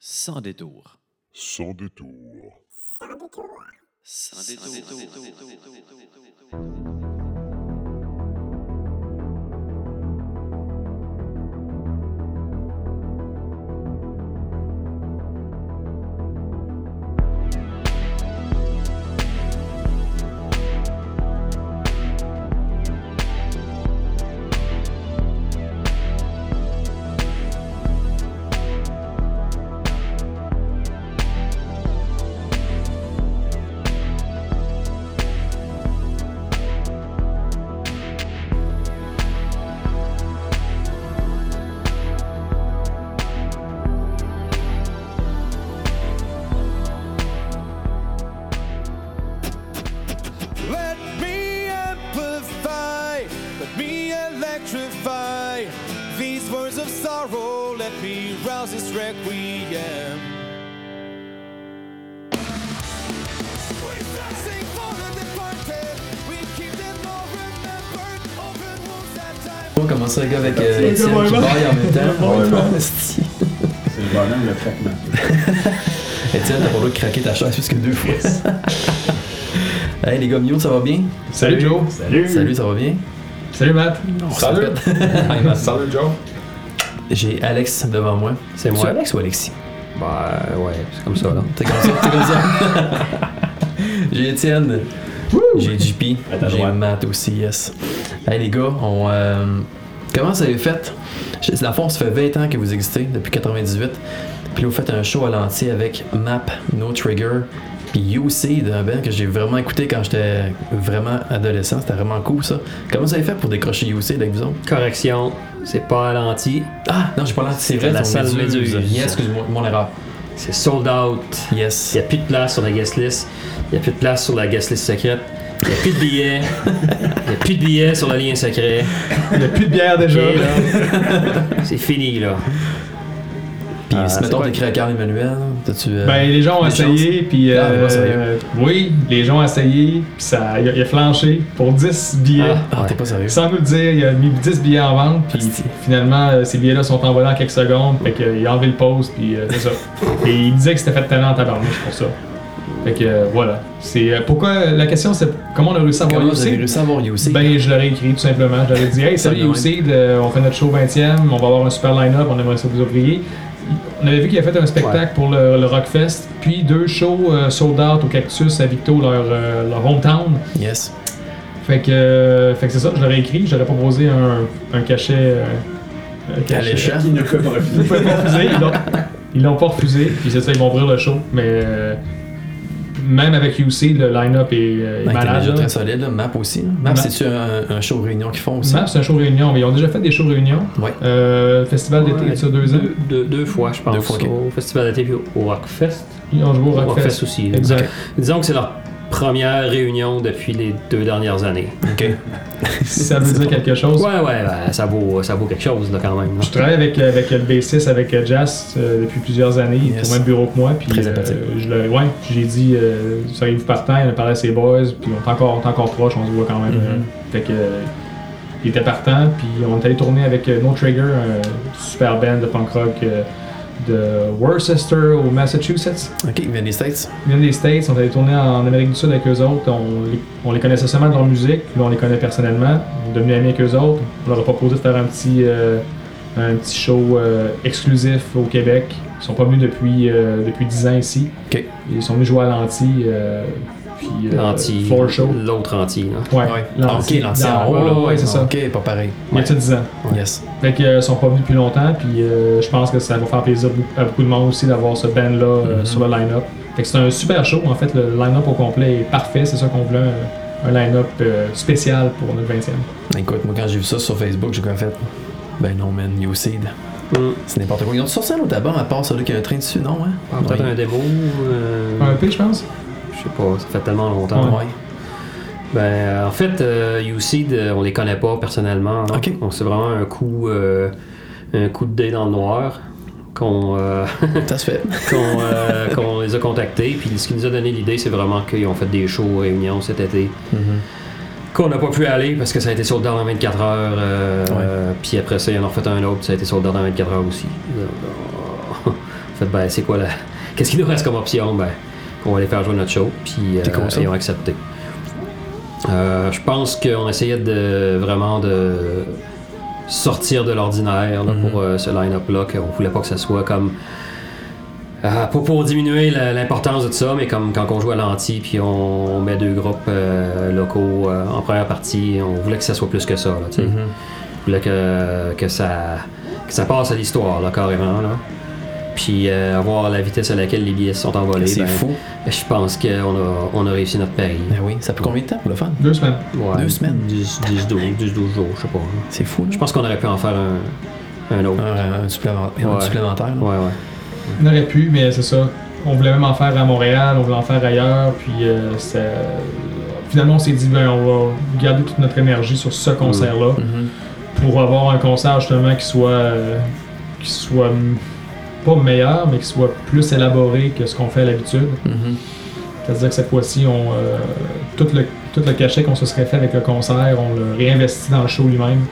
Sans détour. Sans détour. Sans détour. Let me amplify, let me electrify these words of sorrow. Let me rouse this requiem. Sing for the departed, we keep them all remembered. Open wounds that time. On va commencer le gars avec euh, Étienne qui baille en même temps. Esti. C'est le bonhomme le fragment. Étienne, t'as pas l'autre craquer ta chaise plus que deux fois. hey les gars, Mio, ça va bien? Salut Joe. Salut. Salut, ça va bien? Salut Matt. Salut. Hi, Matt. Salut Joe. J'ai Alex devant moi. C'est C'est moi. Alex ou Alexis? Bah ouais, c'est comme ça là. T'es comme ça, t'es comme ça. J'ai Étienne. J'ai JP. À ta J'ai droite. Matt aussi, yes. Hey les gars, on, euh, comment ça avez fait? Je- Dans le fond, ça fait 20 ans que vous existez, depuis 98. Puis là, vous faites un show à l'entier avec Map, No Trigger, puis You Seed, un band que j'ai vraiment écouté quand j'étais vraiment adolescent. C'était vraiment cool ça. Comment ça avez fait pour décrocher You Seed avec vous autres? Correction, c'est pas ralenti, Ah, non, j'ai pas l'air. C'est vrai, La c'est salle Méduse. Yes, excuse-moi, mon erreur. c'est sold out. Yes. Il n'y a plus de place sur la guest list. Il n'y a plus de place sur la guest list secrète. Il n'y a plus de billets. Il n'y a plus de billets sur le lien secret. Il n'y a plus de bière déjà. Et là, C'est fini là. Puis Ah, si c'est Euh, mettons pas- t'es créé à Carl Emmanuel, t'as-tu. euh, Ben, les gens ont Des essayé, puis. Ah, euh, ouais, sérieux. oui, les gens ont essayé, puis ça, il a, il a flanché pour 10 billets. Ah, t'es pas sérieux. Sans nous le dire, il a mis 10 billets en vente, puis Asti. finalement, euh, ces billets-là sont envolés en quelques secondes, fait qu'il a enlevé le pause, puis euh, c'est ça. Et il disait que c'était fait de talent en tabarnouche pour ça. Fait que euh, voilà. C'est euh, pourquoi la question c'est comment on a réussi à avoir Comment vous avez réussi réussi à avoir aussi? Ben, je l'aurais écrit tout simplement. J'aurais dit, hey, salut Ouais. UC, de- on fait notre show 20e, on va avoir un super line-up, on aimerait ça que vous ouvriez. On avait vu qu'il a fait un spectacle pour le, le Rockfest, puis deux shows euh, sold out au Cactus à Victo, leur, euh, leur hometown. yes. Fait que, euh, fait que c'est ça, je l'aurais écrit, j'aurais proposé un, un cachet. euh, un cachet. Alléchant. Qui ne peut pas Ils refuser. pouvaient pas refuser, ils l'ont- ils l'ont pas refusé, puis c'est ça, ils vont ouvrir le show, mais. euh, même avec UC, le line-up est, euh, est Ben, t'es malade. déjà là. très solide, là. Map aussi. là. Map, Ma- c'est-tu un, un show réunion qu'ils font aussi? Map, c'est un show réunion, mais ils ont déjà fait des shows réunion. Ouais. Euh, festival d'été, il y a ça deux ans. Deux, deux- deux fois, je pense. Deux fois, ok. Au Festival d'été puis au au Rockfest. Ils ont joué au Au Rockfest. Rockfest aussi. là. Exact. Disons que c'est leur première réunion depuis les deux dernières années. Ok. Si ça veut dire quelque chose. Ouais, ouais, ben, ça, vaut, ça vaut quelque chose là, quand même. là. Je travaille avec, avec le B6, avec euh, Jazz euh, depuis plusieurs années. Il est Yes. au même bureau que moi. Puis, Très euh, sympathique. je l'ai- ouais, j'ai dit, euh, ça arrive partant, il a parlé à ses boys, puis on est encore, on est encore proches, on se voit quand même. Mhm. euh, fait que, euh, il était partant, puis on est allé tourner avec euh, No Trigger, un super band de punk rock euh, de Worcester au Massachusetts. Ok, il vient des States. Ils viennent des States, on allait tourner en Amérique du Sud avec eux autres, on les, on les connaissait seulement de leur musique, là on les connaît personnellement, on est devenus amis avec eux autres, on leur a proposé de faire un petit, euh, un petit show euh, exclusif au Québec. Ils sont pas venus depuis, euh, depuis 10 ans ici. Ok. Ils sont venus jouer à l'Anti, euh, puis euh, L'anti- Floor Show. L'autre anti. là. Ouais, Ah, ok, l'anti en haut, Ouais, là. ouais, ouais, c'est ça. Ok, pas pareil. Il y a ça 10 ans. Yes. Fait qu'ils sont pas venus depuis longtemps, puis euh, je pense que ça va faire plaisir beaucoup- à beaucoup de monde aussi d'avoir ce band-là euh, Mhm. sur le line-up. Fait que c'est un super show, en fait, le line-up au complet est parfait, c'est ça qu'on voulait, un- un, line-up euh, spécial pour notre 20e. Écoute, moi, quand j'ai vu ça sur Facebook, j'ai comme fait. Ben non, man, You Seed. Mm. C'est n'importe quoi. Ils ont sur scène au tabac, à part celui qui a un train dessus, non, hein? Ah, Peut-être Ouais. un démo. euh, Un EP, je pense. Je sais pas, ça fait tellement longtemps. Ouais. Ben, euh, en fait, euh, YouSeed, euh, on les connaît pas personnellement. hein. Ok. Donc, c'est vraiment un coup, euh, un coup de dé dans le noir qu'on euh, Ça se fait. qu'on, euh, qu'on les a contactés. Puis ce qui nous a donné l'idée, c'est vraiment qu'ils ont fait des shows réunions cet été. Mhm. Qu'on n'a pas pu aller parce que ça a été sold out en 24 heures. euh, Ouais. euh, puis après ça, ils en ont refait un autre, puis ça a été sold out en 24 heures aussi. Donc, Fait que, ben, c'est quoi la. Qu'est-ce qu'il nous reste comme option? Ben, on va les faire jouer notre show, puis euh, C'est cool, ça. ils ont accepté. Euh, je pense qu'on essayait de vraiment de sortir de l'ordinaire là, Mhm. pour euh, ce line-up-là, qu'on voulait pas que ça soit comme. Euh, pas pour diminuer la- l'importance de tout ça, mais comme quand on joue à l'anti, puis on, on met deux groupes euh, locaux euh, en première partie, on voulait que ça soit plus que ça. Là, tu sais. Mhm. Mm-hmm. On voulait que, que ça, que ça passe à l'histoire, là, carrément. Là. Puis euh, avoir la vitesse à laquelle les billets se sont envolés, C'est ben, fou. je pense qu'on a, on a réussi notre pari. Ben oui, ça peut combien de temps pour le fun? Deux semaines. Ouais, Deux semaines. 10, 10, 12, 10, 12 jours, je sais pas. C'est fou, là. Je pense qu'on aurait pu en faire un, un autre. Un, un supplément- un Ouais. supplémentaire. là. Ouais, ouais. On aurait pu, mais c'est ça. On voulait même en faire à Montréal, on voulait en faire ailleurs, puis euh, ça- finalement on s'est dit ben on va garder toute notre énergie sur ce concert-là Mhm. pour avoir un concert justement qui soit euh, qui soit mm, pas meilleur, mais qui soit plus élaboré que ce qu'on fait à l'habitude. Mhm. C'est-à-dire que cette fois-ci, on euh, tout, le, tout le cachet qu'on se serait fait avec le concert, on le réinvestit dans le show lui-même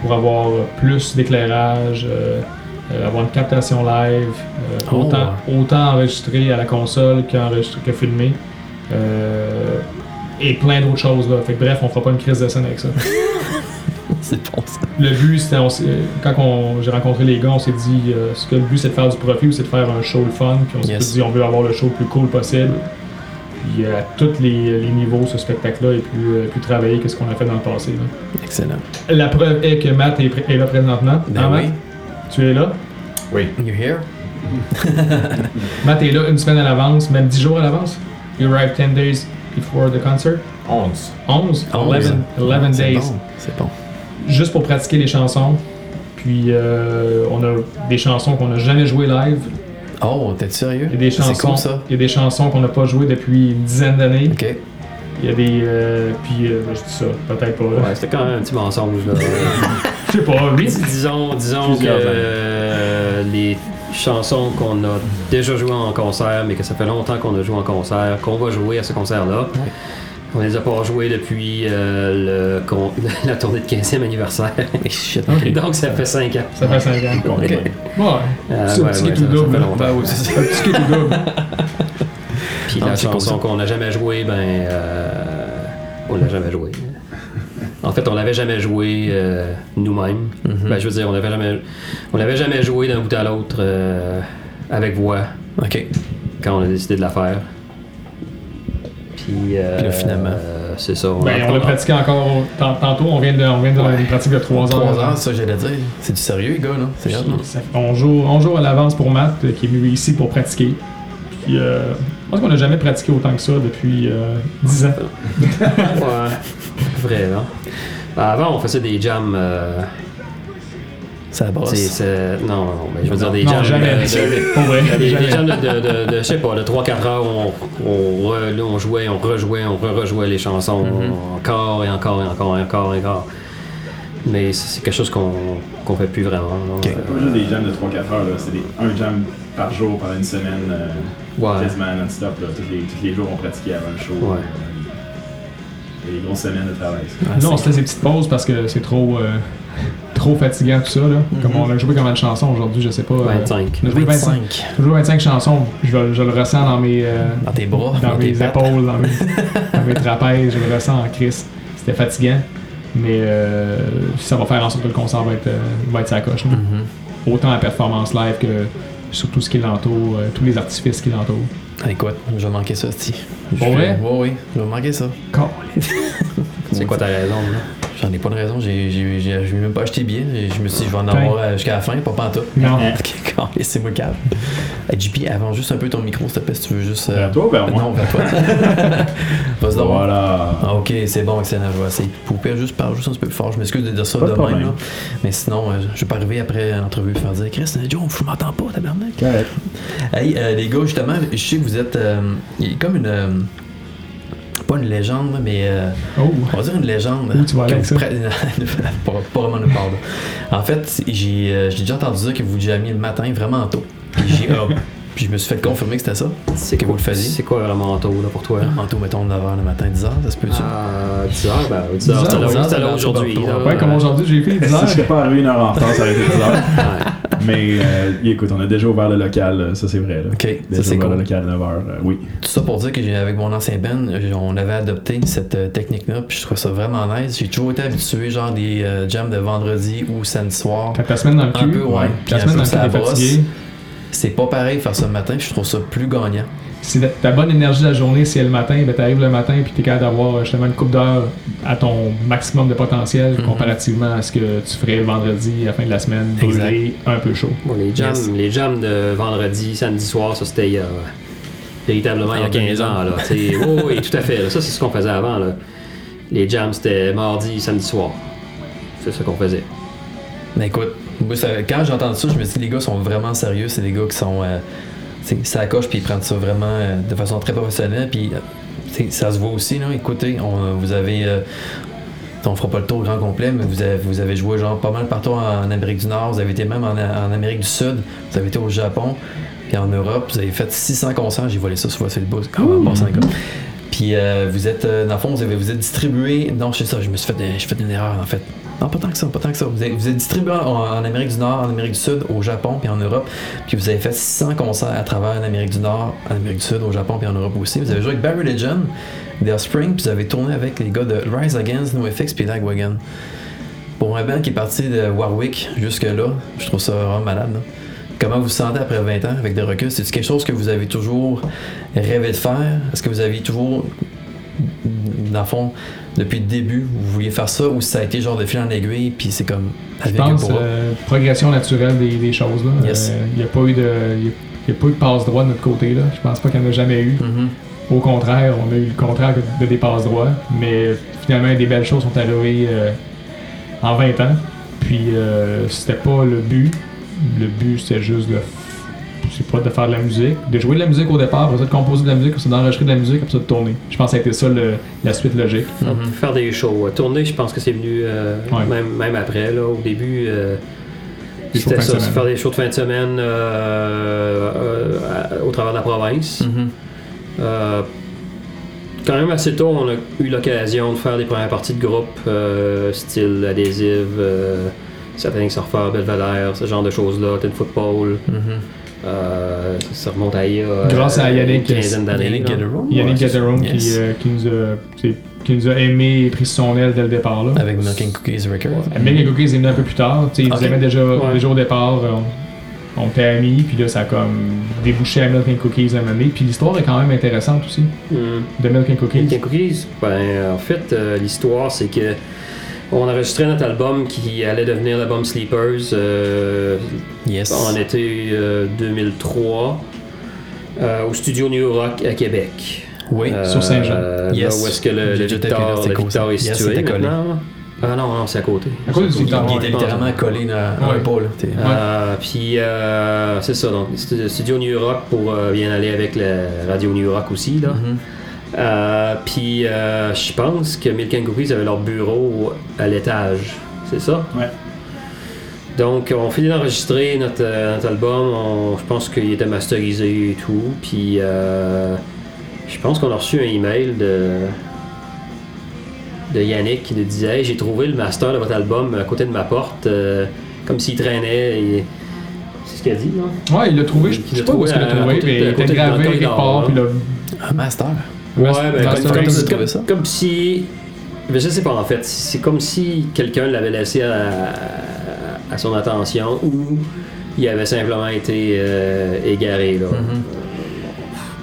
pour avoir euh, plus d'éclairage, euh, euh, avoir une captation live, euh, Oh. autant, autant enregistré à la console qu'enregistré que filmé. euh, et plein d'autres choses. Là. Fait que bref, on fera pas une crise de scène avec ça. C'est bon, ça. Le but, c'était, on s'est- quand on- j'ai rencontré les gars, on s'est dit, euh, est-ce que le but c'est de faire du profit ou c'est de faire un show le fun? Puis on s'est Yes. dit, on veut avoir le show le plus cool possible. Puis euh, à tous les, les niveaux, ce spectacle-là est plus, euh, plus travaillé que ce qu'on a fait dans le passé. là. Excellent. La preuve est que Matt est, pr- est là présentement. Hein, Ben Matt? oui. Tu es là. You here? Matt est là une semaine à l'avance, même 10 jours à l'avance. You arrived 10 days before the concert. 11. 11? 11, 11 C'est days. bon, C'est bon. juste pour pratiquer les chansons. Puis euh, on a des chansons qu'on n'a jamais jouées live. Oh, t'es sérieux? Il y a des Ça, C'est chansons, cool, ça. il y a des chansons qu'on n'a pas jouées depuis une dizaine d'années. OK. Il y a des, euh, puis euh, je dis ça, peut-être pas. là. Ouais, c'était quand même un petit mensonge. Là. Je sais pas, oui. Dis- disons disons que Plusieurs euh, les chansons qu'on a déjà jouées en concert, mais que ça fait longtemps qu'on a joué en concert, qu'on va jouer à ce concert-là, on les a pas jouées depuis euh, le con- la tournée de 15e anniversaire. Eh, Shit, Ok. Donc ça fait 5 ans. Ça fait 5 ans. Bon, Ok. Ouais. Euh, C'est un ouais, petit ouais, guet ça- tout ça fait double. longtemps. Ben oui, c'est ça. Un petit guet tout double. Puis Ah, la c'est cool, chanson ça. qu'on n'a jamais jouée, ben euh, on l'a jamais jouée. En fait, on l'avait jamais jouée euh, nous-mêmes. Mhm. Ben, je veux dire, on l'avait jamais, on l'avait jamais jouée d'un bout à l'autre euh, avec voix OK. quand on a décidé de la faire. Puis, euh, Puis là, finalement. euh, c'est ça. on- Ben, on l'a pratiqué encore au- tant- tantôt, on vient de, on vient de Ouais. une pratique de 3 heures. Trois heures, ça, j'allais dire. C'est du sérieux, les gars, là. C'est hot, là. Ça fait- On joue, on joue à l'avance pour Matt, euh, qui est venu ici pour pratiquer. Puis, euh, je pense qu'on n'a jamais pratiqué autant que ça depuis euh, 10 ans. Ouais. Vrai, hein? Ben, avant, on faisait des jams. euh, Ça tu sais, brosse. c'est- non, non, ben, je veux dire des non, jams. jamais. euh, de- Pour vrai, Des, des jamais. gens de, de, de, de, je sais pas, de 3-4 heures, on, on, re- là, on jouait, on rejouait, on re-rejouait les chansons encore et encore et encore et encore et encore. Mais c'est c'est quelque chose qu'on qu'on fait plus vraiment. là. Euh, C'est pas juste des jams de 3-4 heures, là. c'est des- un jam par jour pendant une semaine, euh, Ouais. quasiment non-stop. là. Tous les, tous les jours, on pratiquait avant le show. Ouais. Il y a des grosses semaines de travail. ça. Là, on se laisse des petites pauses parce que c'est trop, euh, trop fatigant tout ça. Là. Comme on a joué combien de chansons aujourd'hui, je sais pas. euh, 25. on a joué 25, 25. on a joué 25 chansons, je, le- je le ressens dans mes, euh, Dans tes bras, dans Ah, dans tes mes pattes. épaules, dans mes, dans mes trapèzes, je le ressens en crise. C'était fatigant, mais euh, ça va faire en sorte que le concert va être, euh, va être sa coche. là. Mhm. Autant la performance live que sur tout ce qui l'entoure, euh, tous les artifices qui l'entourent. Ah, Écoute, je vais manquer ça, Sti. Pour vrai? Oui, oui. Je vais manquer ça. C'est quoi ta raison? là? J'en ai pas de raison. J'ai- j'ai- j'ai- Je n'ai même pas acheté bien. Je me suis dit, je vais en Pain. avoir euh, jusqu'à la fin, pas pantoute. Non. Ok, quand laissez-moi calme. Hey, JP, avance juste un peu ton micro, s'il te plaît, si tu veux juste. euh, Vers toi ou vers moi? Non, vers toi. Vas-y d'abord. Voilà. Ah, ok, c'est bon, excellent. Je vais essayer. Pour pire, juste parle juste un petit peu plus fort. Je m'excuse de dire ça Pas de de même. problème. là. Mais sinon, euh, je vais pas arriver après l'entrevue et faire dire Chris, euh, Joe, je m'entends pas, tabarnak. Correct. Hey, euh, les gars, justement, je sais que vous êtes euh, il y a comme une. euh, pas une légende, mais. euh, Oh. on va dire une légende. hein, Où tu vas aller Que avec vous ça? prenez- pas, pas vraiment nous parle. En fait, c'est- j'ai euh, j'ai déjà entendu dire que vous jamais le matin vraiment tôt. Puis j'ai- euh, puis je me suis fait confirmer que c'était ça. C'est Que vous le faisiez? Ah, C'est quoi vraiment manteau là, pour toi? En tôt, mettons 9h le matin, 10h, ça se peut-tu? Euh, 10 heures, ben, 10 heures, Dix c'était heures, là- ouais, c'était là dix heures, aujourd'hui. dix heures. là. Ouais, comme aujourd'hui, j'ai fait 10 Si je heures. serais pas arrivé une heure en retard, ça aurait été bizarre. Ouais. Mais euh, écoute, on a déjà ouvert le local, euh, ça c'est vrai. Là. Ben, Ok, ça Déjà c'est ouvert cool. le local à 9h, oui. Tout ça pour dire que j'ai- avec mon ancien Ben, on avait adopté cette euh, technique-là, puis je trouvais ça vraiment nice. J'ai toujours été habitué, genre des euh, jams de vendredi ou samedi soir. Fait que la semaine dans le cul. Un peu, ouais. Puis La un semaine peu, dans le ça cul, t'es brosse. fatigué. C'est pas pareil faire ça le matin, puis je trouve ça plus gagnant. Si la- ta bonne énergie de la journée, c'est le matin, ben t'arrives le matin puis t'es capable d'avoir euh, justement une coupe d'heure à ton maximum de potentiel Mhm. comparativement à ce que tu ferais le vendredi à la fin de la semaine, Exact. brûlé, un peu chaud. Bon, les, jams, Yes. les jams de vendredi, samedi soir, ça c'était il y a, véritablement Ah, il y a ben, 15 ans. Là, tu sais. oui, oui, tout à fait. là. Ça, c'est ce qu'on faisait avant. Là. Les jams, c'était mardi, samedi soir. C'est ce qu'on faisait. Mm-hmm. Mais écoute, moi, ça- quand j'ai entendu ça, je me suis dit, les gars sont vraiment sérieux. C'est des gars qui sont. Euh, tu sais, ça coche, puis ils prennent ça vraiment euh, de façon très professionnelle. Puis euh, tu sais, ça se voit aussi, là. Écoutez, on, vous avez. euh, on fera pas le tour au grand complet, mais vous avez, vous avez joué genre pas mal partout en, en Amérique du Nord, vous avez été même en, en Amérique du Sud, vous avez été au Japon, puis en Europe, vous avez fait 600 concerts, j'ai volé ça sur votre Facebook, en passant, les gars. Puis euh, vous êtes, euh, dans le fond, vous, avez, vous êtes distribué. Non, c'est ça, je me suis fait, je fais une erreur en fait. Non, pas tant que ça, pas tant que ça. Vous êtes, vous êtes distribué en, en Amérique du Nord, en Amérique du Sud, au Japon, puis en Europe. Puis vous avez fait 600 concerts à travers l'Amérique du Nord, en Amérique du Sud, au Japon, puis en Europe aussi. Vous avez joué avec Barry Religion, The Offspring, puis vous avez tourné avec les gars de Rise Against, NoFX, puis Lagwagon. Pour un band qui est parti de Warwick jusque-là, je trouve ça vraiment malade. là. Comment vous vous sentez après 20 ans avec des reculs? C'est quelque chose que vous avez toujours rêvé de faire? Est-ce que vous aviez toujours, dans le fond, depuis le début, vous vouliez faire ça ou ça a été genre de fil en aiguille puis c'est comme, ça Je devient que pense pour eux? euh, progression naturelle des, des choses. là. Yes. Euh, Il n'y a pas eu de. il y a- il y a pas eu de passe droit de notre côté. Là. Je pense pas qu'il n'y en a jamais eu. Mhm. Au contraire, on a eu le contraire de des passes droits, mais finalement, des belles choses sont arrivées euh, en 20 ans. Puis, euh, c'était pas le but. Le but, c'était juste de, f- c'est pas de faire de la musique, de jouer de la musique au départ, après ça de composer de la musique, après ça d'enregistrer de la musique, après ça de tourner. Je pense que ça a été ça le- la suite logique. Mhm. Faire des shows. euh, Tourner, je pense que c'est venu euh, Ouais. même, même après. Là, au début, euh, Des shows de fin c'était de ça, c'est semaine. faire des shows de fin de semaine euh, euh, à- au travers de la province. Mhm. Euh, quand même assez tôt, on a eu l'occasion de faire des premières parties de groupe, euh, style adhésive, euh, Satanic Surfer, Belvedere, ce genre de choses-là, Tin Football. Mhm. euh, ça remonte à il y a euh, Grâce à Yannick, une quinzaine d'années. Yannick là. Gelleron, ouais, Yannick c'est ça. Gatherum Yes. qui, euh, qui nous a, c'est- qui nous a aimé et pris sous son aile dès le départ. Là. Avec Milking Cookies Records. Meg et Cookies est venu un peu plus tard. tu sais, Ils Ok. nous aimaient déjà, Ouais. déjà au départ. euh, On, on était amis, puis là, ça a comme débouché à Milk and Cookies à un moment donné. Puis l'histoire est quand même intéressante aussi, Mhm. de Milk and Milk Cookies. and Cookies, ben, en fait, euh, l'histoire, c'est que on enregistrait notre album qui allait devenir l'album Sleepers euh, Yes. en été euh, 2003 euh, au studio New Rock à Québec. Oui. Euh, sur Saint-Jean. là Yes. où est-ce que le, le J'ai déjà été là, Victor, c'était le cool, Victor ça. est Yes, situé c'était collé. maintenant? Ah non, non, c'est à côté. À cause du C'est Victor, il ouais. était littéralement collé dans dans Ouais. le pot, là. T'es- Euh, puis euh, c'est ça, donc stu- studio New Rock pour euh, bien aller avec la radio New Rock aussi. Là. Mhm. Euh, puis euh, je pense que Milk and Cookies avait leur bureau à l'étage, c'est ça? Ouais. Donc on finit d'enregistrer notre, euh, notre album, on- je pense qu'il était masterisé et tout, puis euh, je pense qu'on a reçu un email de de Yannick qui nous disait Hey, j'ai trouvé le master de votre album à côté de ma porte euh, comme s'il traînait et c'est ce qu'il a dit non Ouais, il l'a trouvé, je Il je sais l'a pas où trouvé est-ce qu'il l'a à- à trouvé, côté mais de- il à côté était de- dans le gravé quelque corridor, part, là. puis là. Un master. ouais ben, dans comme, ce comme- temps-là, t'as comme- trouvé ça? comme si mais je sais pas en fait c'est comme si quelqu'un l'avait laissé à, à son attention ou il avait simplement été euh, égaré là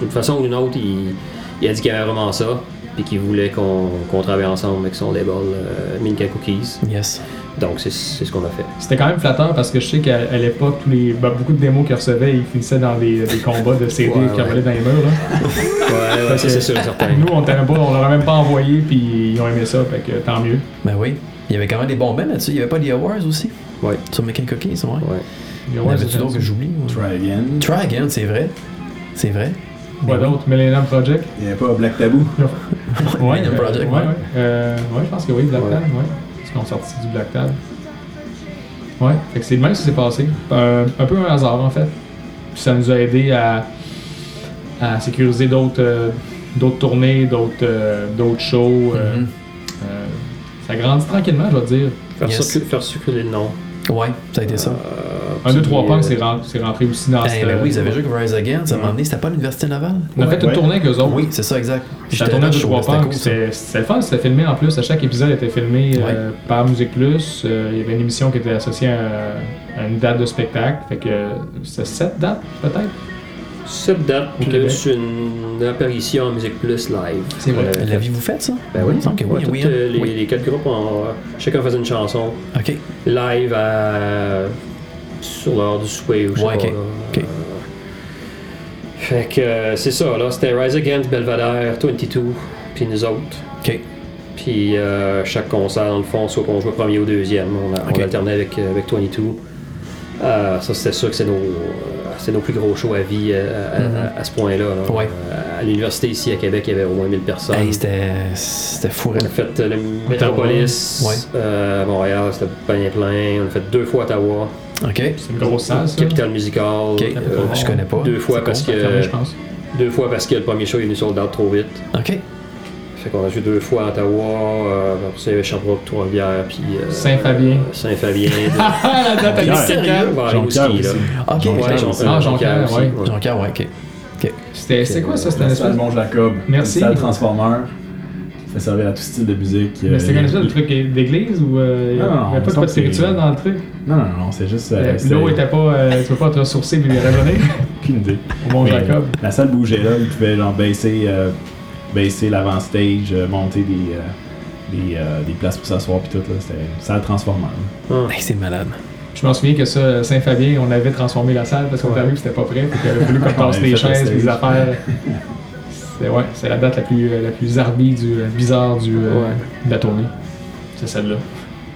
d'une façon ou d'une autre il, il a dit qu'il avait vraiment ça puis qu'il voulait qu'on qu'on travaille ensemble avec son label euh, Milk and Cookies Yes. donc c'est c'est ce qu'on a fait C'était quand même flatteur parce que je sais qu'à à l'époque, tous les, bah, beaucoup de démos qu'il recevait, ils finissaient dans des, des combats de CD Ouais, qui ouais. envolaient dans les murs. Là. ouais, ouais ça, c'est sûr et certain Nous, on t'aimait pas, on leur a même pas envoyé, puis ils ont aimé ça, fait que tant mieux. Ben oui. Il y avait quand même des bons bands là-dessus. Il y avait pas des awards aussi Ouais. Sur Milking Cookies, ouais. Ouais. Mais Il y en ouais, avait-tu c'est d'autres que j'oublie moi? Try Again. Try Again, c'est vrai. C'est vrai. Quoi d'autre Millennium Project Il n'y avait pas Black Tabou. Ouais, Millennium euh, Project, ouais, ouais. ouais. Euh, ouais, je pense que oui, Black Ouais. Tab, ouais. Parce qu'on est sorti du Black Tab. Ouais, fait que c'est le même que s'est passé. Un- un peu un hasard, en fait. Puis ça nous a aidé à, à sécuriser d'autres euh, d'autres tournées, d'autres euh, d'autres shows. euh, Mhm. euh, ça grandit tranquillement, je vais te dire. Faire, Yes. circu- faire circuler le nom. Ouais, ça a été ça. Euh, Un, deux, trois points punks, c'est ren- c'est rentré aussi dans Eh cette- euh, ben oui, ils avaient joué avec Rise Against à un moment donné, c'était pas à l'Université Laval? On a fait une Ouais. tournée avec eux autres. Oui, c'est ça, exact. Puis la J'étais tournée là, de je trois trouvais punks, c'était cool, c'était c'était le fun, c'était filmé en plus. À chaque épisode était filmé euh, par Musique Plus. Euh, Il y avait une émission qui était associée à, à une date de spectacle. Fait que euh, c'était sept dates peut-être. Cette date Au plus une apparition en Musique Plus live. C'est vrai. Euh, L'aviez-vous fait, ça? Ben oui, Il me semble que Ouais, oui, toutes, oui, euh, les, hein. oui. les quatre groupes, ont, euh, chacun faisait une chanson OK. live à- sur l'heure du souper ou je sais Ouais, pas, ok, là. ok. Euh, fait que euh, c'est ça, là, c'était Rise Against, Belvedere, 22, puis nous autres. OK. Puis euh, chaque concert, dans le fond, soit qu'on jouait premier ou deuxième, on, a- on Ok. alternait avec, euh, avec 22. Euh, ça, c'était sûr que c'est nos, euh, c'est nos plus gros shows à vie euh, à, à- à ce point-là. là. Mhm. Ouais. Euh, à l'université ici à Québec, il y avait au moins 1000 personnes. Hey, c'était c'était fourré. On a fait euh, le Metropolis Ouais. euh, à Montréal, c'était bien plein. On a fait deux fois Ottawa, OK. C'est une grosse salle, ça. Capital Musical. OK. Ah, euh, Je connais pas. deux fois C'est parce cool. que Fermé, je pense. deux fois parce que le premier show est venu sold out trop vite. OK. Fait qu'on a joué deux fois à Ottawa, euh, après ça, il y avait Sherbrooke, Trois-Rivières, puis euh, Saint-Fabien. Saint-Fabien. Ah, la date à Pierre. Saint-Fabien. vers Jonquière Rimouski, là. aussi. OK. Ah, Ouais, Jonquière, Jonquière Jonquière, aussi, ouais. ouais. Jonquière, ouais, OK. C'était c'est quoi ça? C'était un La espèce salle Bon Jacob. Merci. Une salle Transformer. Ça servait à tout style de musique. euh, Ah, Mais c'était il- comme ça le truc d'église ou euh, il y Non, non, avait pas il me de semble code que c'est- spirituel dans le truc? Non, non, non, c'est juste. euh, Euh, c'était- L'eau était pas. euh, tu peux pas te ressourcer puis raisonner Aucune idée. au bon Mais Jacob. La salle bougeait là, ils pouvaient genre baisser, euh, baisser l'avant-stage, euh, monter des, euh, des, euh, des places pour s'asseoir puis tout. là. C'était une salle transformeur. Hey, c'est malade. Je m'en souviens que ça, euh, Saint-Fabien, on avait transformé la salle parce qu'on Ouais. avait vu que c'était pas prêt. Puis qu'il avait voulu qu'on passe avait les fait la chaises, les stage. affaires. C'est ouais, c'est la date la plus, euh, la plus zarbi du, euh, bizarre du, euh, Ouais. de la tournée. C'est celle-là.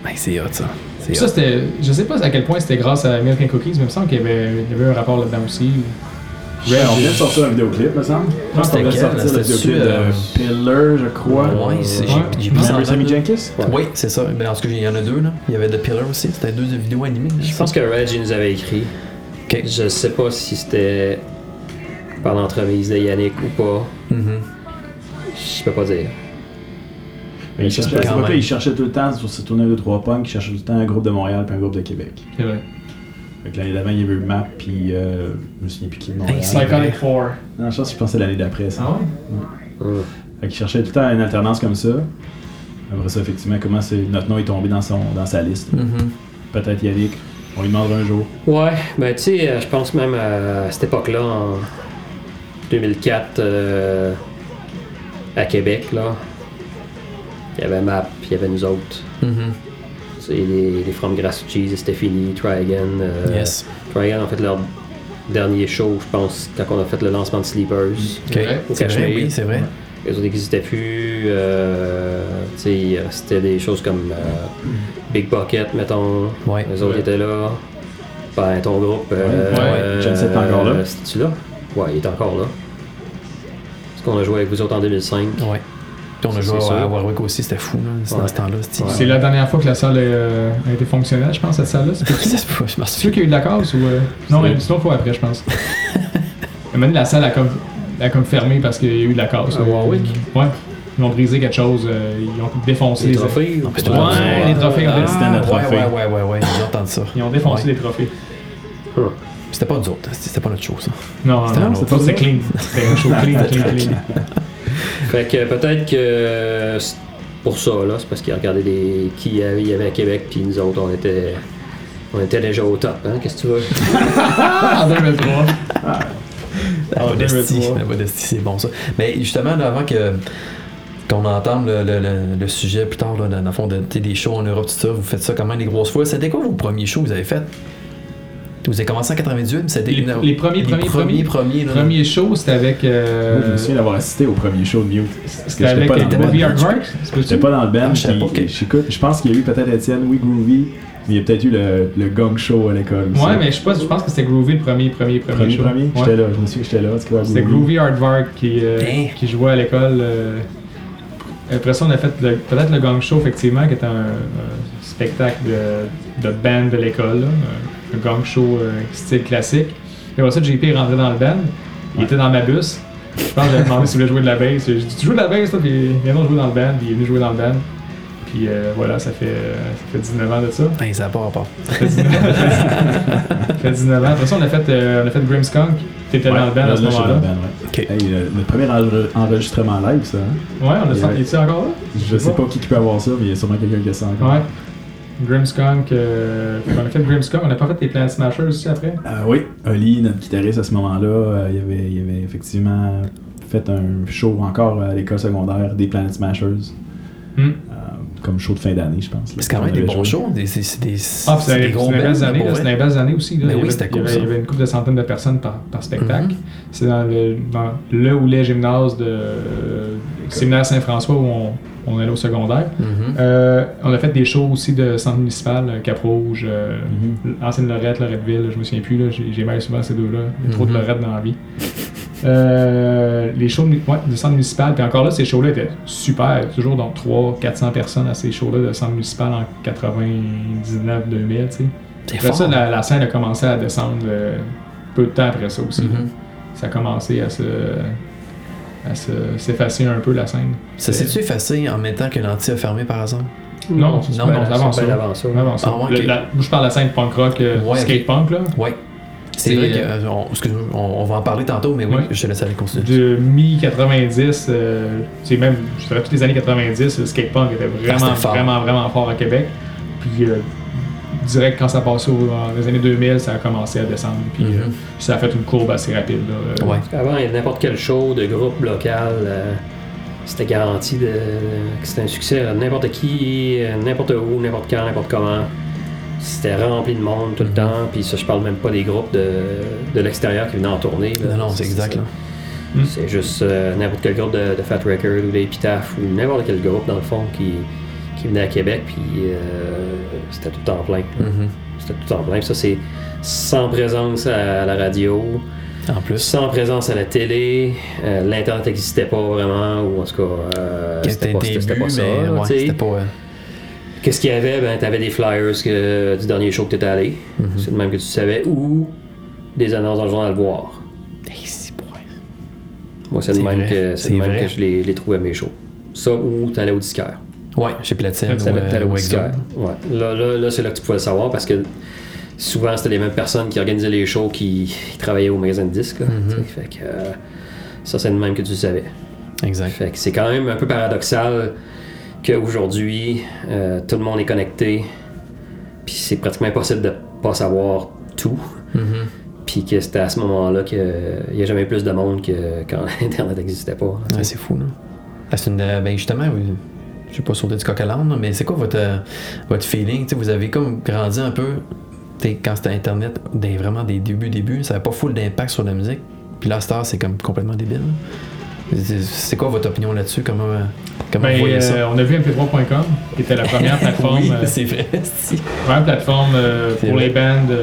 Hey, c'est hot, ça. C'est Puis ça, hot. c'était. Je sais pas à quel point c'était grâce à Milk and Cookies, mais il me semble qu'il y avait, il y avait un rapport là-dedans aussi. Ouais, on vient de sortir un vidéoclip, me semble. Je pense qu'on c'était vient de quel, sortir le c'était-tu, vidéoclip euh, de Pillar, je crois. Ouais, c'est- Ouais. j'ai j'ai Non, pris ça en Sammy tête, là. Jenkins? Oui, c'est ça. Ben, en tout cas, il y en a deux, là. Il y avait The Pillar aussi. C'était deux vidéos animées. là, Je pense que Reggie nous avait écrit. OK. Je sais pas si c'était par l'entremise de Yannick ou pas. Mhm. Je peux pas dire. Mais il cherchait, à cette Quand époque-là, même. il cherchait tout le temps, sur ce tournée de trois punks, il cherchait tout le temps un groupe de Montréal puis un groupe de Québec. C'est vrai. Fait que l'année d'avant, il y avait eu Map puis euh, je me souviens plus qui de Montréal. Hey, c'est vrai. Psychotic Four. Non, je pense que je pensais l'année d'après ça. Ah ouais? Hum. Fait qu'il cherchait tout le temps une alternance comme ça. Après ça, effectivement, comment c'est- notre nom est tombé dans, son, dans sa liste. Mhm. Peut-être Yannick, on lui demandera un jour. Ouais, ben tu sais, euh, je pense même à, à cette époque-là, en 2004, euh, à Québec, là, il y avait MAP, puis il y avait nous autres. Mhm. Tu sais, les, les From Grass to Cheese, c'était fini, Try Again. euh, Yes. Try Again, en fait, leur dernier show, je pense, quand on a fait le lancement de Sleepers. OK. C'est vrai. C'est vrai, Cachemire. oui, c'est vrai. Les autres n'existaient plus. euh, tu sais, il restait des choses comme euh, Big Bucket, mettons. Mm. Ouais. Les autres Ouais. étaient là. Ben, ton groupe. Euh, Ouais, ouais. euh, Jet Set est encore là. euh, C'est-tu là? Ouais, il est encore là. Parce qu'on a joué avec vous autres en 2005. Ouais. Puis on a Ça, joué c'est à sûr. Warwick aussi, c'était fou, là. C'est Ouais. dans ce temps-là, c'était. Ouais. C'est la dernière fois que la salle euh, a été fonctionnelle, je pense, cette salle-là. C'est Ça se peut, je m'en C'est souviens. sûr qu'il y a eu de la casse ou. euh, Non, mais c'est une autre fois après, je pense. Et même la salle a comme, a comme fermé parce qu'il y a eu de la casse. À là. Warwick? Ouais. Ils ont brisé quelque chose, euh, ils ont défoncé Les les trophées. Non, mais c'est Ouais. pas grave. Ouais, les trophées, en fait. c'était Ah, notre ouais, affaire. ouais, ouais, ouais, ouais, j'ai entendu ça. Ils ont défoncé Ouais. les trophées. C'était pas nous autres, c'était c'était pas notre show, ça. Non, non, C'était- non, c'était non, pas c'est ça? clean. C'était un show clean, clean, clean. Fait que peut-être que c'est pour ça, là, c'est parce qu'il regardait des... qui il y avait- il y avait à Québec, puis nous autres, on était. On était déjà au top, hein, qu'est-ce que tu veux? Ah, en 2003. La Ah, modestie, 2003. la modestie, c'est bon ça. Mais justement, là, avant que qu'on entende le, le- le- le sujet plus tard, là, dans le fond, de, tu sais, des shows en Europe, tout ça, vous faites ça quand même des grosses fois. C'était quoi vos premiers shows que vous avez fait? Vous avez commencé en 98, mais c'était Les- une heure- les premiers, premiers, premiers, premiers, Le là. premier show, c'était avec. Moi, je euh, me souviens d'avoir assisté au premier show de Mute. parce que C'était avec j'étais pas dans le Bobby band. Hardmark. c'est pas J'étais pas dans le band, Ah, je savais puis pas que- j'écoute- je pense qu'il y a eu peut-être Étienne, oui, Groovy, mais il y a peut-être eu le, le gong show à l'école. aussi. Ouais, mais je sais pas, je pense que c'était Groovy le premier, premier, premier, Premier, show. premier, Ouais. j'étais là, je me souviens que j'étais là. tu vois, C'était Groovy Hardvark qui, euh, Hein? qui jouait à l'école. euh. Après ça, on a fait le- peut-être le Gang Show, effectivement, qui est un, un spectacle de, de band de l'école. là, Un, un gang show euh, style classique. Et après ça, JP est rentré dans le band. Il était dans ma bus. Je pense que j'avais demandé s'il voulait jouer de la bass. J'ai dit Tu joues de la bass, toi, puis viens donc jouer dans le band. Puis il est venu jouer dans le band. Puis euh, voilà, ça fait, euh, ça fait 19 ans de ça. Ben, ça part pas. Ça fait 19 ans. Ça fait 19 ans. Après ça, on a fait, euh, on a fait Grimskunk. T'étais dans le band là, à ce là, je suis dans moment-là. le band, ouais. Ok. Hey, euh, le premier enre- enregistrement live, ça. hein? Ouais, on a fait. Ouais. il était encore là? Je sais pas qui qui peut avoir ça, mais il y a sûrement quelqu'un qui a ça encore. Ouais. Grimskunk. euh, on a fait Grimskunk. On a pas fait les Planet Smashers aussi après? Euh, oui, Oli, notre guitariste à ce moment-là, euh, il, avait, il avait effectivement fait un show encore à l'école secondaire des Planet Smashers, Hmm. euh, comme show de fin d'année, je pense. là, C'est quand qu'on même des avait bons joué. shows. Des, c'est, c'est des, Ah, puis c'est c'était des c'était gros dans les bands, belles années, pour là, vrai. c'était dans les belles années aussi. Ben Là. il, y oui, avait, c'était il, y cool, avait, ça. Mhm. il y avait une couple de centaines de personnes par, par spectacle. C'est dans le, dans le ou les gymnases de euh, Séminaire Saint-François où on, on allait au secondaire. Mhm. Euh, on a fait des shows aussi de centre municipal, euh, Cap-Rouge, euh, Mhm. ancienne Lorette, Loretteville, je me souviens plus, là, j'ai j'ai mal souvent ces deux-là. Il y a trop de Mhm. Lorette dans la vie. Euh, les shows mu- ouais, de centre municipal, puis encore là, ces shows-là étaient super. Toujours dans 300-400 personnes à ces shows-là de centre municipal en 99-2000, tu sais. C'est Après fort. ça, la, la scène a commencé à descendre euh, peu de temps après ça aussi. Mhm. Ça a commencé à se à se- s'effacer un peu la scène. Ça s'est-tu euh, effacé en même temps que l'anti a fermé, par exemple? Non, Non, non, non, avant Ben, c'est ça. bien hein. avant ça. Avant ça. Ah ouais, Le- ok. la- moi, je parle de la scène punk rock, euh, Ouais, ok. skate punk, là. Ouais. C'est C'est- vrai que. euh, on, excuse-moi, on, on va en parler tantôt, mais oui, Ouais. je te laisse aller continuer. De mi-90, euh, c'est même, je dirais toutes les années 90, le skate punk était Ah, vraiment, c'était fort. vraiment, vraiment fort à Québec. Puis, euh, direct quand ça passait aux, dans les années 2000, ça a commencé à descendre. Puis, Mhm. euh, ça a fait une courbe assez rapide, là. Euh, Ouais. Avant, il y avait n'importe quel show de groupe local, euh, c'était garanti de, que c'était un succès. à N'importe qui, euh, n'importe où, n'importe quand, n'importe comment. C'était rempli de monde Mhm. tout le temps. Puis ça, je parle même pas des groupes de, de l'extérieur qui venaient en tournée. là. Non, non, c'est exact. Là. Mhm. Mm. C'est juste euh, n'importe quel groupe de, de Fat Record ou d'Epitaph ou n'importe quel groupe, dans le fond, qui, qui venait à Québec. Puis euh, c'était tout en plein. Mhm. C'était tout en plein. Puis Ça, c'est sans présence à la radio. En plus. Sans présence à la télé, euh, l'Internet n'existait pas vraiment, ou en tout cas, euh, c'était C'était pas, des c'était- c'était débuts, pas ça. mais là, ouais, tu sais. c'était pas. euh, Qu'est-ce qu'il y avait? Ben, t'avais des flyers que- du dernier show que t'étais allé, Mhm. c'est le même que tu savais, ou des annonces dans le journal Voir. hey, c'est pour- Moi, c'est C'est le même, vrai, que, c'est le c'est même vrai. que je les, les trouvais à mes shows. Ça, ou t'allais au disquaire. Ouais, chez Platine ou, T'allais- t'allais euh, au ou Exo. disquaire. Ouais. Là, là, là, c'est là que tu pouvais le savoir, parce que souvent, c'était les mêmes personnes qui organisaient les shows qui, qui travaillaient au magasin de disques. là, Mhm. tu sais. Fait que, euh, ça, c'est le même que tu savais. Exact. Fait que c'est quand même un peu paradoxal qu'aujourd'hui, euh, tout le monde est connecté, puis c'est pratiquement impossible de pas savoir tout. Mhm. Puis que c'était à ce moment-là qu'il n'y a jamais plus de monde que quand Internet n'existait pas. Ouais, c'est fou, là. Ah, c'est une, euh, ben justement, oui, je vais pas sauter du coq à l'âne, là, mais c'est quoi votre, euh, votre feeling? Tu sais, vous avez comme grandi un peu, tu sais, quand c'était Internet, des, vraiment des débuts, débuts, ça avait pas full d'impact sur la musique. Puis là, Star, c'est comme complètement débile. là. C'est- C'est quoi votre opinion là-dessus? Comment, euh, comment Ben, vous voyez ça? euh, on a vu mp3.com, qui était la première plateforme. oui, euh, c'est vrai. si. Première plateforme euh, C'est pour vrai. les bands, euh,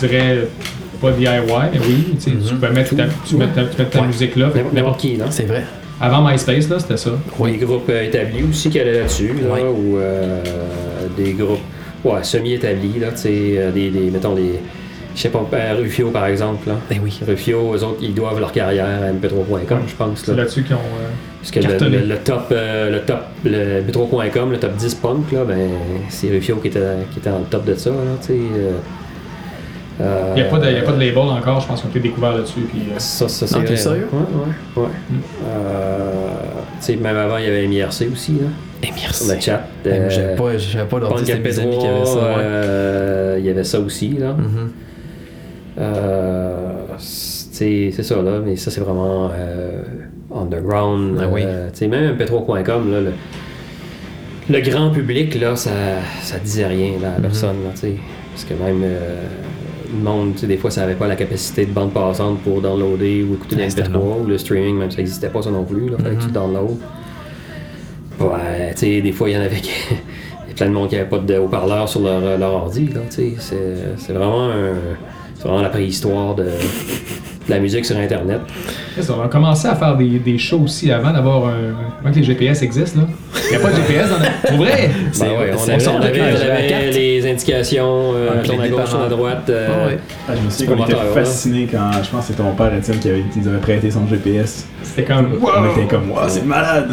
je dirais euh, pas DIY, mais oui, tu sais, tu Mhm. peux mettre ta, tu mets ta, tu mets ta Ouais. musique là. Fait que N'importe- N'importe qui, là. C'est vrai. Avant MySpace, là, c'était ça. Des groupes euh, établis aussi qui allaient là-dessus, là, Ouais. ou euh, des groupes ouais, semi-établis, là, tu sais, euh, des, des- mettons, des, je sais pas, euh, Rufio, par exemple, là. Ben oui. Rufio, eux autres, ils doivent leur carrière à mp3.com, je pense, C'est là. là-dessus qu'ils ont. euh, Parce que le, Cartonné. le- le top, euh, le top, le Bitro.com, le top 10 punk, là, ben, c'est Rufio qui était, qui était en top de ça, là, tu sais. euh, euh, Il n'y a, pas de- il y a pas de label encore, je pense qu'on a été découvert là-dessus. Puis, euh, Ça, ça, c'est Non, Ah, t'es vrai, sérieux? Ouais, ouais, ouais. Euh, tu sais, même avant, il y avait MIRC aussi, là, Et Eh, merci. sur le chat. Ben, moi, Euh, J'avais pas, j'avais pas Punk l'ordi, c'était mes amis qui avaient ça. MP3, ouais. euh, il y avait ça aussi, là. Mhm. Euh, c'est c'est ça là, mais ça c'est vraiment euh, underground. Ah oui. Euh, tu sais, même mp3.com, là, le, le grand public, là, ça, ça disait rien là, Mm-hmm. à personne. là, tu sais. parce que même euh, le monde, tu sais, des fois, ça n'avait pas la capacité de bande passante pour downloader ou écouter Ouais, le c'était Mm-hmm. mp3 long. ou le streaming, même ça n'existait pas ça non plus. Là, fallait que tu downloads. Ouais, tu sais, des fois, il y en avait qui. il y a plein de monde qui n'avait pas de haut-parleur sur leur, euh, leur ordi, là, tu sais. C'est- C'est vraiment un- C'est vraiment la préhistoire de, de la musique sur Internet. Ben qu'est-ce qu'on a commencé à faire des, des shows aussi avant d'avoir un. Avant que les GPS existent, là. Il n'y a pas de GPS dans notre. Pour vrai! Ben ouais, on c'est avait, vrai, on on avait- avait on la avait carte. les indications, euh, Ah, puis tourne les à gauche, tourne à dépendants. droite. euh, Ah ouais. Ah, je me C'est souviens qu'on était hein. commentaire, là. fascinés quand, je pense que c'est ton père, Étienne, qui avait, qui nous avait prêté son GPS. C'était comme. On était comme, waouh, c'est malade!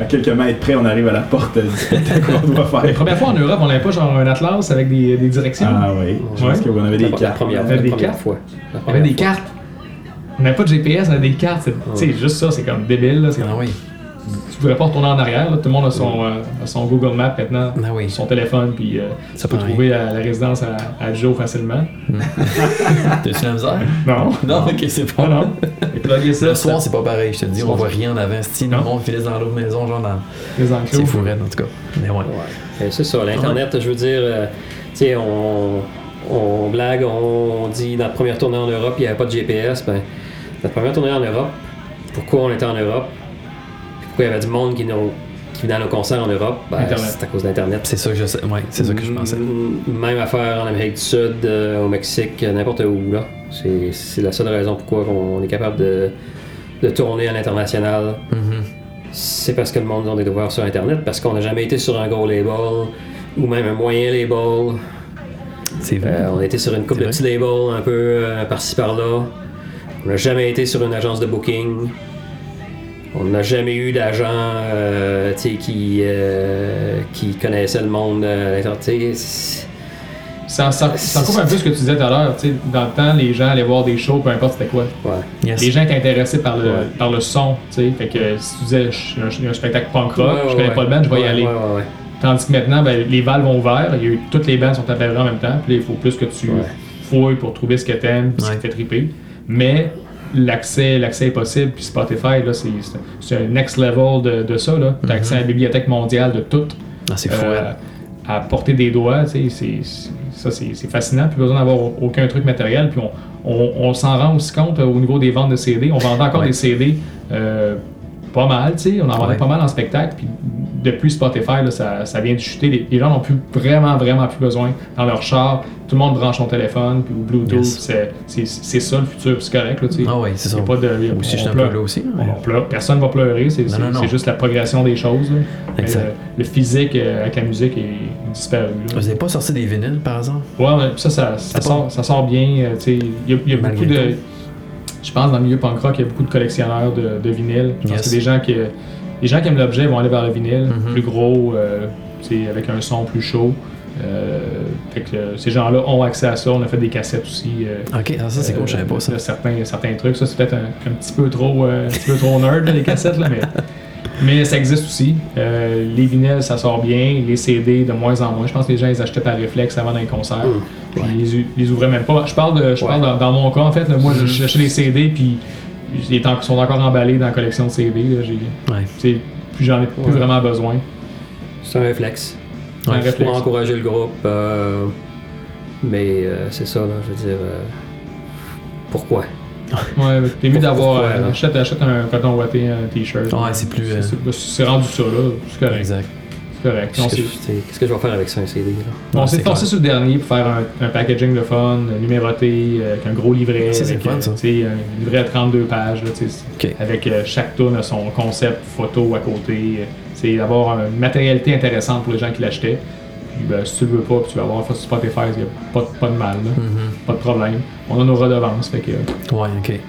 à quelques mètres près, on arrive à la porte euh, du spectacle qu'on doit La faire. première fois en Europe, on n'avait pas genre un atlas avec des, des directions. Ah oui, je Ouais. pense qu'on avait des la, la cartes. première, On la avait des première cartes. fois. La on avait première des fois. cartes. On n'avait pas de GPS, on avait des cartes. C'est tu sais, juste ça, c'est comme débile. là, c'est comme- Ah oui. Tu pouvais pas retourner en arrière. là, Tout le monde a son, euh, a son Google Maps maintenant, Ah oui. son téléphone, puis euh, Ça tu peux paraît. trouver à la résidence à, à Joe facilement. Ah, T'as-tu la misère? Non. Non, ok, c'est Non, pas. non. Et plugger ça. Le soir, c'est pas pareil, je te dis, on voit rien en avant. Si nous, Non. on finit dans l'autre maison, genre dans. les enclos. C'est fou, raide, en tout cas. Mais ouais. Ouais. Et Euh, C'est ça, l'Internet, je veux dire, euh, tu sais, on, on blague, on dit notre première tournée en Europe, il n'y avait pas de GPS. Ben, notre première tournée en Europe, pourquoi on était en Europe? Puis Pourquoi il y avait du monde qui, nous- qui venait à nos concerts en Europe? Ben, Internet. c'est à cause d'Internet. C'est ça que je sais. Ouais, c'est ça que Mhm. je pensais. M- Même affaire en Amérique du Sud, euh, au Mexique, euh, n'importe où. là. C'est c'est la seule raison pourquoi on est capable de, de tourner à l'international. Mhm. C'est parce que le monde a des devoirs sur Internet, parce qu'on n'a jamais été sur un gros label ou même un moyen label. C'est Euh, vrai. on a été sur une couple C'est de vrai. petits labels un peu euh, par-ci par-là. On n'a jamais été sur une agence de booking. On n'a jamais eu d'agent euh, tu sais, qui, euh, qui connaissait le monde. euh, à l'intérieur. Tu sais, c'est- Ça, ça, ça coupe un peu ce que tu disais tout à l'heure. tu sais, Dans le temps, les gens allaient voir des shows, peu importe c'était quoi. ouais. Yes. Les gens étaient intéressés par le, Ouais. par le son. tu sais. Fait que si tu disais, je- il y a un spectacle punk rock, Ouais, je ouais, connais pas ouais. le band, je vais y Ouais, aller. ouais, ouais, ouais. Tandis que maintenant, ben, les valves ont ouvert, il y a eu, toutes les bandes sont apparues en même temps, puis là, il faut plus que tu Ouais. fouilles pour trouver ce que t'aimes, puis ce Ouais. qui te fait triper. Mais l'accès l'accès est possible, puis Spotify, là, c'est- c'est- c'est un next level de, de ça. là. Mm-hmm. T'as accès à la bibliothèque mondiale de tout, Ah, c'est fou, euh, raide. à porter des doigts, tu sais, c'est- c'est- ça c'est c'est fascinant, plus besoin d'avoir au- aucun truc matériel, puis on, on- on s'en rend aussi compte euh, au niveau des ventes de CD, on vendait encore Ouais. des CD euh, pas mal, tu sais, on en vendait Ouais. pas mal en spectacle, puis depuis Spotify, là, ça, ça vient de chuter, les, les gens n'ont plus vraiment, vraiment plus besoin dans leur char, tout le monde branche son téléphone, puis ou Bluetooth, Yes. puis c'est- c'est c'est ça le futur, puis c'est correct, là, tu sais. Ah ouais, c'est ça. Y a pas de, y a- Aussi, on je suis un pleure. peu là aussi. hein. On pleure. Personne va pleurer, c'est Non, non, c'est- non. c'est juste la progression des choses. là. Mais Exact. le, le physique euh, avec la musique est disparu. là. Vous avez pas sorti des vinyles, par exemple? Ouais, mais ça, ça, ça pas- sort, ça sort bien. euh, tu sais, Il y a, il y a Malgré beaucoup de. Je pense dans le milieu punk rock, il y a beaucoup de collectionneurs de, de vinyle. Je pense Yes. que des gens qui. Les gens qui aiment l'objet vont aller vers le vinyle, Mhm. plus gros, euh, tu sais, avec un son plus chaud. Euh, fait que euh, ces gens-là ont accès à ça. On a fait des cassettes aussi. euh, Ok, ah, ça c'est cool, je savais euh, pas ça. de Certains, certains trucs, ça c'est peut-être un, un petit peu trop, euh, un petit peu trop nerd là, les cassettes, là, mais, mais ça existe aussi. Euh, les vinyles, ça sort bien. Les CD, de moins en moins. Je pense que les gens les achetaient par réflexe avant d'un concert. Mmh. Puis Ils les, les ouvraient même pas. Je parle, de, je parle dans, dans mon cas en fait. là, Mmh. moi, j'achetais les CD puis ils étaient en- sont encore emballés dans la collection de CD. là. J'ai- Ouais. c'est- Puis j'en ai plus Ouais. vraiment besoin. C'est un réflexe. Un Juste réflexe. Pour encourager le groupe. euh, mais euh, c'est ça, là, je veux dire. euh, pourquoi? Ouais, mais t'es mieux d'avoir. Pourquoi, euh, là? Achète, achète un coton ouaté, un t-shirt. Ouais, c'est plus, euh, C'est c'est rendu ça, là. C'est correct. Exact. C'est correct. On Qu'est-ce que, s'est- je- tu sais, qu'est-ce que je vais faire avec ça, un CD? là? On Ouais, s'est c'est forcé sur le dernier pour faire un, un packaging de fun, numéroté, euh, avec un gros livret. Ça, c'est avec, le fun, euh, ça. tu sais, Un livret à 32 pages, là, tu sais, Ok. avec euh, chaque tune a son concept, photo à côté. euh, C'est d'avoir une matérialité intéressante pour les gens qui l'achetaient. Puis, ben, si tu le veux pas, puis tu vas avoir sur Spotify, il n'y a pas, de- pas de mal, là. Mm-hmm. pas de problème. On a nos redevances, fait que euh, Ouais, ok.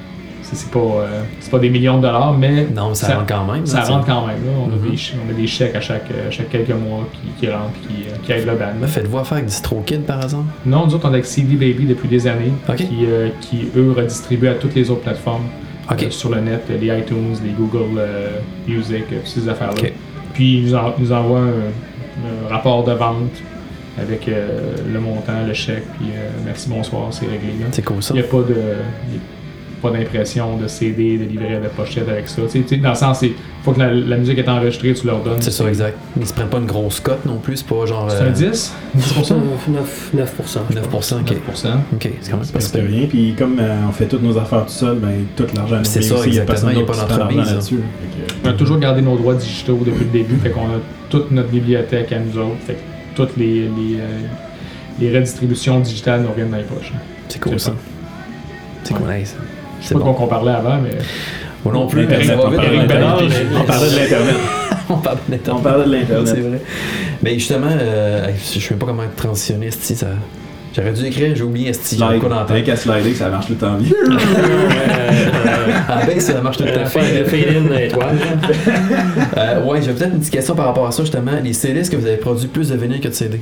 c'est c'est pas, euh, c'est pas des millions de dollars, mais Non, mais ça, rentre quand même. ça là, rentre quand même. là. On, a Mhm. des, ch- on a des chèques à chaque, euh, chaque quelques mois qui, qui rentrent et qui, euh, qui aident le band. Mais Faites-vous affaire avec du Strokid, par exemple? Non, nous autres, on est avec CD Baby depuis des années, Ok. qui, euh, qui, eux redistribuent à toutes les autres plateformes Ok. euh, sur le net, euh, les iTunes, les Google euh, Music, euh, toutes ces affaires-là. Ok. Puis ils nous, en- ils nous envoient un, un rapport de vente avec euh, le montant, le chèque, puis euh, merci, bonsoir, c'est réglé. là. C'est cool ça. Il n'y a pas de il y a pas d'impression de CD, de livret, de pochette avec ça. Tu sais, tu sais, dans le sens, il faut que la, la musique est enregistrée, tu leur donnes. C'est ça, exact. Ils se prennent pas une grosse cote non plus, c'est pas genre. C'est un euh, 10 10 9%. 9%. 9%, ok. 9%. Ok, c'est quand même pas Parce que super. rien, puis comme euh, on fait toutes nos affaires tout seul, ben, tout l'argent nous C'est vient ça, aussi, il y a exactement, personne il y a pas d'autre hein. qui se prend l'argent d'entreprise, là-dessus. On a toujours gardé nos droits digitaux depuis le début, fait qu'on a toute notre bibliothèque à nous autres, fait que toutes les, les, euh, les redistributions digitales nous reviennent dans les poches. C'est cool C'est ça. bon. C'est cool, nice. Je sais C'est pas bon. qu'on parlait avant, mais Moi non plus, Internet, mais ça va on vite, parlait Eric d'Internet. Bédard. On parlait de l'Internet. On parle d'Internet. On parlait de l'Internet. C'est vrai. Mais justement, euh, je sais même pas comment transitionner, esti, ça. J'aurais dû écrire, j'ai oublié Esti, j'avais Slide. quoi dans la Rien tête. qu'à slider, ça marche tout le temps bien. Euh, euh, Ah, avec, ça marche tout le temps. Euh, fade- Le fade-in étoile. Euh, ouais, j'ai peut-être une petite question par rapport à ça, justement. Les CD, est-ce que vous avez produit plus de vinyle que de CD?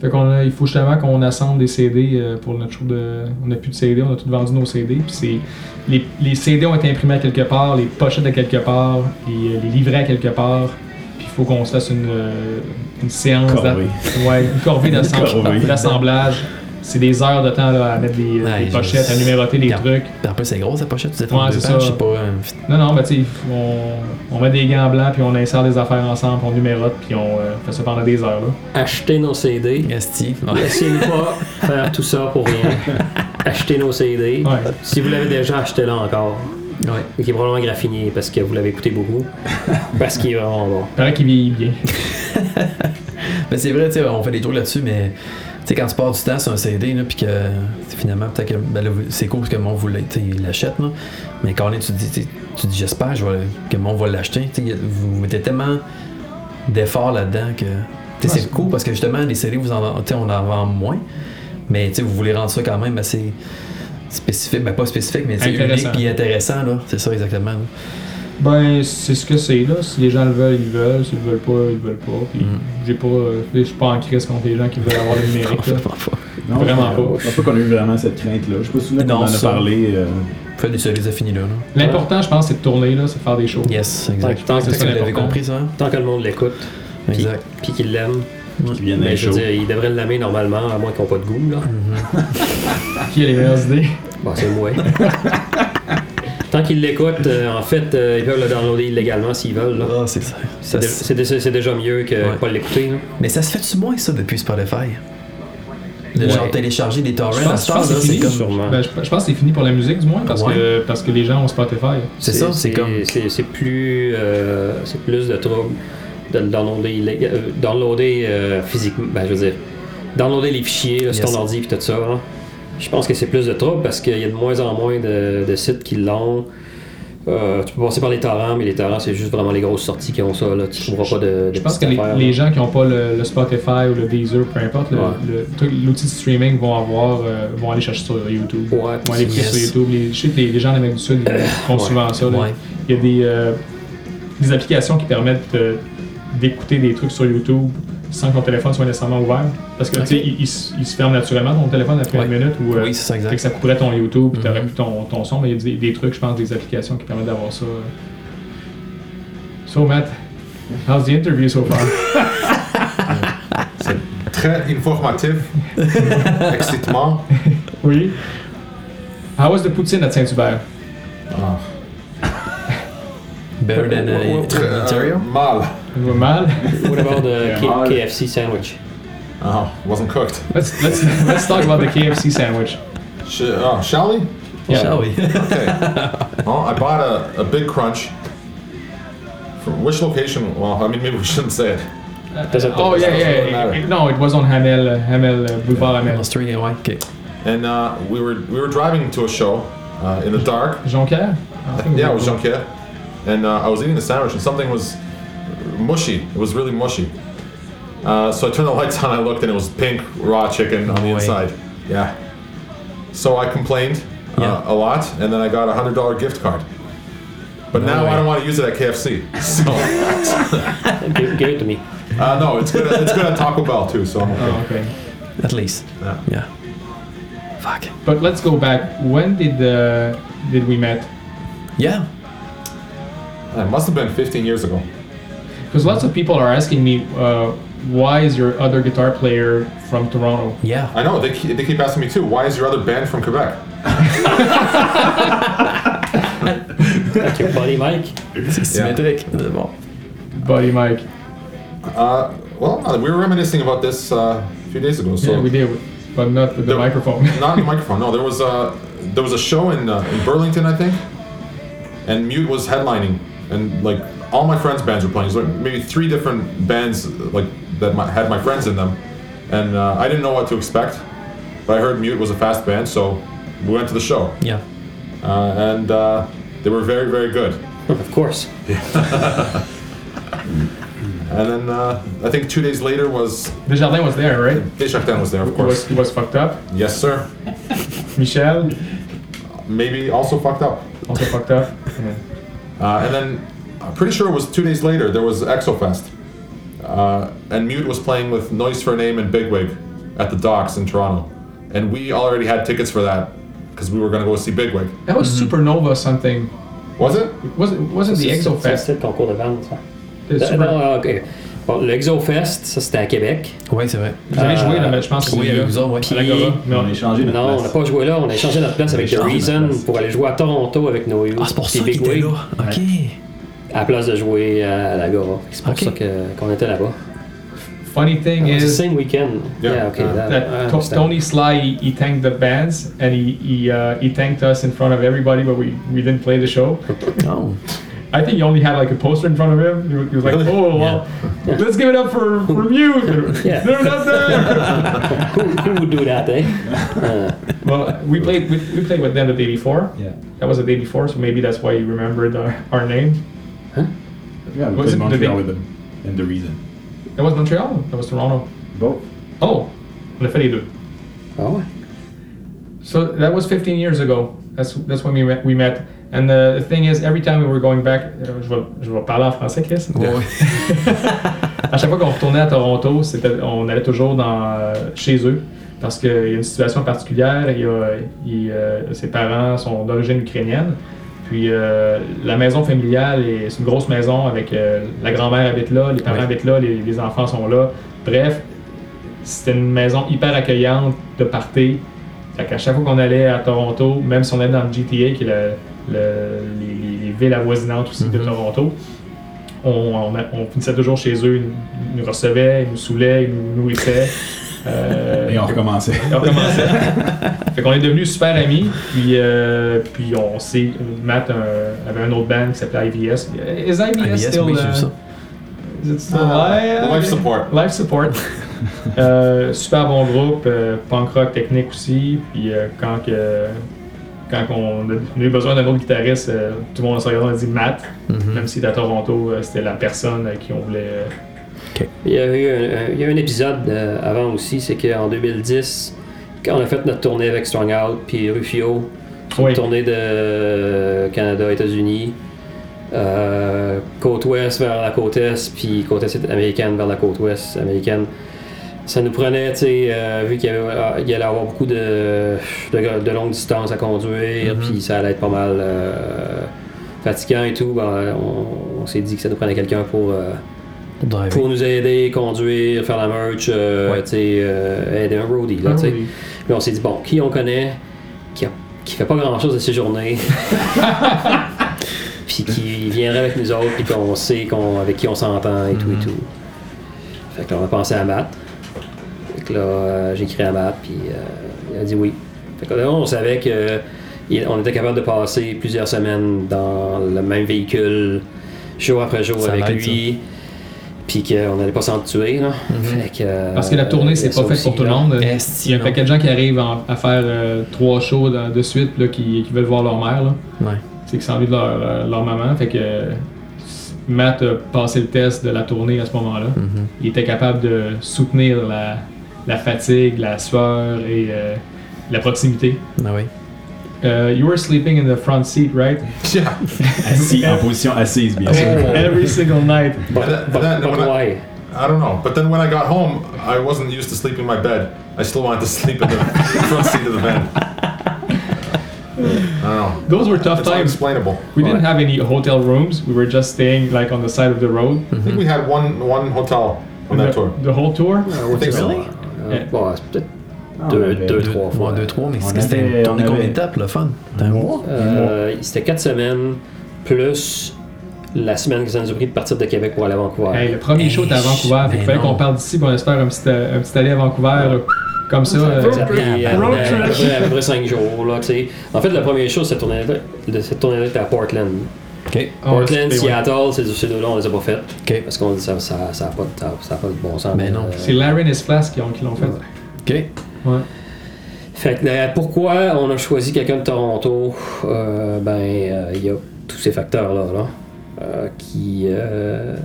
Fait qu'on a, il faut justement qu'on assemble des CD euh, pour notre show de. On n'a plus de CD, on a tout vendu nos CD. Puis c'est. Les, les CD ont été imprimés à quelque part, les pochettes à quelque part, puis euh, les livrets à quelque part. Puis il faut qu'on se fasse une, euh, une séance. d'a- Corvée. Ouais, une corvée d'assem- Corvée. d'assemblage. C'est des heures de temps là, à mettre des, Ouais, des je- pochettes, à numéroter des Garde. trucs. Puis En plus, c'est gros, sa pochette, tu sais, Ouais, 32 c'est pages, ça. je sais pas. euh, Non, non, ben tu sais, on, on met des gants blancs, puis on insère des affaires ensemble, puis on numérote, puis on euh, fait ça pendant des heures. Là. Acheter nos CD. Esti. Ouais. Essayez pas faire tout ça pour rien. Achetez nos CD. Ouais. Si vous l'avez déjà, achetez-le encore. Ouais. Et qui est probablement graffiné parce que vous l'avez écouté beaucoup. Parce qu'il est vraiment bon. Paraît qu'il vieillit bien. Mais Ben, c'est vrai, tu sais, on fait des tours là-dessus, mais tu sais, quand tu pars du temps sur un CD, là, puis que tu sais, finalement, peut-être que ben là, c'est cool parce que mon voulait, tu sais, il l'achète, là. Mais quand on est, tu te dis, tu sais, tu te dis j'espère je vais- que mon va l'acheter. Tu sais, vous, vous mettez tellement d'efforts là-dedans que tu sais, c'est cool parce que justement, les CD, vous en, tu sais, on en vend moins, mais tu sais, vous voulez rendre ça quand même assez spécifique, ben pas spécifique, mais tu sais, unique Intéressant. puis intéressant, là. C'est ça, exactement. là. Ben, c'est ce que c'est, là. Si les gens le veulent, ils veulent. S'ils le veulent pas, ils le veulent pas. Puis, Mm. j'ai pas. euh, je suis pas en crise contre les gens qui veulent avoir le numérique, là. Vraiment pas. Non, Vraiment je- pas. Je pense pas qu'on a eu vraiment cette crainte-là. Je sais pas si on Non, en a ça. parlé. euh, Faites des CD, ça finit là, là. L'important, je pense, c'est de tourner, là, c'est de faire des shows. Yes, Tant, exact. tant que, C'est Est-ce ça que vous avez l'important. compris ça? hein? tant que le monde l'écoute, puis Exact. puis qu'il l'aime, qui viennent ben, des je veux shows. dire, il devrait l'aimer normalement, à moins qu'ils n'ont pas de goût. Là. Qui a les meilleures idées Bon, c'est moi. tant qu'ils l'écoutent, euh, en fait, euh, ils peuvent le downloader illégalement s'ils veulent. là. Ah, c'est ça. C'est Ça dé- se- C'est dé- c'est déjà mieux que Ouais. pas l'écouter. là. Mais ça se fait-tu moins, ça, depuis Spotify? De Ouais. genre télécharger des torrents Je pense- à ce temps, je pense là, que c'est c'est fini, comme... Sûrement. Ben, je, je pense que c'est fini pour la musique, du moins, parce, Ouais. que, parce que les gens ont Spotify. C'est ça, c'est comme... c'est- c'est plus, euh, c'est plus de trouble de le downloader, illég- euh, downloader euh, physiquement. Ben, je veux dire, downloader les fichiers là, sur Yes. ton ordi et tout ça. là. Je pense que c'est plus de trouble parce qu'il y a de moins en moins de, de sites qui l'ont. Euh, tu peux passer par les torrents, mais les torrents, c'est juste vraiment les grosses sorties qui ont ça. Là. Tu trouveras pas de, de Je pense que petites les, affaires, les là. gens qui n'ont pas le, le Spotify ou le Deezer, peu importe, le- Ouais. le truc- l'outil de streaming vont avoir, euh, vont aller chercher sur YouTube. Ouais, vont aller écouter yes. sur YouTube. Les, je sais que les, les gens en Amérique du Sud ils font Ouais. souvent ça. là. Ouais. Il y a des, euh, des applications qui permettent euh, d'écouter des trucs sur YouTube sans que ton téléphone soit nécessairement ouvert. Parce que Ok. tu sais, il, il se- il se ferme naturellement ton téléphone après Ouais. une minute ou euh, Oui, c'est ça, fait que exact. ça couperait ton YouTube, puis t'aurais Mhm. plus ton, ton son, mais il y a des, des trucs, je pense, des applications qui permettent d'avoir ça. euh. So Matt, how's the interview so far? Très informatif. Excitement. oui. How was the poutine à Saint-Hubert? Better than uh, Très, euh, Ontario? mal. Ça va mal? What about the Vraiment. K- KFC sandwich? Ah, wasn't cooked. Let's, let's, let's talk about the KFC sandwich. Sh- oh, shall we? Shall we? Okay. well, Oh, I bought a, a big crunch. From which location? Well, I mean, maybe we shouldn't say it. Doesn't Oh, yeah, yeah. doesn't matter. it- it- no, it was on Hamel, uh, Hamel, uh, Boulevard Hamel. Australia, ouais, ok. And uh, we were we were driving to a show uh, in the dark. Jonquière? Yeah, it was Junker. And uh, I was eating a sandwich, and something was mushy. It was really mushy. Uh, so I turned the lights on. I looked, and it was pink raw chicken on the No way. inside. Yeah. So I complained uh, Yeah. a lot, and then I got a hundred dollar gift card. But now way. I don't want to use it at KFC. So Give, give it to me. uh, no, it's good. At, it's good at Taco Bell too. So I'm okay. Oh, okay. At least. Yeah. Yeah. Fuck. But let's go back. When did uh, did we met? Yeah. It must have been 15 years ago. Because lots of people are asking me, uh, why is your other guitar player from Toronto? Yeah. I know they keep, they keep asking me too. Why is your other band from Quebec? That's your buddy Mike. C'est symétrique. Euh, Bon. Buddy Mike. Uh, well, uh, we were reminiscing about this uh, a few days ago. So yeah, we did, but not with the There- microphone. Not the microphone. No, there was a there was a show in uh, in Burlington, I think, and Mute was headlining, and like all my friends' bands were playing. It was like maybe three different bands like that my, had my friends in them, and uh, I didn't know what to expect. But I heard Mute was a fast band, so we went to the show, Yeah. uh, and uh, they were very very good. Of course. And then uh, I think two days later was Desjardins was there, right? Desjardins was there, of He was, course. he was fucked up. Yes, sir. Michel, Maybe also fucked up. also fucked up. Yeah. Uh, and then I'm pretty sure it was two days later. There was Exofest, uh, and Mute was playing with Noise for a Name and Bigwig at the docks in Toronto, and we already had tickets for that because we were gonna go see Bigwig. That was Supernova something. Was it? Was it wasn't the Exofest? C'était le concours de vente, ça. Le Euh, Super- non, ah, ok. Bon, l'Exofest, ça c'était à Québec. Ouais, c'est vrai. Vous avez joué Euh, là, mais je pense que c'est Oui, celui-là. avec vous autres, ouais. À l'Agora. Mais On a échangé notre Non, on n'a place. pas joué là, on a échangé notre place avec The échangé notre Reason place. pour aller jouer à Toronto avec nos Ah, c'est pour ça qu'il était là. OK. à la place de jouer à l'Agora. C'est pour Ok. ça que- qu'on était là-bas. Funny thing It's the is same weekend. Yeah. Yeah, Ah, okay. Uh, that- that I To- understand. Tony Sly he, he thanked the bands and he he, uh, he thanked us in front of everybody, but we, we didn't play the show. Non. I think he only had like a poster in front of him. He was- He was like, Really? "Oh well, let's give it up for for Mute. Yeah. They're not there." who, who would do that, eh? Uh, well, we played we, we played with them the day before. Yeah. That was the day before, so maybe that's why you remembered our, our name. Yeah, Was we played it the Montreal big- with them. And the reason. That was Montreal. That was Toronto. Both. Oh, on a fait les deux. ah ouais. So that was 15 years ago. That's that's when we met. We met. And uh, the, the thing is, every time we were going back, euh, je vais, je vais parler en français, Chris. Ouais, ouais. À chaque fois qu'on retournait à Toronto, c'était, on allait toujours dans, euh, chez eux parce qu'il y a une situation particulière. Il y a- il, euh, ses parents sont d'origine ukrainienne. Puis euh, la maison familiale, est- c'est une grosse maison avec euh, la grand-mère habite là, les parents Ouais. habitent là, les, les enfants sont là. Bref, c'était une maison hyper accueillante de party. Fait qu'à chaque fois qu'on allait à Toronto, même si on allait dans le GTA, qui est le- le- les, les villes avoisinantes aussi Mhm. de Toronto, on, on a- on finissait toujours chez eux. Ils nous recevaient, ils nous saoulaient, ils nous nourrissaient. Euh, Et on recommençait. et on recommençait. fait qu'on est devenus super amis. Puis, euh, puis on sait, Matt euh, avait un autre band qui s'appelait IVS. Is IVS, IBS, Ah, oui, j'ai still, uh, euh, vu ça. is it still alive? Life support. Ah, hein? Life Support. Euh, super bon groupe, euh, punk rock technique aussi. Puis euh, quand, que, quand on a on a eu besoin d'un autre guitariste, euh, tout le monde s'est regardé on a dit Matt. Mhm. Mm-hmm. Même si à Toronto, euh, c'était la personne à qui on voulait. euh, Il y a eu un, un- il y a eu un épisode euh, avant aussi, c'est qu'en 2010, quand on a fait notre tournée avec Strong Out puis Rufio, sur Oui. une tournée de euh, Canada, États-Unis, euh, côte ouest vers la côte est, puis côte est américaine vers la côte ouest américaine. Ça nous prenait, tu sais, euh, vu qu'il y, avait- ah, il y allait avoir beaucoup de, de, de longues distances à conduire, puis ça allait être pas mal euh, fatigant et tout, ben, on, on s'est dit que ça nous prenait quelqu'un pour. euh, Pour driver. pour nous aider, conduire, faire la merch, euh, Ouais. tu sais, euh, aider un roadie. Ah Là, tu sais. Puis on s'est dit, bon, qui on connaît, qui, a- qui fait pas grand chose de ses journées, puis qui viendrait avec nous autres, puis qu'on sait qu'on, avec qui on s'entend et Mm-hmm. tout et tout. Fait que là, on a pensé à Matt. Fait que là, euh, j'ai écrit à Matt, puis euh, il a dit oui. Fait que là, on savait que il- on était capable de passer plusieurs semaines dans le même véhicule, jour après jour Ça avec l'aide, lui. Puis qu'on n'allait pas s'en tuer, là. Fait que, euh, Mm-hmm. Parce que la tournée, c'est ça pas fait aussi, pour tout le là. Eh, monde. Est-ce Il y a un non? paquet de gens qui arrivent en- à faire euh, trois shows dans- de suite là, qui, qui veulent voir leur mère. Là. Ouais. C'est qu'ils s'ennuient de leur, euh, leur maman. Fait que euh, Matt a passé le test de la tournée à ce moment-là. Mhm. Il était capable de soutenir la, la fatigue, la sueur et euh, la proximité. Ah oui. Euh, you were sleeping in the front seat, right? Yeah. Assis, en position assise, Ah, bien sûr. Every single night. But, but- That- but that- why? I don't know. But then when I got home, I wasn't used to sleeping in my bed. I still wanted to sleep in the front seat of the van. I don't know. Those were tough It's times. unexplainable. We didn't have any hotel rooms. We were just staying like on the side of the road. Mm-hmm. I think we had one one hotel on that the, tour. the whole tour? I think so. Euh, Yeah. bon, c'est peut-être Ah, deux, on avait- deux, Deux, trois fois. ouais, deux, trois, mais On c'était- c'était avait- une tournée on combien avait- d'étapes, le fun? T'as un mois? Euh, C'était quatre semaines, plus la semaine que ça nous a pris de partir de Québec pour aller à Vancouver. Hey, le premier show était à Hey, Vancouver. ben il fallait non. qu'on parte d'ici pour on espère un petit, un petit aller à Vancouver euh, comme ça. euh, Ça a pris à, peu Road près- trip. à peu près- à peu près cinq jours. Là, tu sais. en fait, la première chose, cette tournée-là, de- cette tournée-là était à Portland. Ok. Ah, ouais, Portland, c'est- Seattle, ces ces deux-là, on les a pas faites. Ok. Parce qu'on ça n'a ça, ça a pas, de- ça, ça a pas de bon sens. Mais Ben non. Euh, C'est Larry Nesplas qui, ont- qui l'ont fait. Ok. Ouais. Fait que euh, pourquoi on a choisi quelqu'un de Toronto Euh, Ben, euh, il y a tous ces facteurs-là. là, euh, qui. euh,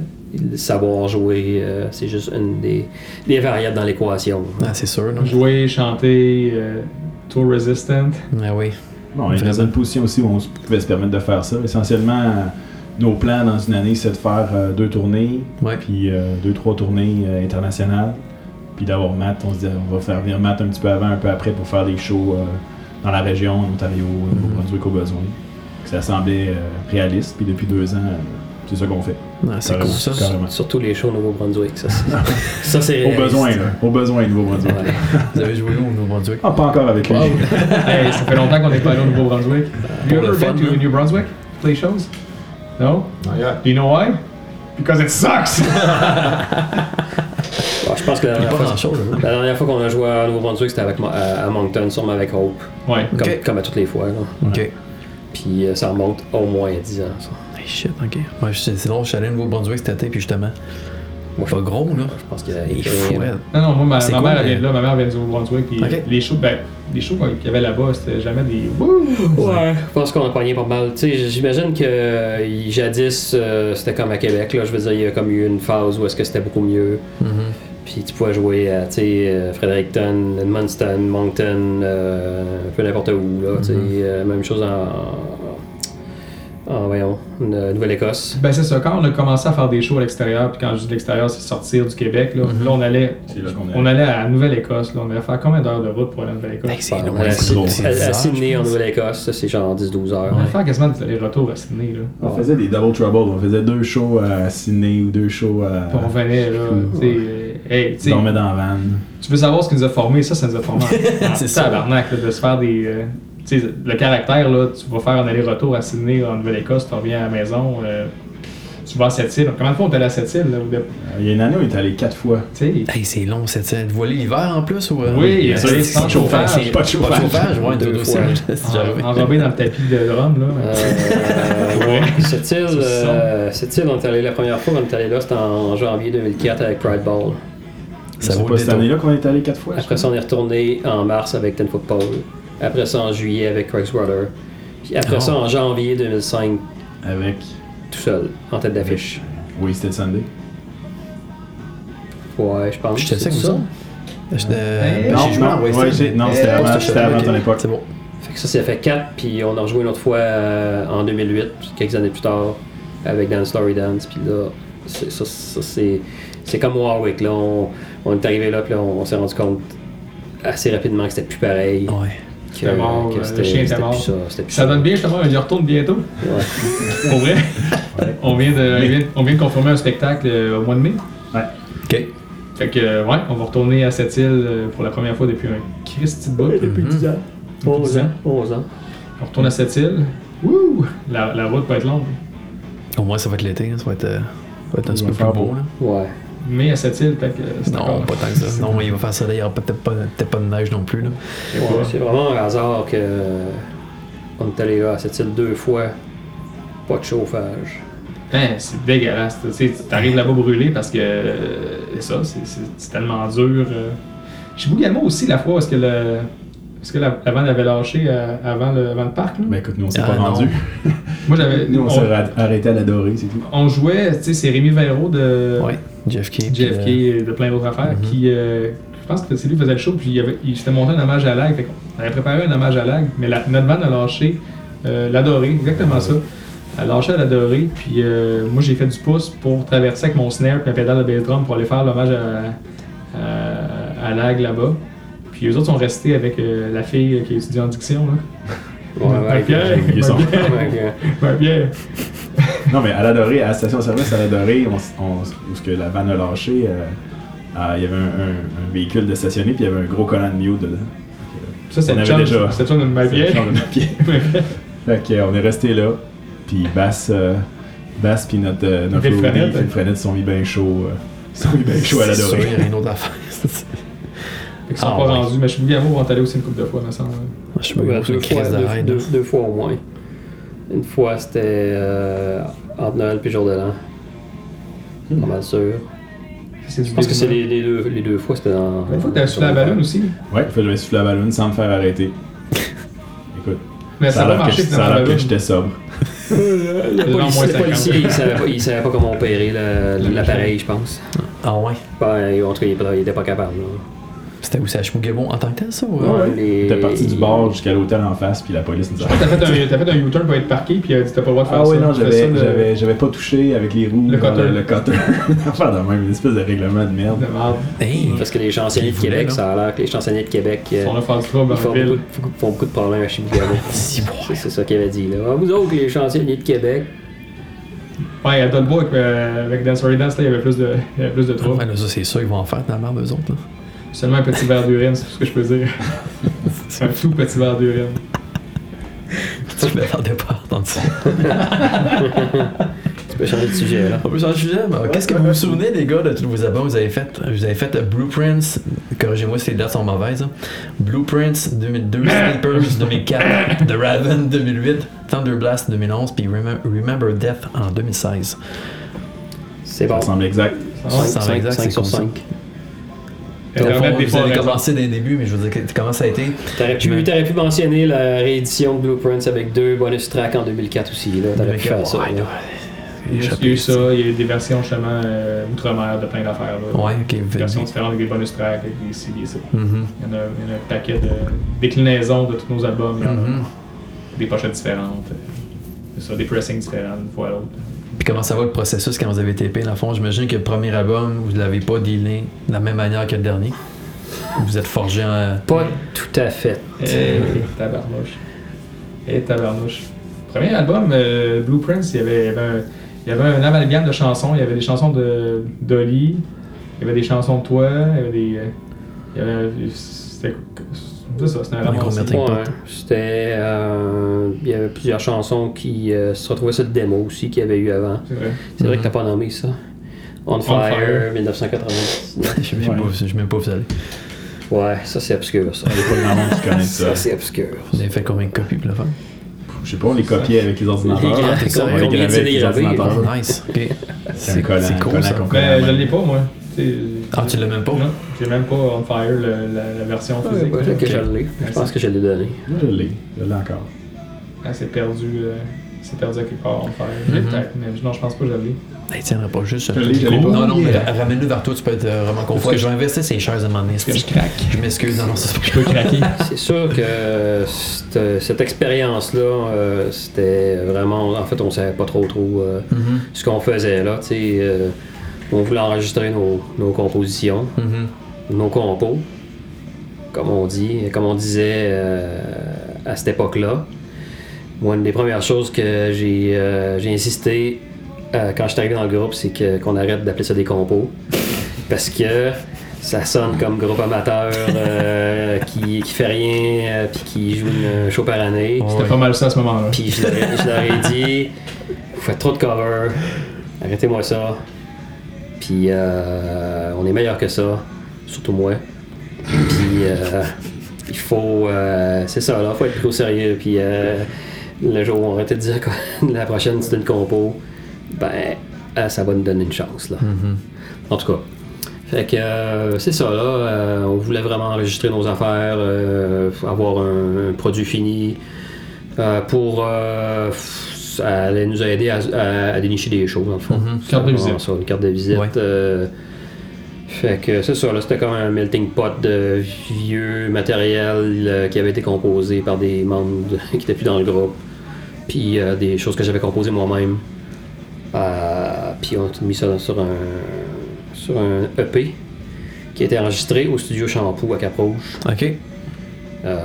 le savoir jouer, euh, c'est juste une des, des variables dans l'équation. Ah, c'est sûr, là. Jouer, chanter, euh, tour resistant. Ah oui. Bon, on est dans une position aussi où on s- pouvait se permettre de faire ça. Essentiellement, euh, nos plans dans une année, c'est de faire euh, deux tournées, Ouais. puis euh, deux, trois tournées euh, internationales, puis d'avoir Matt. On se dit, on va faire venir Matt un petit peu avant, un peu après pour faire des shows euh, dans la région, en Ontario, Mm-hmm. euh, au Brunswick au besoin. Ça semblait euh, réaliste, puis depuis deux ans, euh, c'est ça qu'on fait. Ah, c'est cool Carrément, ça. carrément. Surtout les shows au Nouveau-Brunswick, ça c'est. ça, c'est Au réaliste. besoin, là. Au besoin, Nouveau-Brunswick. Ouais. Vous avez joué où au Nouveau-Brunswick? Ah, pas encore avec lui. hey, ça fait longtemps qu'on n'est pas allé au Nouveau-Brunswick. You Pour ever le fun, been to hein? New Brunswick? Play shows? No? Not yet. Do you know why? Because it sucks! Bon, je pense que la Il y a pas dernière, fois, grand-chose, là. la dernière fois qu'on a joué à Nouveau-Brunswick, c'était avec, Mo- à, à Moncton, sûrement avec Hope. ouais. Comme, Ok. comme à toutes les fois. là. Ok. Puis euh, ça remonte au moins à 10 ans. ça. Ah, Hey, shit, ok. Ouais, je- c'est drôle, je suis allé au Nouveau-Brunswick cet été, puis justement. Moi, je Pas gros, là. je pense qu'il y a Il est fou, hein. rien- raide. Non, non, moi, ma, C'est ma quoi, mère, elle mais- vient de là, ma mère vient du Nouveau-Brunswick, puis Ok. les shows, ben, les shows qu'on- qu'il y avait là-bas, c'était jamais des wouh! Ouais, je pense qu'on a pogné pas mal. Tu sais, j'imagine que euh, jadis, euh, c'était comme à Québec, là. Je veux dire, il y a comme eu une phase où est-ce que c'était beaucoup mieux. Mhm. Puis tu pouvais jouer à, tu sais, euh, Fredericton, Edmundston, Moncton, euh, un peu n'importe où, là. Tu sais, Mm-hmm. euh, même chose en... en voyons, en Nouvelle-Écosse. Ben, c'est ça, quand on a commencé à faire des shows à l'extérieur, puis quand je dis de l'extérieur, c'est sortir du Québec, là, Mm-hmm. là, on allait, C'est là qu'on on allait à Nouvelle-Écosse, là, on allait faire combien d'heures de route pour aller à Nouvelle-Écosse? Hey, Ben, c'est Ouais, loin, à, c'est drôle. c'est à- à bizarre, Sydney, je en pense. Nouvelle-Écosse, ça, c'est genre 10-12 heures. Euh, on allait faire quasiment des allers-retours à Sydney, là. On faisait des double trouble. On faisait deux shows à Sydney ou deux shows à. Puis on revenait, là, tu sais, euh, hey, tu Tu sais, dormais dans la vanne. tu veux savoir ce qui nous a formés, ça, ça nous a formés. C'est c'est ça. ça, tabarnak, là, de se faire des. euh, tu sais, le caractère, là, tu vas faire un aller-retour à Sydney, en Nouvelle-Écosse, tu reviens à la maison, euh, tu vas à Sept-Îles. Combien de fois on est allé à Sept-Îles, là, au dé- Euh, Il y a une année, on était allé quatre fois. Tu sais, Hey, c'est long cette scène. Vous voyez l'hiver en plus ou. euh, Oui, il y a c'est- soleil c'est- sans c'est- chauffage. c'est- Pas de chauffage. Ah, chauffage, ouais, Deux deux fois. dossiers. si j'arrive. en- enrobé dans le tapis de Rome, là. Euh, Ouais. Cette île, Ça se sent. euh, cette île, on est allé la première fois, on est allé là, c'était en janvier 2004 avec Pride Ball. Ça C'est vaut pas le cette détour. année-là qu'on est allé quatre fois. Après ça, on est retourné en mars avec Ten Foot Pole. Après ça, en juillet avec Craig's Brother. Puis après Oh. ça, en janvier 2005, Avec. tout seul, en tête d'affiche. Oui, c'était Sunday. Ouais, je pense. J'étais c'est avec vous ça. autres? Je- euh, Non, ben, J'ai joué à non, ouais, Wasted. j'ai- non, c'était Ah, avant- c'était avant ok. ton époque. C'est bon. Fait que ça, ça fait 4, puis on a rejoué une autre fois euh, en 2008, quelques années plus tard, avec Dance Story Dance. Puis là, c'est- ça, ça, c'est c'est comme Warwick. Là, on, on est arrivé là, puis là, on, s'est rendu compte assez rapidement que c'était plus pareil. Ouais. Que, C'était mort, que euh, le c'était chien était c'était mort. plus ça. C'était plus Ça donne bien, justement, je retourne bientôt. Ouais. Pour vrai. on, vient de, on, vient, on vient de confirmer un spectacle euh, au mois de mai. Ok. Fait que, euh, ouais, on va retourner à cette île euh, pour la première fois depuis un Christy de bout. Mhm. Depuis 10 ans. 11 ans. 11 ans. On retourne à cette île. Wouh! La, la route va être longue. Au moins, ça va être l'été. hein, Ça va être, euh, ça va être un Il petit va peu plus faire beau. beau. Là. Ouais. Mais à cette île, peut-être que euh, c'est Non, encore- pas tant que ça. Non, il va faire soleil. Il n'y aura peut-être pas, peut-être pas de neige non plus. Là. Ouais, c'est vraiment un hasard que euh, on est allé là à cette île deux fois. Pas de chauffage. Hein, c'est dégueulasse. Tu sais, tu t'arrives là-bas brûlé parce que euh, ça, c'est- c'est c'est tellement dur. euh. J'ai beaucoup également aussi la fois où est-ce que le. Est-ce que la, la vanne avait lâché euh, avant, le, avant le parc? là? Ben écoute, nous on s'est Ah, pas non. Euh, rendu. Moi, j'avais. Nous on s'est On, ra- arrêté à l'adorer, c'est tout. on jouait, tu sais, c'est Rémi Véro de Ouais. Jeff Key. puis, euh, JFK et de plein d'autres affaires Mhm. qui. euh, je pense que c'est lui qui faisait le show, puis il, avait- il s'était monté un hommage à Lag. Fait qu'on avait préparé un hommage à Lag, mais la, notre vanne a lâché euh, l'adoré, exactement ça. Elle a lâché à l'adoré, puis euh, moi j'ai fait du pouce pour traverser avec mon snare et la pédale de bass drum pour aller faire l'hommage à, à, à Lag là-bas. Puis eux autres sont restés avec euh, la fille qui étudie en diction. Là. Ouais, euh, ouais. Pierre, oublié son nom. Ouais, ouais. Pierre. Non, mais à l'adorer, à la station service, à l'adorer, on, s- on, s- où ce que la vanne a lâché, euh, ah, il y avait un, un- un véhicule de stationné, puis il y avait un gros collant de mute dedans. Ça, c'est On une avait chance. déjà. C'est une de ma C'est le vieille. genre de papier. Fait que, euh, on est resté là, puis Bass, euh, Bass puis notre, euh, notre Phil roadie, Frenette. Phil Frenette, se sont mis bien chaud. euh, ils se sont mis bien chaud à euh, C'est sûr, il y l'adorer. a une autre affaire. Moi, Fait qu'ils sont Ah, pas ouais. rendus, mais je suis Bougamou, on est allé aussi une couple de fois, il me semble. Je suis pas Ouais, gros, c'est deux, une fois, crise deux, d'arrêt. deux- deux fois au moins. Une fois, c'était euh, entre Noël puis Jour de l'An. Hmm. Pas mal sûr. Je pense que c'est les, les deux, les deux fois, c'était dans. Une fois que t'as soufflé la ballonne aussi. Ouais, je vais souffler la ballonne sans me faire arrêter. Écoute, Mais ça ça a va l'air que, marcher ça finalement a la l'air que ballonne. j'étais sobre. Le Genre moins policier, le 50. policier, il, savait pas, il savait pas comment opérer le- l'appareil, je pense. Ah ouais. Ben, en tout cas, il était- il était pas capable. là. C'était où? C'est à Chmougabon en tant que tel, ça? ou, Ouais, euh? les- T'es parti du bar jusqu'à l'hôtel en face, puis la police nous a T'as fait un- t'as fait un U-turn pour être parqué, puis euh, t'as pas le droit de faire Ah ça. oui, non, Tu fais ça, j'avais, le- j'avais, j'avais pas touché avec les roues. Le dans cutter. Le, le cutter. Enfin, de même, une espèce de règlement de merde. de merde. Hey! Hmm. Parce que les chansonniers Ils de voulaient, Québec, là. ça a l'air que les chansonniers de Québec. euh, Ils sont là faire du trouble Ils en font ville. beaucoup, de- font beaucoup de problèmes à Chibugawa. c'est c'est ça qu'il avait dit. Là. Ah, Vous autres, les chansonniers de Québec. Ouais, à Dolbo, avec, euh, avec Dance Sorry Dance, là, il y avait plus de, il y avait plus de troubles. Ouais, là, ça, c'est sûr, ils vont en faire de la merde, eux autres. là. Seulement un petit verre d'urine, c'est tout ce que je peux dire. un tout petit verre d'urine. Je m'attendais pas à entendre ça. Tu peux changer de sujet là. On peut changer de sujet, mais qu'est-ce que vous vous souvenez, les gars, de tous vos albums que vous avez fait Vous avez fait euh, Blueprints, corrigez-moi si les dates sont mauvaises, hein. Blueprints 2002, Sleepers 2004, The Raven 2008, Thunderblast 2011, puis Remem- Remember Death en 2016. C'est Ça bon. me semble exact. Ouais, ça va exact, c'est 5 sur comme ça. 5. Dans le Internet, fond, Euh, des vous fois, avez raison. commencé dès le début, mais je veux dire, que- comment ça a été T'aurais pu, Mais- t'aurais pu mentionner la réédition de Blueprints avec deux bonus tracks en 2004 aussi. Là. T'aurais pu faire ça. Ouais, là. Il y a- il y a eu ça, il y a eu des versions justement euh, outre-mer de plein d'affaires. là. Ouais, ok. Des vous- versions différentes avec des bonus tracks, avec des ci, des ça. Mhm, Il y en a, il y en a un paquet de déclinaisons de tous nos albums. il y en a mhm. Des pochettes différentes. euh, c'est ça, des pressings différents une fois à l'autre. Puis comment ça va le processus quand vous avez tapé Dans le fond, j'imagine que le premier album, vous ne l'avez pas dealé de la même manière que le dernier. Vous êtes forgé en. Pas tout à fait. Euh. Et tabarnouche. Et tabarnouche. Premier album, euh, Blueprints, il y avait, il y avait un, il y avait un amalgame de chansons. Il y avait des chansons de Dolly, il y avait des chansons de toi, il y avait des. euh, Il y avait. C'était. C'est ça, c'était un Un gros ramassé. métrique. Trick Ouais, c'était. euh, Il y avait plusieurs chansons qui euh, se retrouvaient sur le démo aussi qu'il y avait eu avant. C'est vrai. C'est vrai que t'as Mhm. pas nommé ça. On Fire, Fire. 1999. Je sais même pas- je sais même pas où vous allez. Ouais, ça c'est obscur ça. Il y a pas grand monde qui connaît ça. Ça c'est obscur. Vous avez fait combien de copies pour le faire Je sais pas, on les copiait avec les ordinateurs. Les gra- On les combien de gravait avec CD les gravés, ordinateurs. genre? Nice, ok. C'est un collant, un collant ça. qu'on connaît à Mais la Ben, je main. l'ai pas, moi. C'est- Ah, tu l'as même pas? Non, j'ai même pas On Fire, le- la, la version physique. Peut-être que je l'ai. Ah Je pense que je l'ai donné. Moi, je l'ai. Je l'ai encore. Ah, c'est perdu. euh, c'est perdu à quelque part, On Fire. Je l'ai Mhm. peut-être, mais non, je pense pas que je l'ai. Hey, tiens, pas juste. euh, Je l'ai, je l'ai pas. Non, non, mais ra- ramène-le vers toi, tu peux être euh, vraiment confus. que Je vais investir ces chaises à mon nez. que je craque? Je m'excuse, non, non, ça, c'est pas Je peux craquer. C'est sûr que euh, cette, cette expérience-là, euh, c'était vraiment. En fait, on savait pas trop trop euh, Mhm, ce qu'on faisait là. Tu sais, euh, on voulait enregistrer nos, nos compositions, mhm. nos compos, comme on dit, comme on disait euh, à cette époque-là. Moi, une des premières choses que j'ai euh, j'ai insisté euh, quand je suis arrivé dans le groupe, c'est que- qu'on arrête d'appeler ça des compos. Parce que ça sonne comme groupe amateur euh, qui, qui fait rien euh, puis qui joue une show par année. C'était Ouais. pas mal ça à ce moment-là. Puis je leur, ai- je leur ai dit, vous faites trop de cover, arrêtez-moi ça. Puis euh, on est meilleur que ça, surtout moi. Puis euh, il faut, euh, c'est ça, là, faut être plus au sérieux. Puis euh, le jour où on arrête de dire que la prochaine c'est une compo, ben euh, ça va nous donner une chance là. En tout cas. Fait que euh, c'est ça là, euh, on voulait vraiment enregistrer nos affaires, euh, avoir un, un produit fini, euh, pour euh, f- ça allait nous aider à, à- à dénicher des choses dans le fond. Mhm. C'est Mm-hmm. Carte de vraiment visite. ça, une carte de visite. Ouais. euh, fait que c'est ça, là, c'était comme un melting pot de vieux matériel euh, qui avait été composé par des membres de- qui n'étaient plus dans le groupe, puis euh, des choses que j'avais composées moi-même. Euh, puis on a mis ça dans- sur un, sur un EP qui a été enregistré au studio Shampoo à Cap-Rouge. Ok. Euh,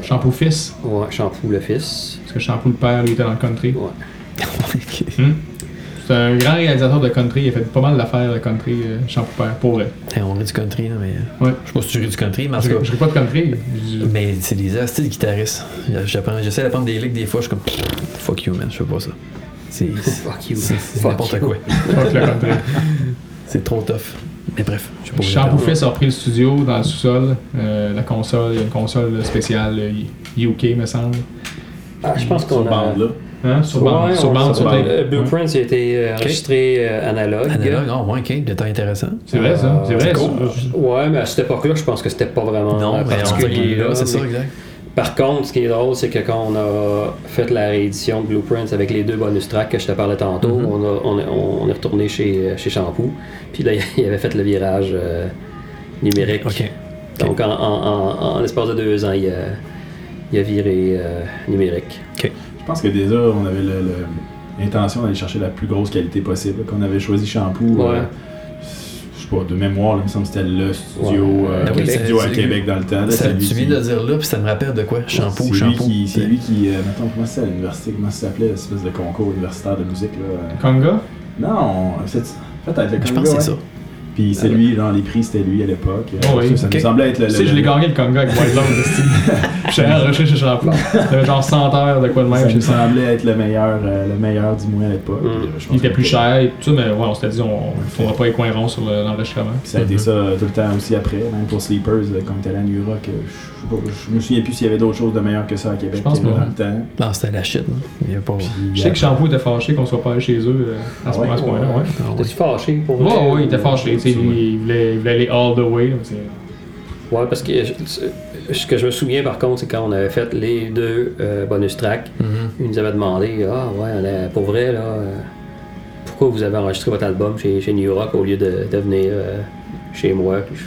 Shampoo fils, ouais, Shampoo le fils. parce que Shampoo le père, lui, était dans le country. Hmm? Ouais. Ok. C'est un grand réalisateur de country, il a fait pas mal d'affaires de country, euh, Shampoo père, pour vrai. Hey, on rit du country, là, mais. euh, Ouais. Je sais pas si tu ris du country, mais en Je tout je cas. joue pas de country. je- Mais c'est des astis de guitaristes. J'apprends- J'essaie d'apprendre des licks des fois, je suis comme. Fuck you, man, je fais pas ça. C'est. c'est- Fuck you. C'est Fuck n'importe you. quoi. Fuck le country. C'est trop tough. Mais bref, je sais pas. où Shampoo j'étais. fils a repris le studio dans le sous-sol, euh, la console, il y a une console spéciale euh, UK, me semble. Ah, je pense Cette qu'on a. bande-là. Hein? Sur bande. Ouais, sur on- bande, sur on- tape. euh, Blueprint a été euh, enregistré euh, analogue. Analogue, oh, ouais, ok, de temps intéressant. C'est vrai, ça. C'est vrai. Euh, ça. Ouais, mais à cette époque-là, je pense que c'était pas vraiment euh, non, mais on dirait particulier. que là, là, c'est ça, mais- exact. Par contre, ce qui est drôle, c'est que quand on a fait la réédition de Blueprints avec les deux bonus tracks que je te parlais tantôt, Mhm. on, a- on, est- on est retourné chez, chez Shampoo. Puis là, il avait fait le virage euh, numérique. Ok. Ah, Donc, en, en, en- en l'espace de deux ans, il a, il a viré euh, numérique. Je pense que déjà, on avait le- le- l'intention d'aller chercher la plus grosse qualité possible. Qu'on avait choisi Shampoo, Ouais. euh, je sais pas, de mémoire, là, il me semble que c'était le studio, Ouais. euh, Ah oui, le c'est- studio à c'est- Québec dans le temps. là, Ça, c'est lui tu qui- Ah, viens de le dire là, puis ça me rappelle de quoi? c'est Shampoo, lui shampoo. qui- C'est lui qui. euh, mettons, comment c'était à l'université Comment ça s'appelait, l'espèce de concours universitaire de musique là euh, Conga. Non, c'est- peut-être le Je Congo, hein. pense que c'est ouais. ça. Puis c'est lui, genre les prix, c'était lui à l'époque. Euh, Oh oui, ça, ça ok. nous semblait être le. Tu le- sais, je l'ai le- gagné le Conga avec White Lord. Je suis allé enregistrer chez Champlain. J'avais genre 100 heures de quoi de Ça même. nous chez ça. semblait être le meilleur, euh, le meilleur du moins à l'époque. Mm. Euh, je pense Il était que- plus cher et tout ça, mais ouais, on s'était dit, on ne faudra pas les coins ronds sur le- l'enregistrement. Puis ça a été ça euh, tout le temps aussi après, même pour Sleepers, euh, quand on était allé à New York. euh, je sais pas, Je me souviens plus s'il y avait d'autres choses de meilleures que ça à Québec Je pense euh, dans pas. le temps. Non, c'était la shit. hein. Il y a pas. Puis, Je sais euh, que Shampoo était fâché qu'on soit pas allé chez eux euh, à ce Ah ouais? à ce point-là. Ouais, Ah ouais. T'es-tu fâché pour ouais, vrai? ouais, il était fâché. tu sais, Il voulait, il voulait aller all the way. là, c'est- Ouais, parce que je- ce que je me souviens par contre, c'est quand on avait fait les deux euh, bonus tracks, Mhm. ils nous avaient demandé Ah, ouais, on a- pour vrai, là, euh, pourquoi vous avez enregistré votre album chez, chez New Rock au lieu de, de venir euh, chez moi Puis je-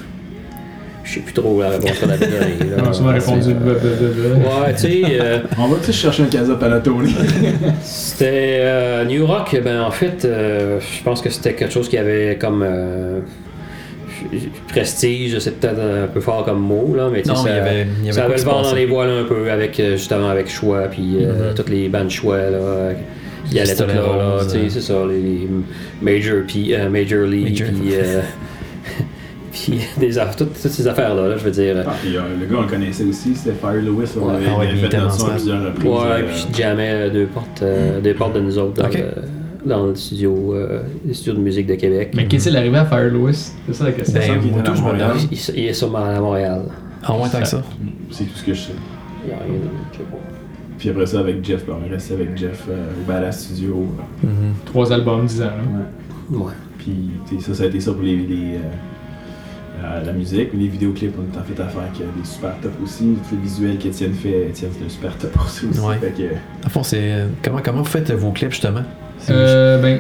Je sais plus trop la réponse qu'on avait donnée. là. On a souvent répondu Euh, Ouais, tu sais, euh, On va-tu chercher un casa panettone? c'était euh, New Rock, ben en fait, euh, je pense que c'était quelque chose qui avait comme euh, prestige, c'est peut-être un peu fort comme mot, là, mais tu sais, Non, mais il y ça- avait, il y avait ça quoi qui avait le se vent dans passait. les voiles un peu, avec, euh, justement avec Choix, puis Mm-hmm. euh, toutes les bandes Choix, là, euh, il y allait tout là, Pistolet là, rose, tu sais, euh. c'est ça, les, les Major, puis euh, Major League, Major. puis... euh, puis des aff- toutes, toutes ces affaires-là, là, je veux dire. Ah, puis, euh, le gars, on le connaissait aussi, c'était Fire Lewis. On Ouais, l'avait ah ouais, il fait était dans son dans à plusieurs reprises. Ouais, euh, puis je jamais deux portes, Hmm. euh, deux portes de nous autres dans, Ok. le, dans le studio, euh, le studio de musique de Québec. Mais qu'est-ce qu'il est arrivé à Fire Lewis C'est ça la question. semble Ben, qu'il moi, était tout, je dans me Montréal. demande. Il, il est sûrement à Montréal. Ah, moins tant que ça. C'est tout ce que je sais. Il y a rien, je sais pas. Puis après ça, avec Jeff, ben, on est resté avec Jeff euh, au Ballast Studio. Mhm. Trois albums, 10 ans. là. Ouais. Ouais. Puis tu sais, ça, ça a été ça pour les, les, euh, euh, la musique. Les vidéoclips, on est en fait affaire avec euh, des super tops aussi. Tout le visuel qu'Étienne fait, Étienne, c'est un super top pour ça aussi. Ouais. Fait que, À fond, c'est. euh, Comment, comment vous faites euh, vos clips, justement? C'est- Euh, ben,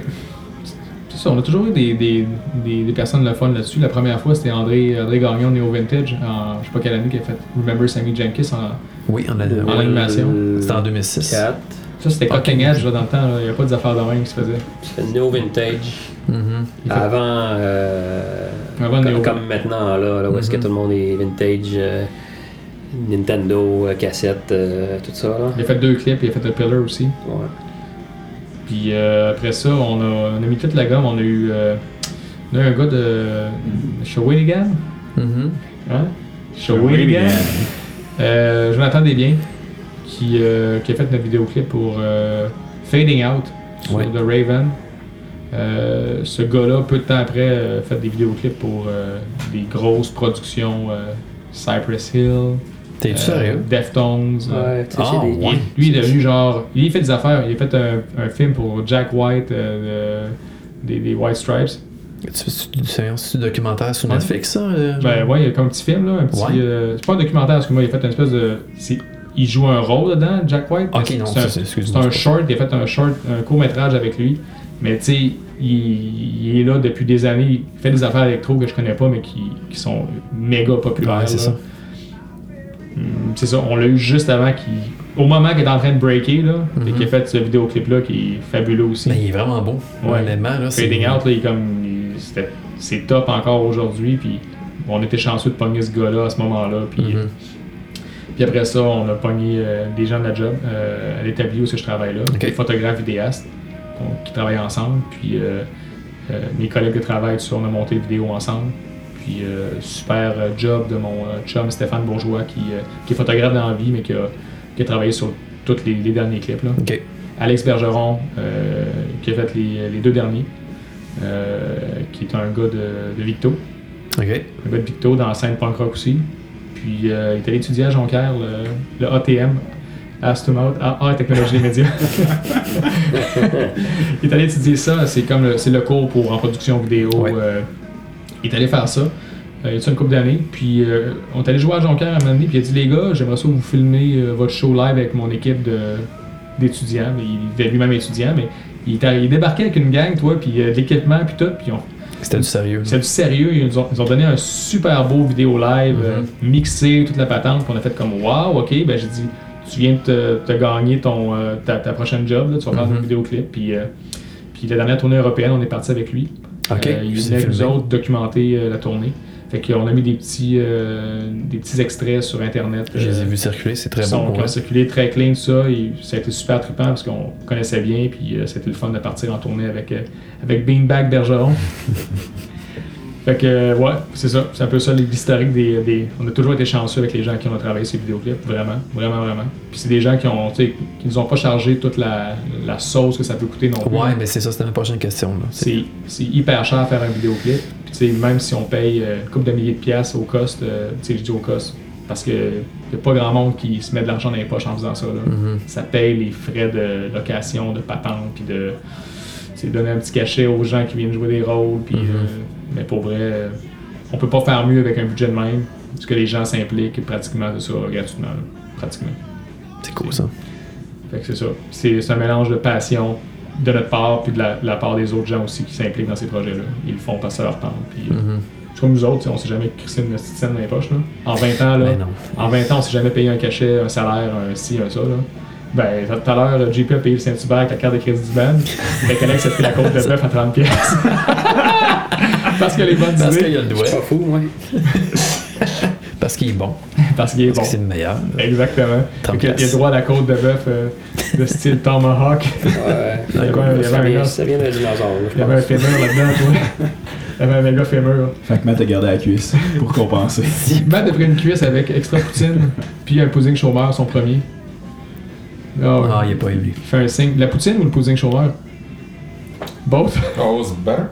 c'est ça, on a toujours eu des, des, des, des personnes le fun là-dessus. La première fois, c'était André, André Gagnon, Néo Vintage, en, je sais pas quelle année qu'il a fait Remember Sammy Jenkins. En, Oui, on a. Euh, en animation. C'était en 2006. 4. Ça, c'était Cutting Edge là, dans le temps. là. Il n'y a pas des affaires de même qui se faisaient. C'était No Vintage. Mhm. Il fait- Avant, euh, Avant comme, Neo. comme maintenant, là, là, où est-ce que Mm-hmm. Mhm. tout le monde est vintage, euh, Nintendo, euh, cassette, euh, tout ça. Là. Il a fait deux clips, il a fait The Pillar aussi. Ouais. Puis euh, après ça, on a, on a mis toute la gomme. On a eu, euh, on a eu un gars de Shawinigan. Mhm. Hein? Shawinigan. Euh, Jonathan Desbiens, qui, euh, qui a fait notre vidéoclip pour euh, Fading Out sur Ouais. The Raven. Euh, ce gars-là, peu de temps après, euh, fait des vidéoclips pour euh, des grosses productions euh, Cypress Hill, T'es euh, tu sérieux? Deftones. euh, Ouais, tu sais, Ah, c'est des- ouais. lui, il est devenu genre. Il a fait des affaires. Il a fait un, un film pour Jack White euh, de- des, des White Stripes. Tu fais c'est un c'est un documentaire sur Ouais. Netflix, ça? euh, Ben ouais, il y a comme un petit film là. Un petit, Ouais. euh, c'est pas un documentaire parce que moi, il a fait une espèce de. c'est- Il joue un rôle dedans, Jack White. Ok, mais non, c'est un- ça, c'est- c'est excuse-moi. un short. Il a fait un short, un court métrage avec lui. Mais tu sais, il, il est là depuis des années. Il fait des affaires électro que je connais pas, mais qui, qui sont méga populaires. Ouais, c'est là. ça. Mm, c'est ça, on l'a eu juste avant qu'il. Au moment qu'il est en train de breaker, là, Mm-hmm. et qu'il a fait ce vidéoclip-là qui est fabuleux aussi. Ben, il est vraiment beau. Ouais. Honnêtement, là. c'est- Fading Out, là, il est comme. il- c'était- C'est top encore aujourd'hui, puis on était chanceux de pogner ce gars-là à ce moment-là. Puis, Mhm. puis après ça, on a pogné euh, des gens de la job, euh, à l'établi où est-ce que je travaille là, Ok. des photographes vidéastes qu'on- qui travaillent ensemble, puis euh, euh, mes collègues de travail, tout ça, on a monté une vidéo ensemble. Puis euh, super euh, job de mon euh, chum Stéphane Bourgeois, qui, euh, qui est photographe dans la vie, mais qui a, qui a travaillé sur tous les, les derniers clips. Là. Ok. Alex Bergeron, euh, qui a fait les, les deux derniers, euh, qui est un gars de, de Victo, Ok. un gars de Victo dans la scène punk rock aussi. Puis euh, il est allé étudier à Jonquière le, le ATM, Ass to mouth. Ah, ah, technologie des médias. il est allé étudier ça, c'est comme le, c'est le cours pour en production vidéo. Ouais. euh, il est allé faire ça. euh, il y a de ça une couple d'années. Puis euh, on est allé jouer à Jonquière à un moment donné, puis il a dit les gars, j'aimerais ça vous filmer euh, votre show live avec mon équipe de, d'étudiants. Mais Il était lui-même étudiant, mais il, est arri- il débarquait avec une gang, toi, puis euh, de l'équipement, puis tout. Puis on, C'était du sérieux. c'est du sérieux, ils nous, ont, ils ont donné un super beau vidéo live, Mhm. euh, mixé, toute la patente, qu'on a fait comme Wow, ok, ben j'ai dit, tu viens de te, te gagner ton, euh, ta, ta prochaine job, là, tu vas faire Mhm. un vidéoclip, puis, euh, puis la dernière tournée européenne, on est parti avec lui. Ok, Euh, il c'est venait avec nous filmé. autres documenter euh, la tournée. Fait qu'on a mis des petits, euh, des petits extraits sur Internet. Je les ai euh, vus circuler, c'est très qui bon. sont qui ouais. ont circulé très clean, tout ça. Et ça a été super trippant parce qu'on connaissait bien. Puis euh, c'était le fun de partir en tournée avec, euh, avec Beanbag Bergeron. fait que, euh, ouais, c'est ça. C'est un peu ça l'historique des, des- On a toujours été chanceux avec les gens qui ont travaillé ces vidéoclips. Vraiment, vraiment, vraiment. Puis c'est des gens qui ont, tu sais, qui nous ont pas chargé toute la, la sauce que ça peut coûter non plus. Ouais, mais c'est ça, c'était ma prochaine question. là. C'est- C'est c'est hyper cher à faire un vidéoclip. Puis, tu sais, même si on paye euh, une couple de milliers de pièces au cost, euh, tu sais, je dis au cost, parce que y a pas grand monde qui se met de l'argent dans les poches en faisant ça. Là. Mhm. Ça paye les frais de location, de patente, puis de tu sais, donner un petit cachet aux gens qui viennent jouer des rôles. Puis, euh, mais pour vrai, euh, on peut pas faire mieux avec un budget de même, parce que les gens s'impliquent pratiquement de ça gratuitement. là. pratiquement. C'est cool ça. Fait que c'est ça. C'est c'est un mélange de passion de notre part puis de la, la part des autres gens aussi qui s'impliquent dans ces projets-là. Ils le font passer leur temps. Puis, euh, Mhm. C'est comme nous autres, tu sais, on s'est jamais crissé une petite scène dans les poches. Là. En 20 ans, là, Ben non. en 20 ans, on s'est jamais payé un cachet, un salaire, un ci, un ça. Là. Ben, tout à l'heure, JP a payé le Saint-Hubert avec la carte de crédit du band. Mais Alex a pris la côte de bœuf à 30 pièces. Parce que les bonnes Parce qu'il idées. a le doigt. Pas fou, ouais. Parce qu'il est bon. Parce qu'il est Parce bon. que c'est le meilleur. Exactement. Donc, il a- il a pièces. droit à la côte de bœuf euh, de style Tomahawk. ouais. Il y avait un- il y Ça avait un vient, os. ça vient d'un dinosaure, là, je Il y avait un pense. fémur là-dedans, toi. Il y avait un méga fémur. Fait que Matt a gardé la cuisse pour compenser. Matt a pris une cuisse avec extra poutine, puis un pudding chômeur, son premier. Ah ouais. Ah, il est pas élevé. Il fait un signe. La poutine ou le pudding chômeur? Both? Oh, it was better?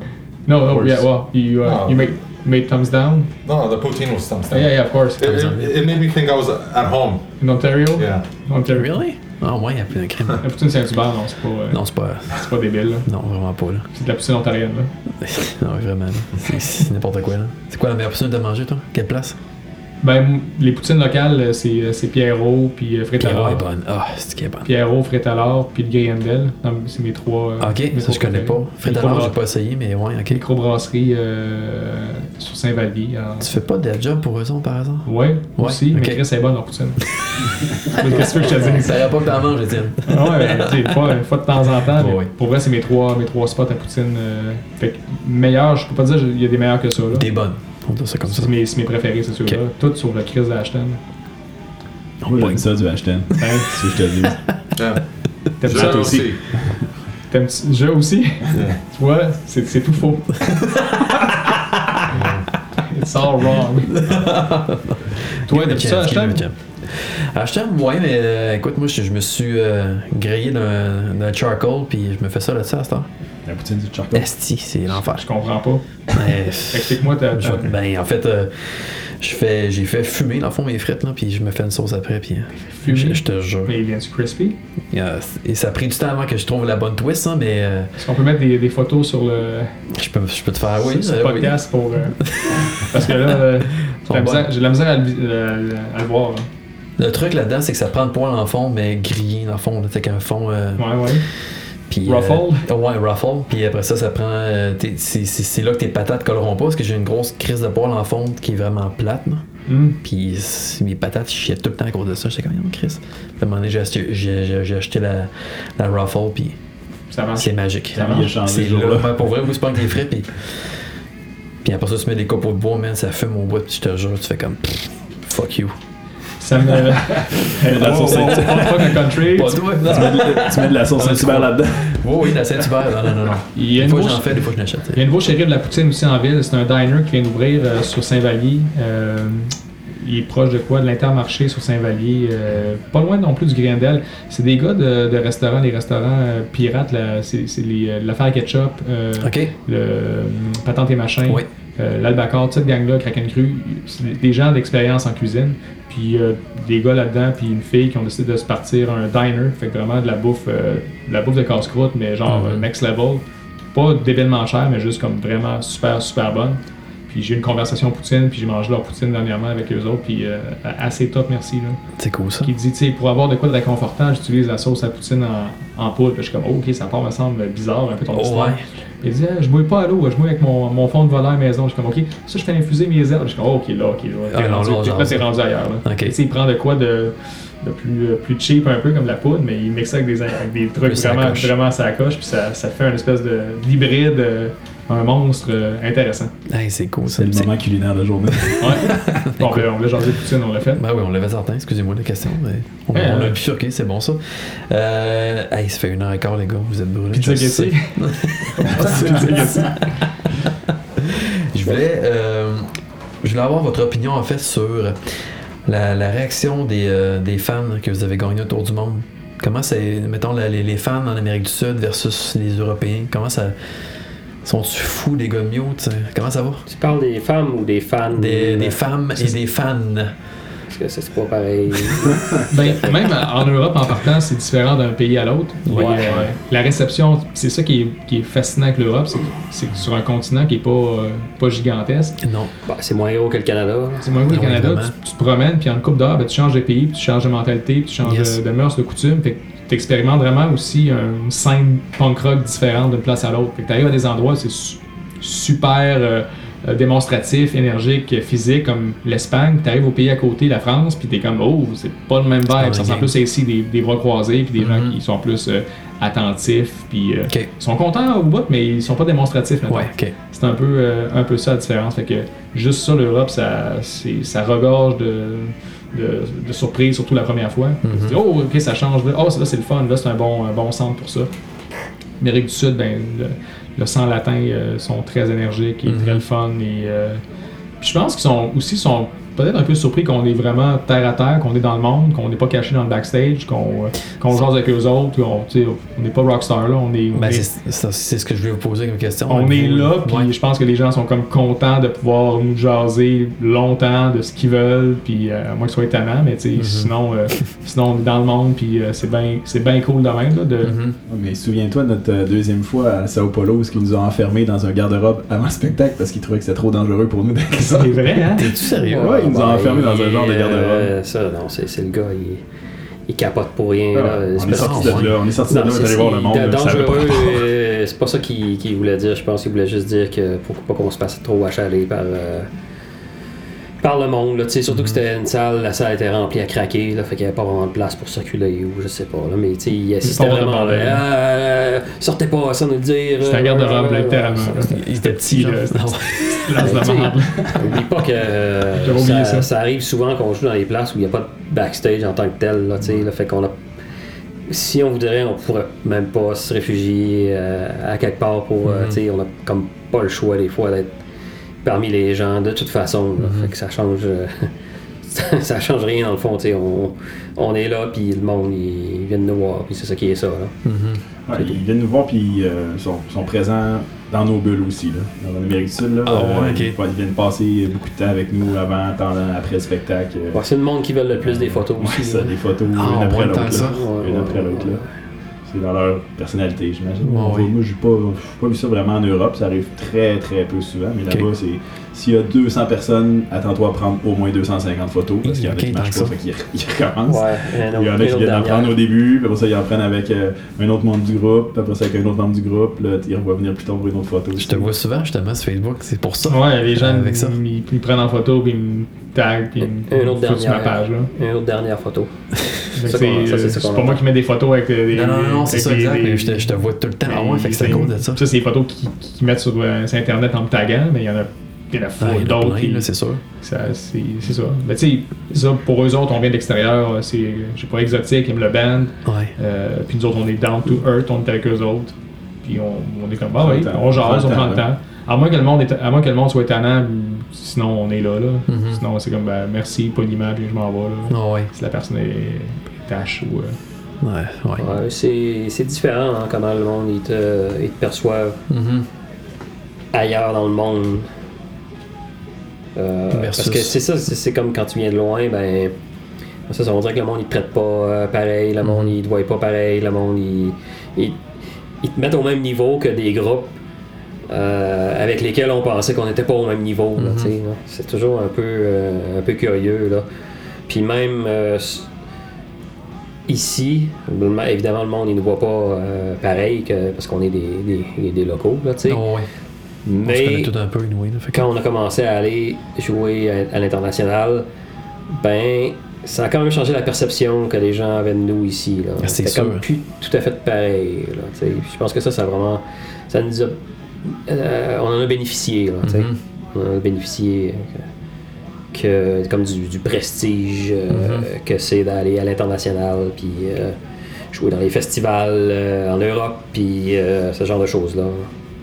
No, no, course. yeah, well, you, uh, Oh. you made, made thumbs down? No, the poutine was Yeah, something. yeah, of course. It, it, it made me think I was at home. In Ontario? Yeah. Ontario. Really? Ah, ouais, il y a plus de crème. La poutine Saint-Hubert, non, c'est pas, euh, Non, c'est pas. c'est pas débile, là. Non, vraiment pas, là. C'est de la poutine ontarienne, là. non, vraiment, là. C'est- C'est n'importe quoi, là. C'est quoi la meilleure personne de manger, toi Quelle place Ben, m- les poutines locales, euh, c'est euh, c'est Pierrot, puis euh, Pierrot est Fritalard. bonne. Ah, c'est qui est bonne. Pierrot, Fritalard, puis le Griendel. Non, C'est mes trois. euh, Ok, mes ça trois je connais pas. préférés. Fred Microbrasserie. Allard, j'ai pas essayé, mais ouais, ok. microbrasserie euh, sur Saint-Vallier. en- Tu fais pas de job pour eux autres, par exemple Ouais, aussi, mais ok. Chris elle est bonne en poutine. Qu'est-ce que tu veux que je te dise? Ça a pas que t'en manges, Étienne. Ah ouais, tu sais, une fois, une fois de temps en temps, mais Ouais, ouais. pour vrai, c'est mes trois, mes trois spots à poutine. euh, fait que meilleur, je peux pas dire il y a des meilleurs que ça. là. T'es bonne. On dit ça comme ça. C'est mes, c'est mes préférés, c'est sûr. là Ok. Tout sur le Chris d'Ashton. Moi, j'aime ça du Ashton. Hein? Si je te dis. Yeah. T'aimes Sure, ça? we'll aussi. see. T'aimes Je aussi? tu vois, c'est c'est tout faux. It's all wrong. Toi, t'aimes ça, Ashton? Ashton, ouais, mais euh, écoute, moi je, je me suis euh, grillé d'un d'un charcoal, puis je me fais ça là-dessus à cette heure. La poutine du charcoal. Esti, c'est l'enfer. Je comprends pas. Mais- Explique-moi ta. Je- ta- Ben, en fait, euh, je fais, j'ai fait fumer, dans le fond, mes frites, là, puis je me fais une sauce après, puis. euh, Fumer? Je, je te jure. Mais il vient du crispy. Euh, Et ça a pris du temps avant que je trouve la bonne twist, hein, mais euh, Est-ce qu'on peut mettre des, des photos sur le je, peux, je peux te faire. Oui, sur euh, le oui. podcast pour. euh, parce que là, euh, j'ai de la Sont misère- bonnes. j'ai de la misère à le, vi- euh, à le voir. là. Le truc là-dedans, c'est que ça prend le poil en fond, mais grillé en fond, là, c'est qu'un fond. euh, Ouais, ouais. puis, Ruffle? euh, ouais, ruffle. Puis après ça, ça prend. euh, t'es- c'est- c'est c'est là que tes patates colleront pas, parce que j'ai une grosse crise de poil en fond qui est vraiment plate, là. Hmm. Puis c- mes patates chiaient tout le temps à cause de ça. J'étais quand même, Chris. Puis à un moment donné, j'ai acheté, j'ai- j'ai- j'ai acheté la, la Ruffle, puis Ça marche. c'est magique. Ça marche. Il a changé C'est ce jour-là. là. Ben, pour vrai, vous pas que les frais, puis. Puis après ça, tu mets des copeaux de bois, man, ça fume au bout, puis je te jure, tu fais comme. pff, Fuck you. Ça me. de la sauce Oh, oh, oh, fuck the country. Pas toi, non. Tu mets de la sauce Ah, mais Saint-Hubert c'est là-dedans. Oui, oui, la Saint-Hubert, non, non, non. non. Il y a Des une fois, grosse- j'en fais, des fois, je l'achète. Il y a un nouveau chéri de la poutine aussi en ville. C'est un diner qui vient d'ouvrir euh, sur Saint-Vallier. Euh, il est proche de quoi? De l'intermarché sur Saint-Vallier. Euh, pas loin non plus du Grindel. C'est des gars de, de restaurants, les restaurants euh, pirates. là. C'est c'est les, euh, l'affaire ketchup, euh, Ok. le euh, patente et machin. Oui. euh, l'Albacore, toute cette gang-là, Kraken Cru, c'est des- des gens d'expérience en cuisine. Puis euh, des gars là-dedans, puis une fille qui ont décidé de se partir un diner. Fait que vraiment de la bouffe, euh, de la bouffe de casse-croûte, mais genre Mhm. euh, next level. Pas d'événement cher, mais juste comme vraiment super, super bonne. Puis j'ai eu une conversation poutine, puis j'ai mangé leur poutine dernièrement avec eux autres, puis euh, assez top, merci. Là C'est cool ça. qui dit, tu sais, pour avoir de quoi de réconfortant, j'utilise la sauce à poutine en, en poudre. Puis Je suis comme, ok, ça part, me semble bizarre, un peu ton Oh, histoire. ouais. Il dit, Ah, je mouille pas à l'eau, je mouille avec mon, mon fond de volaille maison. Je suis comme, ok, ça, je fais infuser mes herbes. Je suis comme, oh, ok, là, ok, là, Ah, t'es non, rendu, non, t'es- genre. là, c'est rendu ailleurs. Là. Ok. Tu sais, il prend de quoi de, de plus, euh, plus cheap, un peu comme de la poudre, mais il mixe ça avec des, avec des trucs Plus ça vraiment, coche. vraiment ça coche, puis ça, ça fait une espèce de- d'hybride, euh, un monstre euh, intéressant. Hey, c'est cool ça. C'est le C'est- moment culinaire de la journée. Ouais. bon, ben, on l'a jasé de poutine, on l'a fait. Ben oui, on l'avait certain, excusez-moi la question, mais on, Euh, on l'a bifurqué, c'est bon ça. Euh, hey, ça fait une heure et quart les gars, vous êtes brûlés. Pizza je sais. Getty. Pizza Getty. Je voulais, euh, je voulais avoir votre opinion en fait sur la, la réaction des, euh, des fans que vous avez gagné autour du monde. Comment c'est, mettons, la- les, les fans en Amérique du Sud versus les Européens, comment ça. Sont-tu fous des gars de Mio, tu sais? Comment ça va? Tu parles des femmes ou des fans Euh, Des, des femmes et des fans. Parce que ça, c'est pas pareil. Ben, même en Europe, en partant, c'est différent d'un pays à l'autre. Ouais. Et, euh, la réception, c'est ça qui est, qui est fascinant avec l'Europe, c'est que- c'est que sur un continent qui est pas, euh, pas gigantesque. Non. Bah, c'est moins gros que le Canada. là. C'est moi, oui, Ah au oui, Canada, vraiment. tu, tu te promènes, puis en une couple d'heures, ben, tu changes de pays, puis tu changes de mentalité, puis tu changes Yes. de, de mœurs, de coutumes. Fait tu expérimentes vraiment aussi une scène punk rock différente d'une place à l'autre. Fait que tu arrives à des endroits, c'est su- super euh, euh, démonstratif, énergique, euh, physique, comme l'Espagne. Tu arrives au pays à côté, la France, puis tu es comme, oh, c'est pas le même pas vibe. Ça la sent game. plus ici des, des bras croisés, puis des Mhm. gens qui sont plus euh, attentifs, puis euh, Ok. ils sont contents au bout, mais ils sont pas démonstratifs. mettons. Ouais, ok. C'est un peu, euh, un peu ça la différence. Fait que juste ça, l'Europe, ça, c'est- ça regorge de, de, de surprises, surtout la première fois. Mhm. Tu dis, oh, ok, ça change. là. Oh, ça, là, c'est le fun. Là, c'est un bon, un bon centre pour ça. Amérique du Sud, ben, le, le sang latin euh, sont très énergiques et Mhm. très le fun. Et, euh, puis je pense qu'ils sont aussi sont peut-être un peu surpris qu'on est vraiment terre à terre, qu'on est dans le monde, qu'on n'est pas caché dans le backstage, qu'on euh, qu'on jase avec eux autres. qu'on- tu sais, On n'est pas rockstar, là. On est, on Ben, est- c'est, ça, c'est ce que je voulais vous poser comme question. on est là, puis Ouais. je pense que les gens sont comme contents de pouvoir nous jaser longtemps de ce qu'ils veulent, puis euh, à moins que ce soit étonnant, mais tu sais, Mm-hmm. sinon, euh, sinon on est dans le monde, puis euh, c'est bien c'est bien cool de même. Là, de... Mhm. Ouais, Mais souviens-toi de notre euh, deuxième fois à Sao Paulo, où ils nous ont enfermés dans un garde-robe avant le spectacle parce qu'ils trouvaient que c'était trop dangereux pour nous d'être ça. C'est vrai, hein? T'es-tu sérieux? Ouais, ils nous ont bah, enfermés dans il- un genre de garde-robe. euh, ça, non, c'est c'est le gars, il, il capote pour rien. là, Ah, on est espèce sortis de- de là, on est sortis de là, Non, on est c'est allé voir le monde. c'est ça avait pas dangereux, rapport. euh, c'est pas ça qu'il qu'il voulait dire, je pense. qu'il voulait juste dire que pour pas qu'on se passe trop achaler par, euh, par le monde. Là, tu sais, surtout que c'était une salle, la salle était remplie à craquer, là, fait qu'il n'y avait pas vraiment de place pour circuler ou je sais pas. Là, mais tu sais, il assistait Ils font vraiment. le bordel. hein. là, Euh, sortez pas sans nous le dire. C'est un euh, garde-robe, euh, là, littéralement. euh, là. Il était petit, Petit, genre. euh, Non. Place de Ah tu sais, merde. Oublie pas que euh, J'avais oublié ça, ça. ça arrive souvent qu'on joue dans des places où il n'y a pas de backstage en tant que tel. Là, tu sais, là, fait qu'on a... Si on voudrait, on pourrait même pas se réfugier euh, à quelque part pour. Mhm. euh, tu sais, on a comme pas le choix des fois d'être parmi les gens de toute façon. Mhm. là. Fait que ça change. euh, ça, ça change rien dans le fond. tu sais, On, on est là, puis le monde, il, il vient de nous voir, puis c'est ça qui est ça. là. Ouais, ils viennent nous voir, puis euh, sont, sont présents dans nos bulles aussi, là. Dans l'Amérique du Sud, là. Euh, Ah, ouais, ok. ils, ils viennent passer beaucoup de temps avec nous avant, pendant, après le spectacle. euh, Ouais, c'est le monde qui veut le plus des photos Ouais, aussi. ça, là. des photos Ah, une on après voit le temps l'autre. ça. là. Ouais, Une ouais, après l'autre. ouais. là. C'est dans leur personnalité, j'imagine. Ouais, Moi, ouais. Moi, j'ai pas, j'ai pas vu ça vraiment en Europe. Ça arrive très, très peu souvent. Mais Ok. là-bas, c'est. S'il y a 200 personnes, attends-toi à prendre au moins 250 photos. Parce qu'il y en a Ok, qui marchent tant pas, que fait qu'ils ils recommencent. Ouais, un Il y autre- en a une autre qui viennent en dernière. prendre au début, puis après ça, ils en prennent avec euh, un autre membre du groupe, puis après ça, avec un autre membre du groupe, là, ils revoient venir plus tard pour une autre photo. Euh, Je te vois souvent justement sur Facebook, c'est pour ça. Ouais, les gens Avec ça. Ils, ils prennent en photo, puis ils me taguent, puis ils Une me autre foutent sur ma dernière. page. là. Une autre dernière photo. Fait que Ça, C'est qu'on- ça, c'est euh, ça c'est qu'on pas moi qui mets des photos avec euh, des. Non, non, non, non, c'est avec ça, des- exact. des- mais Je te, je te vois tout le temps. Ah ouais, fait que c'est à Mais cause de ça. Ben, Ça, c'est les photos qu'ils qui mettent sur, euh, sur Internet en me taguant, mais il y en a, il y en Ah, a full il y en a d'autres. plein, qui- là, c'est sûr. ça, C'est c'est ça. Mais tu sais, ça, pour eux autres, on vient de l'extérieur, euh, c'est, je sais pas, exotique, ils aiment le band. Ouais. euh, puis nous autres, on est down to earth, on est avec eux autres. Puis on, on est comme, bah oui, Prends le temps. on jase, on Prends prend le le temps, temps. À moins que le monde, est- à moins que le monde soit étonnant, hum, sinon on est là. là. Mhm. Sinon, c'est comme, ben, merci, poliment, puis je m'en vais. Là. Ah ouais. Si la personne est tâche ou. euh, Ouais, ouais. Ouais, c'est c'est différent hein, comment le monde il te, il te perçoit Mhm. ailleurs dans le monde Euh, Versus. parce que c'est ça, c'est c'est comme quand tu viens de loin, ben. Ça, ça, on dirait que le monde, il te traite pas euh, pareil, Mhm. le monde, il te voit pas pareil, le monde, il. il- ils te mettent au même niveau que des groupes euh, avec lesquels on pensait qu'on n'était pas au même niveau. Mhm. là, tu sais, là. C'est toujours un peu, euh, un peu curieux. Là. Puis même euh, s- ici, le- évidemment, le monde ne nous voit pas euh, pareil que, parce qu'on est des, des, des locaux. Là, tu sais. Non, ouais. On se Mais connaît tout un peu, anyway, là, fait que- quand on a commencé à aller jouer à, à l'international, ben ça a quand même changé la perception que les gens avaient de nous ici. là. Ah, c'est C'était comme sûr. plus tout à fait pareil. là, tu sais. Puis Je pense que ça, ça a vraiment, ça nous a, euh, on en a bénéficié. là, tu sais. Mhm. On en a bénéficié que, que- comme du, du prestige euh, Mm-hmm. que c'est d'aller à l'international, puis euh, jouer dans les festivals euh, en Europe, puis euh, ce genre de choses là.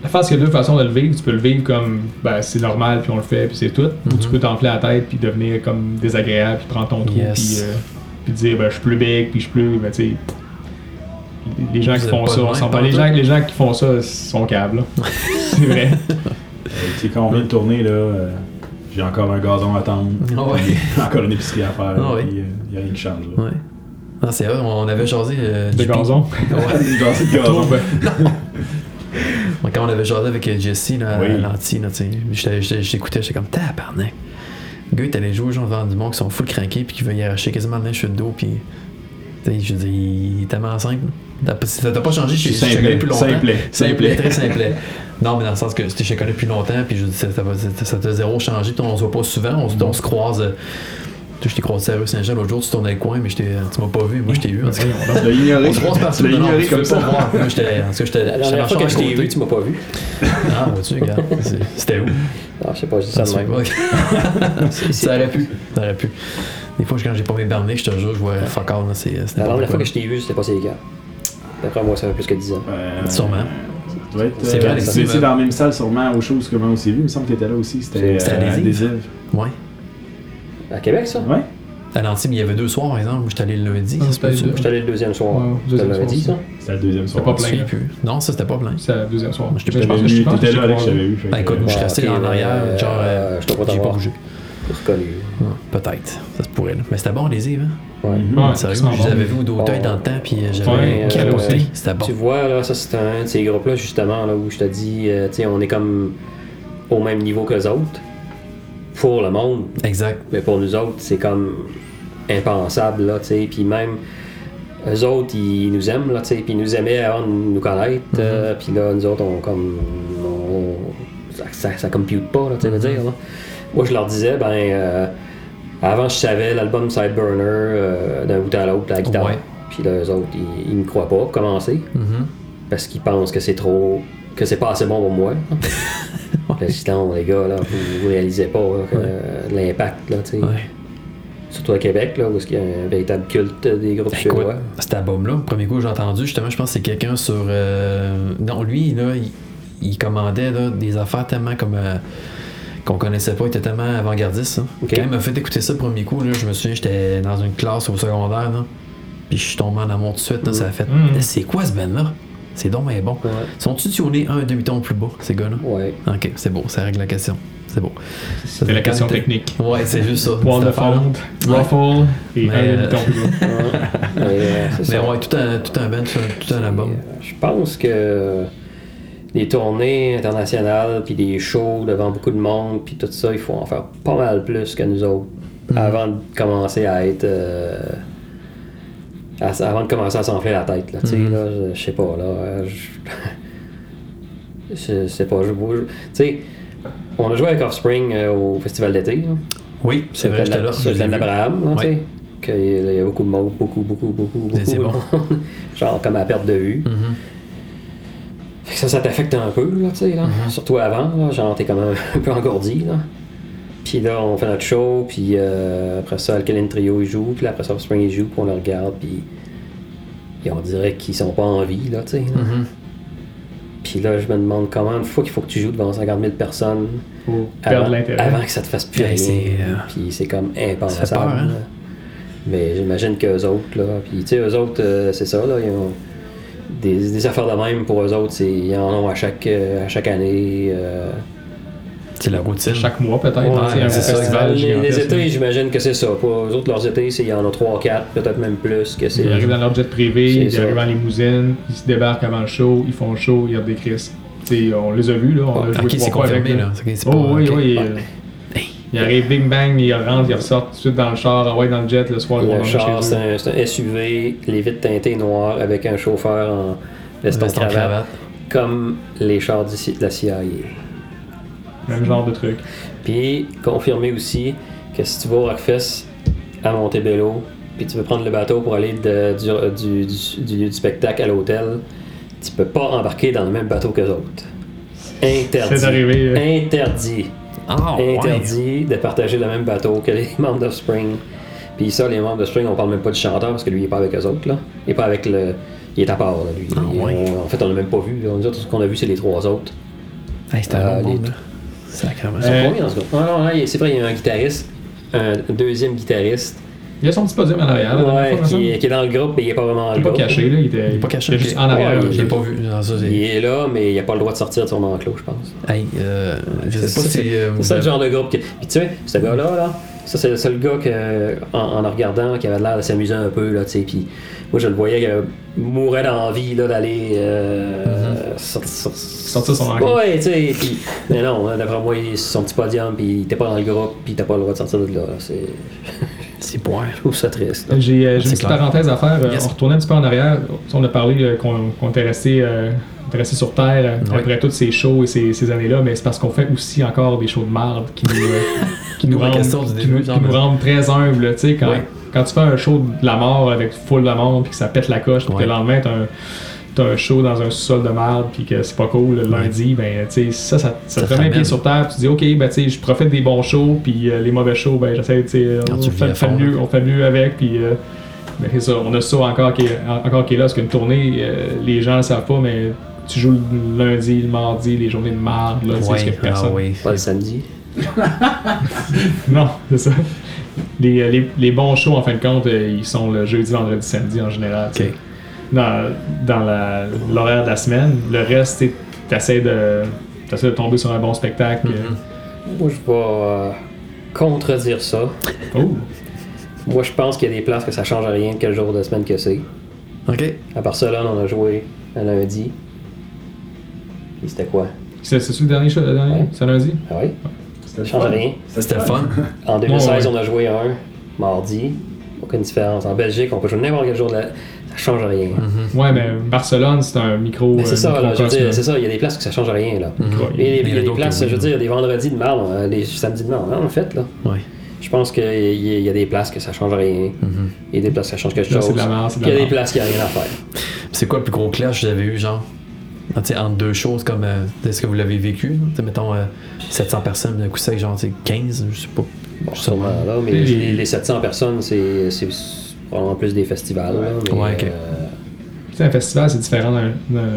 La face, il y a deux façons de le vivre. Tu peux le vivre comme ben, c'est normal, puis on le fait, puis c'est tout. Ou Mhm. tu peux t'enfler la tête, puis devenir comme désagréable, puis prendre ton trou, Yes. puis, euh, puis dire ben, je suis plus big, puis je suis plus. Ben, tu sais, les gens qui êtes font pas ça, de même, sont pas- pas les, tout. gens, les gens qui font ça sont câbles. là. c'est vrai. Tu sais, quand on vient de tourner, là, euh, j'ai encore un gazon à tendre. Ah ouais. J'ai encore une épicerie à faire. euh, Ah ouais. Il n'y a rien qui change. Là. Ouais. Non, c'est vrai, on avait jasé. euh, De JP. gazon. Des gazons de gazon. ben, Ouais, Quand on avait jasé avec euh, Jesse là, Oui. à l'anti, là, tu sais, j'étais- j'étais- j'écoutais, j'étais comme tabarnak. Le gars, il est allé jouer aux gens devant du monde qui sont full craqués puis qui veulent y arracher quasiment de la chute d'eau. Puis, tu sais, je veux dire, il est tellement simple. T'as pas- T'as pas changé, je je te Simplet, connais plus longtemps. simplet, Simplet, simplet. très simplet. Non, mais dans le sens que je te connais plus longtemps, puis je dis, ça ça va- ça- ça t'a zéro changé, puis on se voit pas souvent, on, se- on se croise. euh, tu sais, je t'ai croisé à la rue Saint-Jean l'autre jour, tu tournais le coin, mais je t'ai- tu m'as pas vu, moi je t'ai vu. En tout cas. Tu l'as ignoré. On se croise partout. Tu l'as non, ignoré tu comme veux ça. pas voir. Moi, j'étais. En tout cas, j'étais. La j'étais dernière marché fois à que je t'ai côté. vu, tu m'as pas vu. Ah, vois-tu, regarde. c'est- C'était où? Non, je sais pas, je dis ça de même. Ça aurait pu. Ça aurait pu. Des fois, quand j'ai pas mes barniques, je te jure, je vois fuck all, là, c'est c'est La n'importe dernière fois quoi. que je t'ai vu, c'était pas ces gars. D'après moi, ça fait plus que 10 ans. Euh, Sûrement. ça doit être, C'est euh, vrai, Tu Alexis, étais mais- dans la même salle sûrement aux choses que moi aussi. vu. Il me semble que tu étais là aussi. C'était C'était à euh, des à îles. des îles. Ouais. À Québec, ça? Ouais. À Nancy, mais il y avait deux soirs, par exemple. Moi, j'étais allé le lundi. Ah, ça se peut-tu? c'était deux. J'étais allé le deuxième soir. Ouais, je te deuxième l'avais soir, dit, ça? C'était la deuxième C'était soirée. Je pas me plein. souviens là. plus. Non, ça, c'était pas plein. C'est la deuxième soir. Je t'ai Je pas pense vu, que je Tu pense que étais j'ai là, Alex, croisé. j'avais vu. fait Ben, que- écoute, moi, je suis Ah, resté ok, dans l'arrière. euh, Genre, euh, je te vois j'ai pas t'avoir. bougé. Reconnu. Non, Peut-être. Ça se pourrait, là. Mais c'était bon, les îles, hein. Ouais. Ouais, Sérieux, c'est je les bon. avais vus au Dauteuil dans le temps, puis euh, j'avais Ouais, capoté. euh, C'était bon. Oh. Tu vois, là, ça, c'est un de ces groupes-là, justement, là, où je te dis, euh, tu sais, on est comme au même niveau qu'eux autres. Pour le monde, Exact. Mais pour nous autres, c'est comme impensable, là, tu sais. Puis même, eux autres, ils nous aiment, là, tu sais. Puis ils nous aimaient avant de nous connaître. Mhm. euh, puis là, nous autres, on comme. on- ça, ça, ça compute pas, là, tu sais, veux dire, là. Moi, je leur disais, ben. euh, avant, je savais l'album Sideburner euh, d'un bout à l'autre, la guitare. Ouais. Puis là, eux autres, ils, ils me croient pas, pour commencer. Mhm. Parce qu'ils pensent que c'est trop. que c'est pas assez bon pour moi. Là, sinon, les gars, là, vous, vous réalisez pas là, que, euh, l'impact, là, tu sais. Ouais. Surtout à Québec, là, où il y a un véritable culte des groupes Ben, Écoute, suédois. cet album-là, le premier coup que j'ai entendu, justement, je pense que c'est quelqu'un sur. euh, Non, lui, là, il, il commandait là, des affaires tellement comme. euh, qu'on connaissait pas, il était tellement avant-gardiste. hein. Ok. Quand il m'a fait écouter ça le premier coup, là, je me souviens, j'étais dans une classe au secondaire, là, puis je suis tombé en amour tout de suite. là, ça a fait. Mm. C'est quoi ce band-là C'est donc mais bon. Ouais. Sont-ils tunés un demi-ton plus bas, ces gars-là Ouais. Ah, Ok, c'est beau, ça règle la question. C'est beau. C'était la question technique. Ouais, c'est juste ça. Poil cette de affaire-là. Ouais. fonte, ruffle et Mais, un euh, demi-ton plus bas. Ouais. Mais, euh, c'est Mais ça. ouais, tout un, tout un band, tout un, tout un album. Euh, Je pense que les tournées internationales, puis des shows devant beaucoup de monde, puis tout ça, il faut en faire pas mal plus que nous autres Mm. avant de commencer à être. euh, à s- avant de commencer à s'enfler la tête, là, tu sais, Mm. là, je- je sais pas, là, euh, je- je sais pas, je, je- tu sais, on a joué avec Offspring euh, au festival d'été, là. Oui, c'est vrai, j'étais là. je Sur l'ai vu. d'Abraham, là, Ouais. hein, tu sais. Qu'il y a- il y a beaucoup de monde, beaucoup, beaucoup, beaucoup, beaucoup. C'est- c'est de bon. monde. Genre comme à perte de vue. Mm-hmm. Fait que ça, ça t'affecte un peu, là, tu sais, là. Surtout avant, là, genre t'es quand même un peu engourdi, là. Puis là, on fait notre show, puis euh, après ça, Alkaline Trio, il joue, puis là, après ça, Offspring, il joue, puis on le regarde, puis... puis on dirait qu'ils sont pas en vie, là, tu sais. là. Mm. Mm-hmm. Puis là, je me demande comment, une fois qu'il faut que tu joues devant 50 000 personnes, Faut avant, perdre l'intérêt. avant que ça te fasse plus Ouais, rien. c'est, euh, Puis c'est comme ça fait peur, impensable. hein? là. Mais j'imagine qu'eux autres, là, puis tu sais, eux autres, euh, c'est ça, là, ils ont des, des affaires de même pour eux autres, c'est- ils en ont à chaque, euh, à chaque année. euh, C'est la routine. Chaque mois peut-être. Ouais, hein, tu sais, un c'est ça, festival les, les gigantesque. étés, j'imagine que c'est ça. Pour eux autres, leurs étés, c'est- il y en a 3, 4, peut-être même plus. que c'est Ils arrivent dans leur jet privé, C'est ils ça. arrivent en limousine, ils se débarquent avant le show, ils font le show, ils regardent des Chris. T'sais, on les a vus, là, on a joué Ah, ok, c'est trois fois avec confirmé, eux. là. C'est- c'est pas- Oh oui, ok. oui. Ouais. euh, Ils arrivent bing bang, ils rentrent, ils ressortent tout de suite dans le char, envoient dans le jet le soir, ils vont Le dormir char, chez c'est eux. un, c'est un SUV, les vitres teintées noires avec un chauffeur en veston Veston cravate, cravate. comme les chars d'ici de la CIA. Même genre de truc. Puis confirmer aussi que si tu vas au Rockfest à Montebello, puis tu veux prendre le bateau pour aller de- du, du- du- du lieu du spectacle à l'hôtel, tu peux pas embarquer dans le même bateau que les autres. Interdit. C'est arrivé, euh. Interdit. Ah, ouais. interdit de partager le même bateau que les membres de Spring. Puis ça, les membres de Spring, on parle même pas du chanteur parce que lui, il est pas avec eux autres. Là. Il est pas avec le. Il est à part, là, lui. Il- Ah ouais. on- en fait, on l'a même pas vu. On, nous autres, ce qu'on a vu, c'est les trois autres. Hey, c'était un Euh, bon les- monde, là. Sacrément. Ils sont Euh, combien, en ce cas? Ah, non, là, il- c'est vrai, il y a un guitariste, un deuxième guitariste, Il y a son petit podium en arrière, là, ouais, dans le fond, qui, il est- qui est dans le groupe, mais il est pas vraiment dans le est pas groupe. caché, là, il était, Il est pas caché, était juste ok. en arrière. Ouais, là. Je l'ai pas vu. Non, ça, c'est- Il est là, mais il a pas le droit de sortir de son enclos, je pense. Hey, euh, je sais C'est pas ça, si. euh, C'est ça le genre de groupe. Qui... Puis tu sais, ce gars-là, là, ça c'est le seul gars que, en, en le regardant qui avait l'air de s'amuser un peu, là, tu sais. Puis moi je le voyais qu'il mourait d'envie là, d'aller euh, sortir, Sortir son enclos. Ouais, tu sais. Puis, mais non, hein, d'après moi, il est sur son petit podium, puis il était pas dans le groupe, puis t'as pas le droit de sortir de là. là. C'est... C'est boire. Je trouve ça triste. là. J'ai euh, j'ai C'est une petite clair. parenthèse à faire. Euh, Yes. On retournait un petit peu en arrière. On a parlé euh, qu'on qu'on était resté, euh, était resté sur Terre euh, Ouais. après toutes ces shows et ces, ces années-là, mais c'est parce qu'on fait aussi encore des shows de marde qui nous, euh, qui nous Ma rendent, question du qui début, nous- qui genre, nous mais- rendent très humbles. tu sais, Quand, Ouais. quand tu fais un show de la mort avec full de monde puis que ça pète la coche, puis que Ouais. le lendemain, t'as un, t'as un show dans un sol de marde puis que c'est pas cool le lundi, ben, tu sais, ça, ça, Ça ça, te remet un ramène. pied sur terre. Tu dis, OK, ben, tu sais, je profite des bons shows, puis euh, les mauvais shows, ben, j'essaie, tu sais, Quand on tu le fait, vis à fait fond, mieux, là. on fait mieux avec, puis euh, ben, c'est ça, on a ça encore qui est, en- encore qui est là, parce qu'une tournée, euh, les gens le savent pas, mais tu joues le lundi, le mardi, les journées de marde, là, tu sais, parce que Ouais, ah personne. oui. Pas le samedi. Non, c'est ça. Les, euh, les, les bons shows, en fin de compte, euh, ils sont le jeudi, vendredi, samedi en général. tu sais. Ok. Dans, dans la- l'horaire de la semaine, le reste, tu sais, t'essaies de, t'essaies de tomber sur un bon spectacle. euh, Moi je vais euh, contredire ça. euh, Mm-hmm. oh, Moi je pense qu'il y a des places que ça change rien de quel jour de semaine que c'est. Ok. À Barcelone, on a joué un lundi. Puis c'était quoi? c'est c'est-tu le dernier show, le dernier? Ouais. C'est lundi? Ah oui? Ça change rien. C'était le fun. En 2016, Ouais, ouais. on a joué un mardi. Aucune différence. En Belgique, on peut jouer n'importe quel jour de la... Ça change rien. Mm-hmm. Ouais, mais Barcelone, c'est un micro. Mais c'est euh, ça, là, je veux microcosme, dire, là. c'est ça, il y a des places que ça change rien, là. Micro- Et il y a des d'autres places, que oui, je veux là. dire, des vendredis de merde, euh, des samedis de merde, hein, en fait, là. Ouais. Je pense qu'il y, a- il y a des places que ça change rien. Il y a des places que ça change quelque Mhm. Là, chose. c'est de la merde, c'est de Puis il y a la des merde. places qui n'ont rien à faire. C'est quoi le plus gros clash que vous avez eu, genre Ah, tu sais, entre deux choses, comme euh, est-ce que vous l'avez vécu Tu sais, Mettons euh, 700 personnes, d'un coup sec, genre tu sais, 15, je sais pas. Bon, sûrement, là, Ah, mais Et- les, les 700 personnes, c'est c'est probablement plus des festivals, là, mais, Ouais, ok. euh, Tu sais, un festival, c'est différent d'un- d'un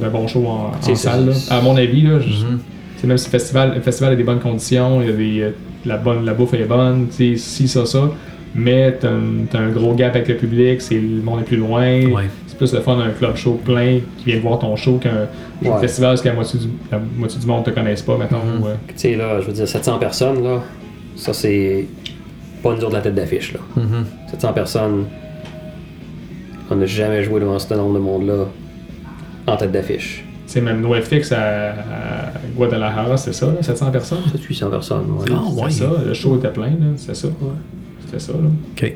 d'un bon show en, en C'est- salle. là. c'est- À mon avis, là, je- Mm-hmm. c'est même si le festival, le festival a des bonnes conditions, il y a des, euh, la, bonne, la bouffe est bonne, tu sais, si, ça, ça. Mais t'as un, t'as un gros gap avec le public, c'est le monde est plus loin. Ouais. C'est plus le fun d'un club show plein qui vient de voir ton show qu'un Ouais. festival parce que la moitié, du, la moitié du monde te connaisse pas maintenant. Mm-hmm. Tu sais, là, je veux dire, 700 personnes, là, ça, c'est pas une dure de la tête d'affiche, là. Mhm. 700 personnes, on n'a jamais joué devant ce nombre de monde-là en tête d'affiche. C'est même NoFX à, à Guadalajara, c'est ça, là, 700 personnes? 800 personnes, ouais. Ah, C'est ouais. ça, le show était plein, là, c'est ça. C'était ça, là. Ok.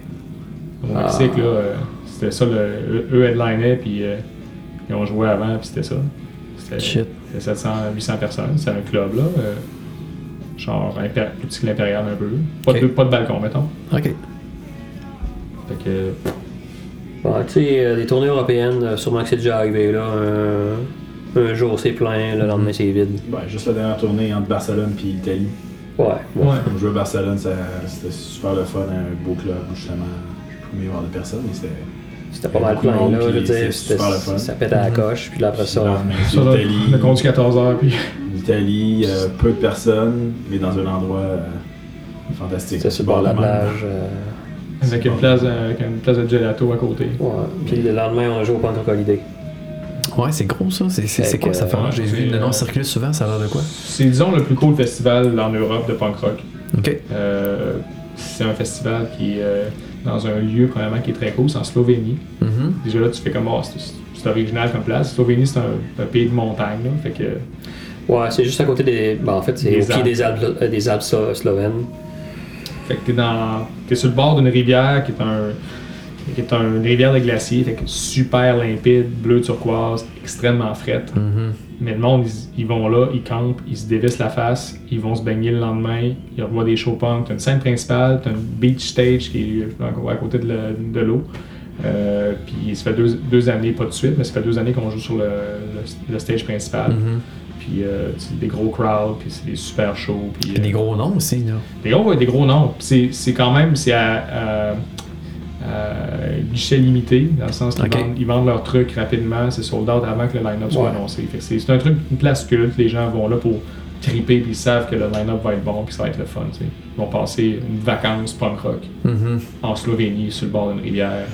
Au Mexique, là, euh, c'était ça, le, eux- eux headlinaient, puis euh, ils ont joué avant, puis c'était ça. C'était Shit. c'était 700, 800 personnes, c'est un club, là. euh, genre, impé- plus petit que l'impérial, un peu. Pas, Ok. de, pas de balcon, mettons. Ok. Fait que, Ouais, tu sais, euh, les tournées européennes, euh, sûrement que c'est déjà arrivé, là. Un, un jour, c'est plein, le lendemain, c'est vide. Ouais, juste la dernière tournée entre Barcelone puis l'Italie. Ouais, bon. ouais. Comme jouer à Barcelone, ça- c'était super le fun, un beau club où justement, je sais pas combien il y avoir de personnes, mais c'était. C'était pas mal plein, là. Je veux dire, C'est c'était- super le fun. ça pète à Mm-hmm. la coche, puis là, après ça... Non, mais Ça, là, on a L'Italie, conduit 14 heures, puis l'Italie, euh, peu de personnes, mais dans un endroit euh, fantastique. C'était sur le bord de la Bon, plage. euh, avec une place, euh, avec une place de gelato à côté. ouais. Puis le lendemain, on a joué au Punk Rock Holiday. Ouais, c'est gros ça. C'est, c'est, c'est quoi ça fait? Ouais, J'ai vu le c'est, nom euh, circuler souvent, ça a l'air de quoi? C'est, disons, le plus cool festival en Europe de punk rock. Ok. Euh, c'est un festival qui est euh, dans un lieu, premièrement, qui est très cool, c'est en Slovénie. Mhm. Déjà là, tu fais comme, oh, c'est, c'est original comme place. Slovénie, c'est un, un pays de montagne, là, fait que Ouais, c'est juste à côté des. Ben, en fait, c'est Des au pied Alpes. des Alpes, euh, des Alpes slo- slovènes. Fait que t'es dans. T'es sur le bord d'une rivière qui est un. qui est un- une rivière de glacier, fait que super limpide, bleu turquoise, extrêmement frette. Mhm. Mais le monde, ils, ils vont là, ils campent, ils se dévissent la face, ils vont se baigner le lendemain, ils revoient des show punk. T'as une scène principale, t'as une beach stage qui est à à côté de la- de l'eau. Euh, puis ça fait deux, deux années, pas de suite, mais ça fait deux années qu'on joue sur le, le- le stage principal. Mhm. Puis euh, c'est des gros crowds, puis c'est des super shows. Puis, Il y a euh, des gros noms aussi, là. des gros, ouais, des gros noms. Puis C'est, c'est quand même, c'est à, à- à guichet limité, dans le sens qu'ils Ok. vendent, ils vendent leurs trucs rapidement, c'est sold out avant que le line-up soit Ouais. annoncé. Fait que c'est, c'est un truc, une place culte, les gens vont là pour triper, puis ils savent que le line-up va être bon, puis ça va être le fun. tu sais. Ils vont passer une vacance punk rock Mhm. en Slovénie, sur le bord d'une rivière.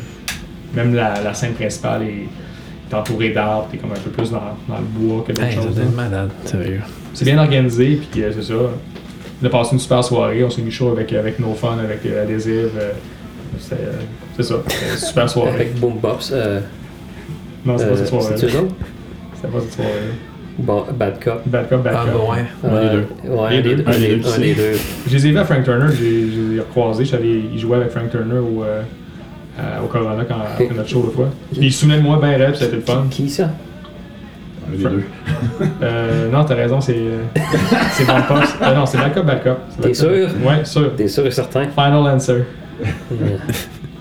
Même la, la scène principale est, est entourée d'arbres, t'es comme un peu plus dans, dans le bois que d'autres Hey, ça choses. hein. doit là. être malade, sérieux. C'est bien organisé, puis euh, c'est ça. On a passé une super soirée, on s'est mis chaud avec, avec nos fans, avec euh, Adhésive. euh, c'est euh, c'est ça, c'est une super soirée. Avec Boom Bops. Euh, Non, Ah, c'est euh, pas cette soirée. c'est-tu eux autres? C'est pas cette soirée. Bon, Bad Cop. Bad Cop, Bad Ah, Cop. bon, ouais. Euh, Ouais, Les les deux. deux. un Les des- deux, un des c'est- deux. Je les ai vus à Frank Turner, je les je les ai recroisés. J'allais, ils jouaient avec Frank Turner au, euh, à- au Corona quand, après notre show l'autre fois. Puis Ils se souvenaient de moi bien raide, puis c'était le fun. Qui ça Un des deux. Euh, non, t'as raison, c'est. euh, c'est Bad Cop. Ah non, c'est Bad Cop, Bad Cop. C'est Bad T'es Cop. sûr? Ouais, sûr. T'es sûr et certain Final answer.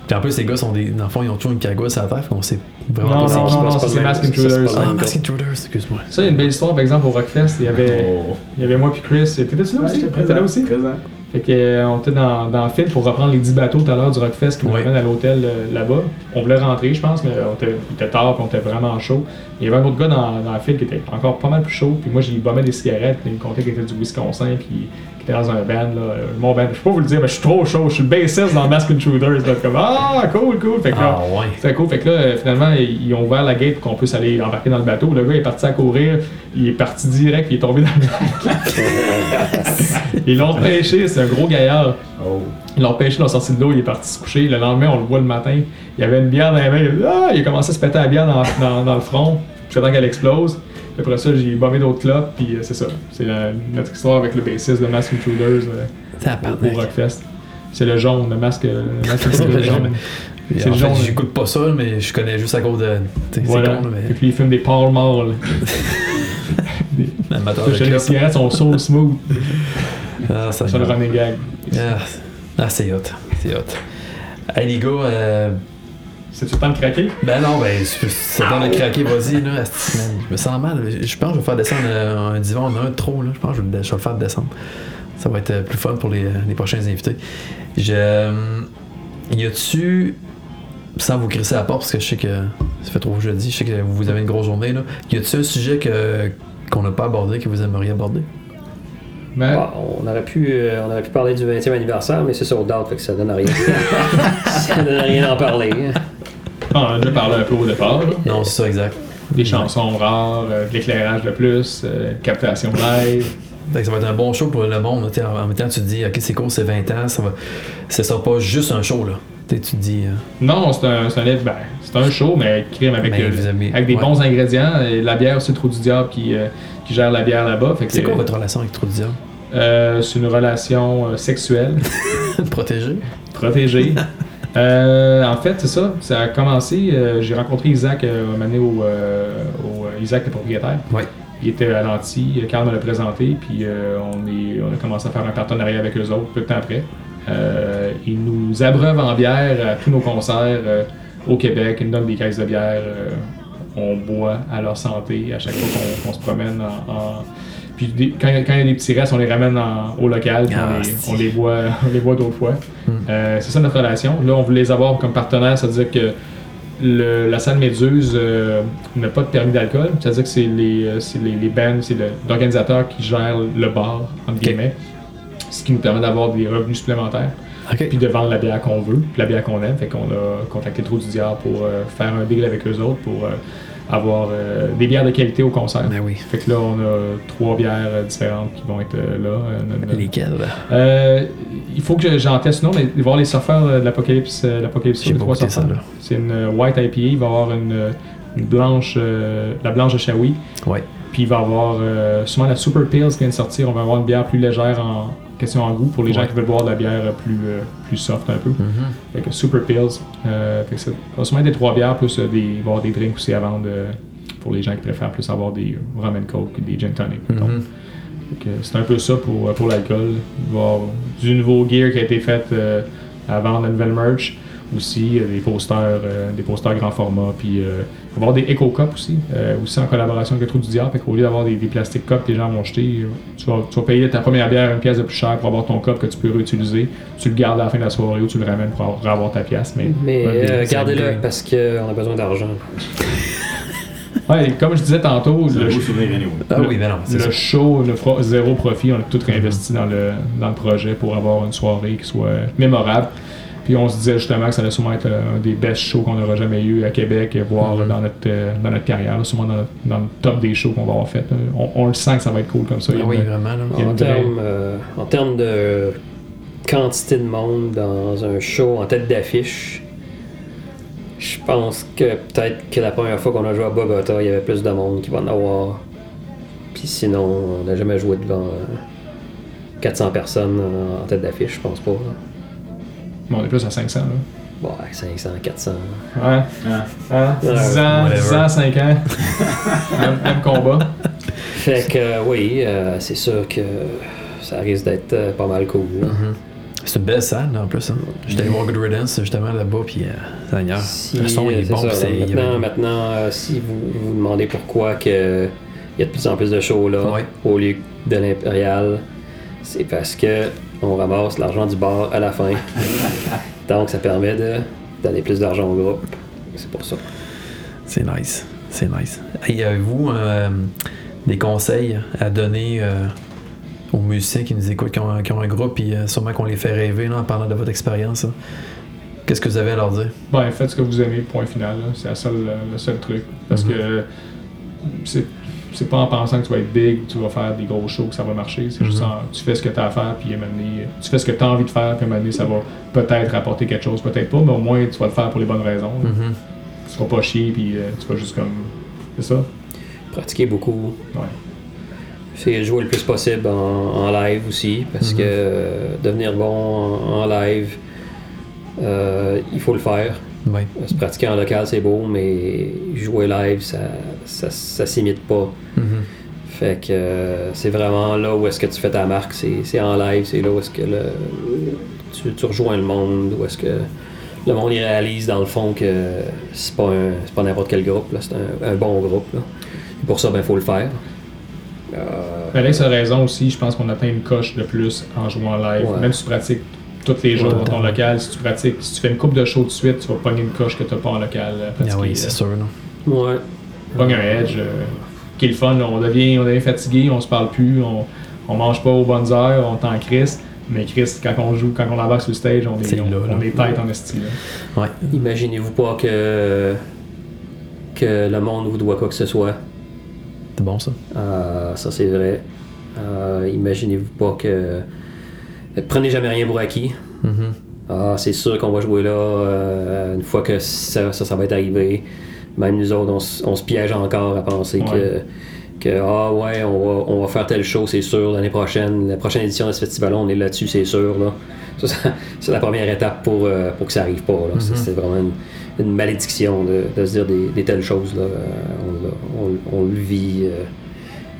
Puis en plus, les gars sont des. Dans le fond, ils ont toujours une cagousse à la tête, fait qu'on sait vraiment Non, pas c'est non, qui. non, non, ça, c'est pas le c'est même. Mask Ça, c'est pas Intruders. le Ah, même. Mask Intruders, excuse-moi. Ça, il y a une belle histoire, par exemple, au Rockfest, il y avait, Oh. il y avait moi puis Chris. T'étais-tu là aussi? T'étais là aussi? Ah, Présent. Fait que, euh, on était dans, dans le fil pour reprendre les 10 bateaux tout à l'heure du Rockfest qui nous Ouais. amènent à l'hôtel euh, là-bas. On voulait rentrer, je pense, mais on était, il était tard puis on était vraiment chaud. Il y avait un autre gars dans, dans le fil qui était encore pas mal plus chaud. Puis moi, j'ai bombé des cigarettes. Puis il me contait qu'il était du Wisconsin puis qu'il était dans un band. Là, euh, mon band. Je peux pas vous le dire, mais je suis trop chaud. Je suis le bassiste dans Mask Intruders. Donc, comme, ah, cool, cool. Fait que, là, Ah, ouais. c'est cool. Fait que là, euh, finalement, ils ils ont ouvert la gate pour qu'on puisse aller embarquer dans le bateau. Le gars est parti à courir, il est parti direct, il est tombé dans le lac. ils l'ont pêché, c'est un gros gaillard. Oh. Ils l'ont pêché, ils l'ont sorti de l'eau, il est parti se coucher. Le lendemain, on le voit le matin, il avait une bière dans les mains. Il, ah, il a commencé à se péter la bière dans, dans, dans le front, jusqu'à temps qu'elle explose. Puis Après ça, j'ai bombé d'autres clopes, puis euh, c'est ça. C'est la- notre histoire avec le bassiste de Mask Intruders euh, au Tabarnak. Rockfest. C'est le jaune, le masque, le masque Intruders jaune. Et C'est en le fait, genre de- J'écoute pas ça, mais je connais juste à cause de. t'sais, Voilà. C'est con, là, Et mais. puis il fume des Paul Mall. Amateur de Toucher les clope. cigarettes sont so smooth Ah, ça sur le me- running gag. Ah, ah, c'est hot. C'est hot. Hey, les gars, euh, C'est tout le temps de craquer. ben non, ben, c'est- c'est dans le craquer, vas-y, là. asti, man. Je me sens mal. Je pense que je vais faire descendre euh, un divan, on a un de trop, là. Je pense que je vais, le- je vais le faire descendre. Ça va être euh, plus fun pour les, les prochains invités. Je. euh, Y a-tu. Sans vous crisser à la porte, parce que je sais que ça fait trop jeudi, je sais que vous avez une grosse journée, là. Y a-tu un sujet que, qu'on n'a pas abordé, que vous aimeriez aborder? Mais Bon, Bah, on, aurait pu, euh, on aurait pu parler du 20e anniversaire, mais c'est sur d'autres, fait que ça donne à rien. ça donne à rien d'en parler. on en a déjà ah, parlé un peu au départ. là. Non, c'est ça, exact. Des chansons rares, euh, de l'éclairage de plus, euh, captation live. Fait que ça va être un bon show pour le monde. tu sais, En en même temps, tu te dis, OK, c'est cool, c'est 20 ans. Ça va... Ça sera pas juste un show, là. Tu sais, tu te dis, euh, Non, c'est un, c'est un, live- ben, c'est un show, mais crime avec, Mais euh, Ben, vous aimez- avec des ouais. bons ingrédients. Et la bière, c'est le trou du diable qui, euh, qui gère la bière là-bas. Fait que, c'est quoi votre relation avec Trou du Diable? euh, C'est une relation euh, sexuelle. Protégé? protégé. Euh, en fait, c'est ça. Ça a commencé. euh, j'ai rencontré Isaac euh, un moment donné au, euh, au, euh, Isaac, le propriétaire. Oui. Il était à l'anti. euh, Carl me l'a présenté. Puis euh, on, est, on a commencé à faire un partenariat avec eux autres peu de temps après. Euh, ils nous abreuvent en bière à tous nos concerts euh, au Québec. Ils nous donnent des caisses de bière. euh, on boit à leur santé à chaque fois qu'on- qu'on se promène en. en- puis des- quand quand il y a des petits restes, on les ramène en- au local, puis Ah, on, les, c'est- Hmm. on les boit, on les boit d'autres fois. Euh, c'est ça notre relation. Là, on voulait les avoir comme partenaires, c'est-à-dire que le- la salle Méduse euh, n'a pas de permis d'alcool. C'est-à-dire que c'est les, euh, c'est les, les bands, c'est le- l'organisateur qui gère le bar, entre guillemets. Ce qui nous permet d'avoir des revenus supplémentaires, OK. puis de vendre la bière qu'on veut, puis la bière qu'on aime. Fait qu'on a contacté Trou du Diable pour euh, faire un deal avec eux autres, pour euh, avoir euh, des bières de qualité au concert. Ben oui. Fait que là, on a trois bières euh, différentes qui vont être euh, là. euh, notre- notre- Lesquels Euh, il faut que je- j'en teste non, mais voir les surfeurs euh, de l'Apocalypse, euh, l'Apocalypse J'ai les pas trois goûté ça, surfeurs. là. C'est une euh, white IPA, il va avoir une, euh, une blanche, euh, la blanche de Shawi, Ouais. puis il va avoir euh, sûrement la Super Pills qui vient de sortir. On va avoir une bière plus légère en question en goût pour les gens Ouais. Mm. qui veulent boire de la bière euh, plus, euh, plus soft un peu. Mm-hmm. Fait que Super Pills. Euh, fait que ça va sûrement être des trois bières, plus euh, des, il va y avoir des drinks aussi à vendre euh, pour les gens qui préfèrent plus avoir des euh, rum and coke ou des gin tonic. mettons. Mhm. Fait que C'est un peu ça pour, euh, pour l'alcool. Il va y avoir du nouveau gear qui a été fait euh, à vendre, la nouvelle merch. Aussi, euh, des posters, euh, des posters grand format. Puis, euh, il va y avoir des Eco Cups aussi, euh, aussi en collaboration avec le Trou du Diable. Fait qu'au lieu d'avoir des, des plastiques cups que les gens vont jeter, euh, tu vas, tu vas payer ta première bière une pièce de plus cher pour avoir ton cup que tu peux réutiliser. Tu le gardes à la fin de la soirée ou tu le ramènes pour avoir, reavoir ta pièce. Mais, Mais Ouais, euh, des- gardez-le parce qu'on a besoin d'argent. Ouais, comme je disais tantôt, C'est un le, beau souvenir, anyway. Ah Le- oui, mais non, c'est le ça. show ne fera zéro profit. On a tout réinvesti dans, le, dans le projet pour avoir une soirée qui soit mémorable. Puis on se disait justement que ça allait sûrement être euh, un des best shows qu'on n'aura jamais eu à Québec, et voir Mm-hmm. dans, notre, euh, dans notre carrière, là, sûrement dans, notre- dans le top des shows qu'on va avoir fait. là. On, on le sent que ça va être cool comme ça. Il y Ah a oui, une- vraiment, là. y a En une termes euh, en termes de quantité de monde dans un show en tête d'affiche, je pense que peut-être que la première fois qu'on a joué à Bogota, il y avait plus de monde qui va en avoir. Puis sinon, on n'a jamais joué devant euh, 400 personnes en tête d'affiche, je pense pas. là. Mais on est plus à 500. Là. Bon, 500, 400. Ouais. Ah. Hein? Ouais, 10 ans, whatever. 10 ans, 5 ans. même, même combat. Fait que euh, oui, euh, c'est sûr que ça risque d'être euh, pas mal cool. Ah. là. C'est une belle salle, là, en plus. Hein. J'étais allé voir Good Riddance, justement, là-bas, puis euh, Seigneur, Si, le son, il euh, est c'est bon, ça. puis c'est... il y Maintenant, avait- maintenant euh, si vous vous demandez pourquoi que il y a de plus en plus de shows là Ouais. au lieu de l'impérial, c'est parce que on ramasse l'argent du bar à la fin. Donc ça permet de donner plus d'argent au groupe. C'est pour ça. C'est nice. C'est nice. Et avez-vous euh, des conseils à donner euh, aux musiciens qui nous écoutent, qui ont, qui ont un groupe, puis euh, sûrement qu'on les fait rêver là, en parlant de votre expérience? hein? Qu'est-ce que vous avez à leur dire? Ben, faites ce que vous aimez, point final. là. C'est la seule- euh, le seul truc. Parce Mhm. que c'est, c'est pas en pensant que tu vas être big, tu vas faire des gros shows que ça va marcher. C'est juste Mhm. en- tu fais ce que tu as à faire, puis à un moment donné, tu fais ce que tu as envie de faire, puis à un moment donné, ça va peut-être apporter quelque chose, peut-être pas, mais au moins tu vas le faire pour les bonnes raisons. là. Mhm. Tu seras pas chier, puis euh, tu vas juste comme. C'est ça? Pratiquez beaucoup. Ouais. C'est jouer le plus possible en, en live aussi, parce que euh, devenir bon en, en live, euh, il faut le faire. Euh, Ouais. Se pratiquer en local, c'est beau, mais jouer live, ça, ça, ça s'imite pas. Mhm. Fait que euh, c'est vraiment là où est-ce que tu fais ta marque. C'est c'est en live, c'est là où est-ce que le- tu, tu rejoins le monde, où est-ce que le monde il réalise dans le fond que c'est pas un- c'est pas n'importe quel groupe, là, c'est un, un bon groupe. là. Et pour ça, ben faut le faire. Euh, Alex a raison aussi, je pense qu'on atteint une coche de plus en jouant en live. Ouais. Même si tu pratiques tous les jours Ouais, dans ton totalement. local, si tu pratiques, si tu fais une coupe de show de suite, tu vas pogner une coche que tu n'as pas en local. euh, Ah pratiquer, oui, euh, c'est sûr. là. ouais. pogne un edge euh, qui est le fun. là. On devient, on devient fatigué, on se parle plus, on, on mange pas aux bonnes heures, on t'en crisse. Mais Chris, quand on joue, quand on embarque sur le stage, on est, C'est on, là, là. on est tête en esti. là. Ouais. Imaginez-vous pas que, que le monde vous doit quoi que ce soit. C'est bon, ça. Euh, ça, c'est vrai. Euh, Imaginez-vous pas que. Prenez jamais rien pour acquis. Mhm. Ah, c'est sûr qu'on va jouer là euh, une fois que ça, ça, ça va être arrivé. Même nous autres, on, s- on se piège encore à penser Ouais. que, que, ah ouais, on va, on va faire telle show, c'est sûr, l'année prochaine, la prochaine édition de ce festival, on est là-dessus, c'est sûr. Là. Ça, ça- c'est la première étape pour, euh, pour que ça arrive pas. là. C'est- C'est vraiment une, une malédiction de, de se dire des, des telles choses. Là. Euh, on, l'a- on- on le vit euh,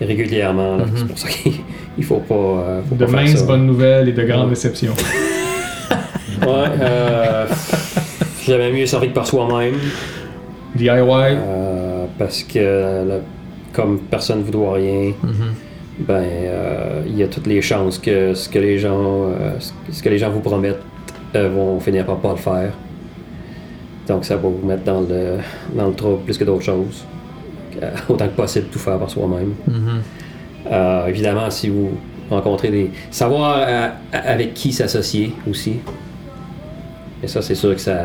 régulièrement. là. C'est pour ça qu'il il faut pas, euh, faut De pas faire minces ça. bonnes nouvelles et de grandes Ouais. déceptions. Ouais, euh, j'aimais mieux servir par soi-même DIY, euh, parce que là, comme personne ne vous doit rien, Mhm. ben euh, il y a toutes les chances que ce que les gens, euh, ce- ce que les gens vous promettent euh, vont finir par pas le faire. Donc ça va vous mettre dans le dans le trouble plus que d'autres choses. Euh, Autant que possible, tout faire par soi-même. Mhm. Euh, évidemment, si vous rencontrez des. Savoir euh, avec qui s'associer aussi. Et ça, c'est sûr que ça,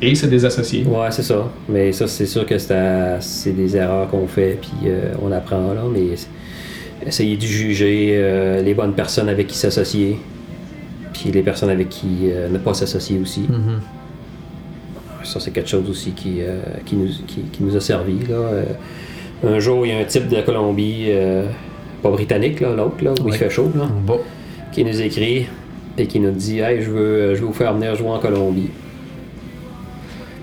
et c'est des associés. Ouais, c'est ça. Mais ça, c'est sûr que c'est à- c'est des erreurs qu'on fait, puis euh, on apprend, là. Mais c'est- essayer de juger euh, les bonnes personnes avec qui s'associer, puis les personnes avec qui euh, ne pas s'associer aussi. Mhm. Ça, c'est quelque chose aussi qui, euh, qui, nous, qui, qui nous a servi, là. Euh, un jour, il y a un type de Colombie, euh, pas britannique, là, l'autre, là, où Ouais. il fait chaud, là, Mm-hmm. Bon. qui nous écrit et qui nous dit Hey, je veux, je veux vous faire venir jouer en Colombie.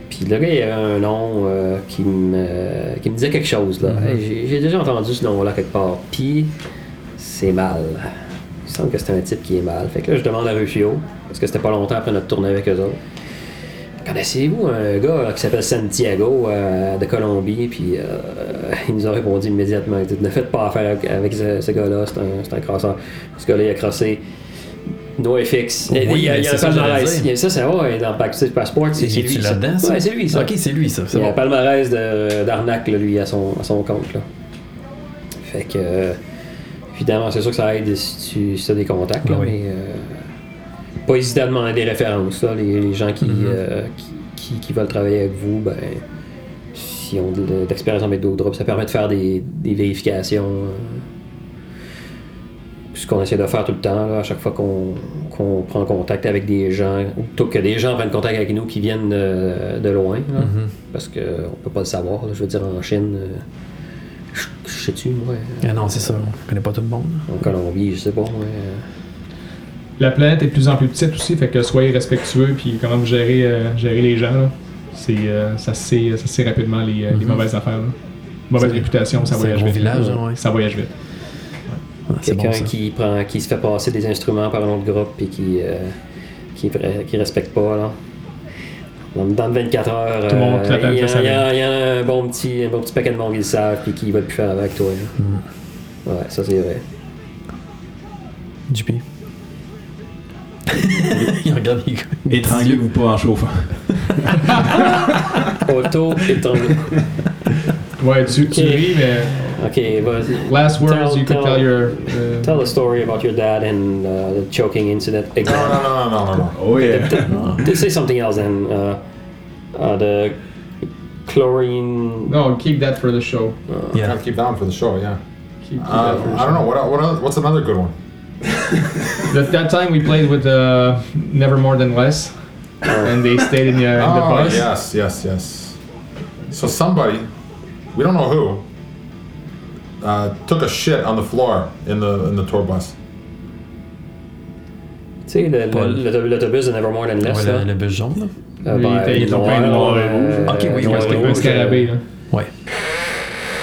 Puis le gars, il avait un nom euh, qui, me, euh, qui me disait quelque chose. là. Mhm. Hey, j'ai- J'ai déjà entendu ce nom-là quelque part. Puis c'est mal. Il me semble que c'est un type qui est mal. Fait que là, je demande à Rufio, parce que c'était pas longtemps après notre tournée avec eux autres. Connaissez-vous un gars là, qui s'appelle Santiago euh, de Colombie? Puis euh, il nous a répondu immédiatement. Il dit, ne faites pas affaire avec, avec ce, ce gars-là, c'est un, c'est un crosseur. Ce gars-là, il a crossé NoFX. Oui, il y a, mais il y a c'est un ça que j'allais palmarès. dire. Il y a- Ça, c'est vrai, dans Active Passport, c'est c'est Et lui. tu ça. là-dedans, ça? Ouais, c'est lui, ça. Ok, c'est lui, ça. Il C'est y a un bon. palmarès de- d'arnaque, là, lui, à son, à son compte. Là. Fait que. euh, Évidemment, c'est sûr que ça aide si tu si as des contacts, là, Oui. mais. euh, pas hésiter à demander des références. Là. Les, les gens qui, euh, qui, qui- qui veulent travailler avec vous, ben. S'ils ont de, de- d'expérience en méthodrop, ça permet de faire des, des vérifications. euh, ce qu'on essaie de faire tout le temps, là, à chaque fois qu'on qu'on prend contact avec des gens, ou plutôt que des gens prennent contact avec nous qui viennent euh, de loin, là, Mm-hmm. parce qu'on peut pas le savoir. là. je veux dire, en Chine, euh, je je sais-tu, moi, euh, Ah non, c'est ça. On connaît pas tout le monde. en Colombie, je sais pas, moi. euh, Ah, La planète est de plus en plus petite aussi, fait que soyez respectueux puis quand même gérer, euh, gérer les gens. là. C'est, euh, ça se sait ça se sait rapidement les, euh, les Mhm. mauvaises affaires. là. Mauvaise C'est- réputation, ça c'est voyage un gros vite. village, hein, ouais. Ça voyage vite. Ah, C'est Quelqu'un bon, ça. qui prend, qui se fait passer des instruments par un autre groupe et qui, euh, qui, vra- qui respecte pas, là. Dans, dans le 24 heures, euh, Tout le monde clappe il y, après a- sa il y a- il y a un bon petit, un bon petit paquet de monde qui le savent et qui veulent plus faire avec toi. là. Mm. Ouais, ça c'est vrai. JP. Il regarde les gars. Étranglez-vous pas en chauffant. Auto étranglé. Ouais, tu, tu Ok. ris, mais. Ok, vas-y. Last words Tell- you could tell- tell your. euh, Tell a story about your dad and uh, the choking incident No, again. no, no, no, no, no. Oh yeah. They say something else then. Uh, uh, the chlorine. No, keep that for the show. Gotta keep that one for the show, yeah. Keep, keep that for Um, the I show. don't know. What, el- what, el- what's another good one? That, that time we played with uh, Never More Than Less, and they stayed in, uh, in the Oh, bus. yes, yes, yes. So somebody, we don't know who, uh, took a shit on the floor in the in the tour bus. Tu sais, le- Paul. le- l'auto- l'autobus de Nevermore and Less. uh, Ouais, là. le, le bus jaune, là. Euh, Lui, ben, il était- il était en noir, plein noir et euh, rouge. Ok, oui, oui, noir et oui, C'était un rouge, scarabée, hein. là. Ouais.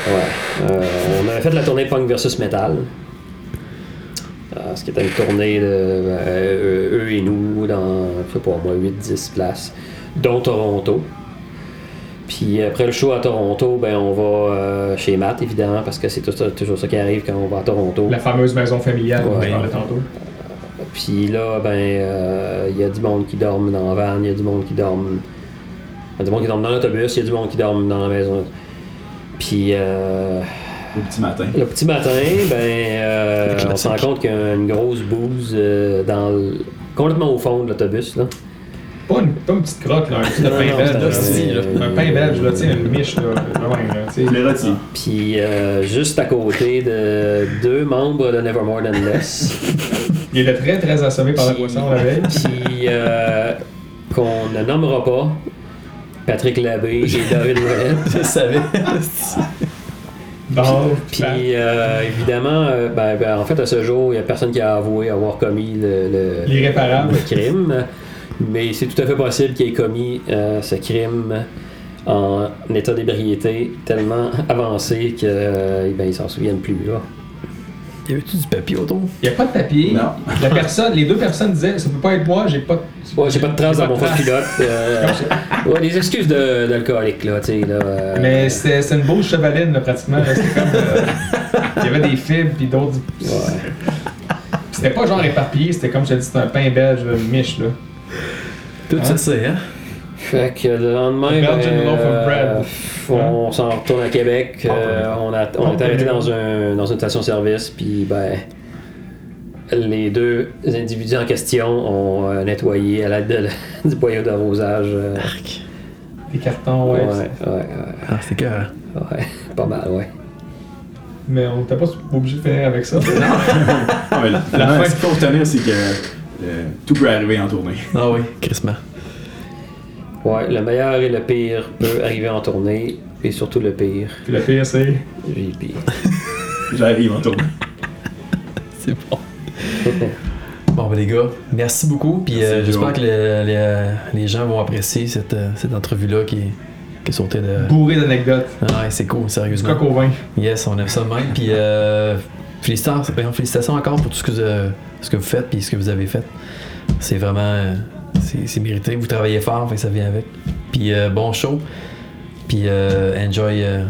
euh, ouais. Euh, on avait fait la tournée punk versus metal. Euh, ce qui était une tournée de euh, eux et nous dans, je sais pas moi, 8-10 places, dont Toronto. Puis après le show à Toronto, ben on va euh, chez Matt évidemment, parce que c'est tout ça- toujours ça qui arrive quand on va à Toronto. La fameuse maison familiale dont Ouais. je parlais tantôt. Puis là, ben, euh, il y a du monde qui dorme dans la van, il y a du monde qui dorme. Il y a du monde qui dorme dans l'autobus, il y a du monde qui dorme dans la maison. Puis euh, Le petit matin. le petit matin, ben, euh, on se rend compte qu'il y a une grosse bouse euh, dans le- complètement au fond de l'autobus. là. Pas une, pas une petite croque, là, un petit pain non, belge. c'était là, un- c'est- Euh, Un pain belge, là, tu sais, une miche, là. Ouais, là, tu sais. Le rôti. Puis euh, juste à côté de deux membres de Nevermore Than Less. Il était très, très assommé par la Puis- poisson la veille. Puis euh, qu'on ne nommera pas Patrick Labbé et David Ouellet. Je savais. Bon, Puis euh, évidemment, euh, ben, ben, en fait, à ce jour, il n'y a personne qui a avoué avoir commis le, le- L'irréparable. le crime. Mais c'est tout à fait possible qu'il ait commis euh, ce crime en état d'ébriété tellement avancé qu'ils ben, ils s'en souviennent plus. Là. Y avait-tu du papier autour? il n'y a pas de papier. Non. La personne, les deux personnes disaient, ça peut pas être moi, j'ai pas de. Ouais, j'ai pas de traces J'ai dans pas mon de fond de traces. pilote. euh, ouais, des excuses de- d'alcoolique, là, tu sais. Là, euh, Mais c'était c'était une boule chevaline, là, pratiquement. là. C'était comme. euh, Il y avait des fibres, puis d'autres. ouais. C'était pas genre éparpillé, c'était comme je te dis, c'était un pain belge, là, une miche, là. Tout ça, c'est, hein? Fait que le lendemain, A Belgian ben, loaf of euh, bread. on s'en retourne à Québec. euh, on a, on est arrêté dans, un, dans une station-service, puis ben, les deux individus en question ont euh, nettoyé à l'aide de la- du boyau d'arrosage euh, des cartons, ouais. ouais, ouais, ouais. Ah, c'est que. Ouais, pas mal, ouais. Mais on n'était pas obligé de finir avec ça. Ah, mais la fin qu'il faut retenir, c'est que euh, tout peut arriver en tournée. Ah oui, crissement. Ouais, le meilleur et le pire peut arriver en tournée, et surtout le pire, Puis le pire, c'est. JP. J'arrive en tournée. C'est bon. Bon, ben les gars, merci beaucoup. Puis euh, Joe. j'espère que le- le- euh, les gens vont apprécier cette, euh, cette entrevue-là qui, qui est sortie de. Bourré d'anecdotes. Ah, ouais, c'est cool, Du sérieusement. coq au vin. Yes, on aime ça de même. Puis euh, félicitations, ben, félicitations encore pour tout ce que, vous, euh, ce que vous faites puis ce que vous avez fait. C'est vraiment. euh, c'est c'est mérité. Vous travaillez fort, fait que ça vient avec. Puis euh, bon show. Puis euh, enjoy euh,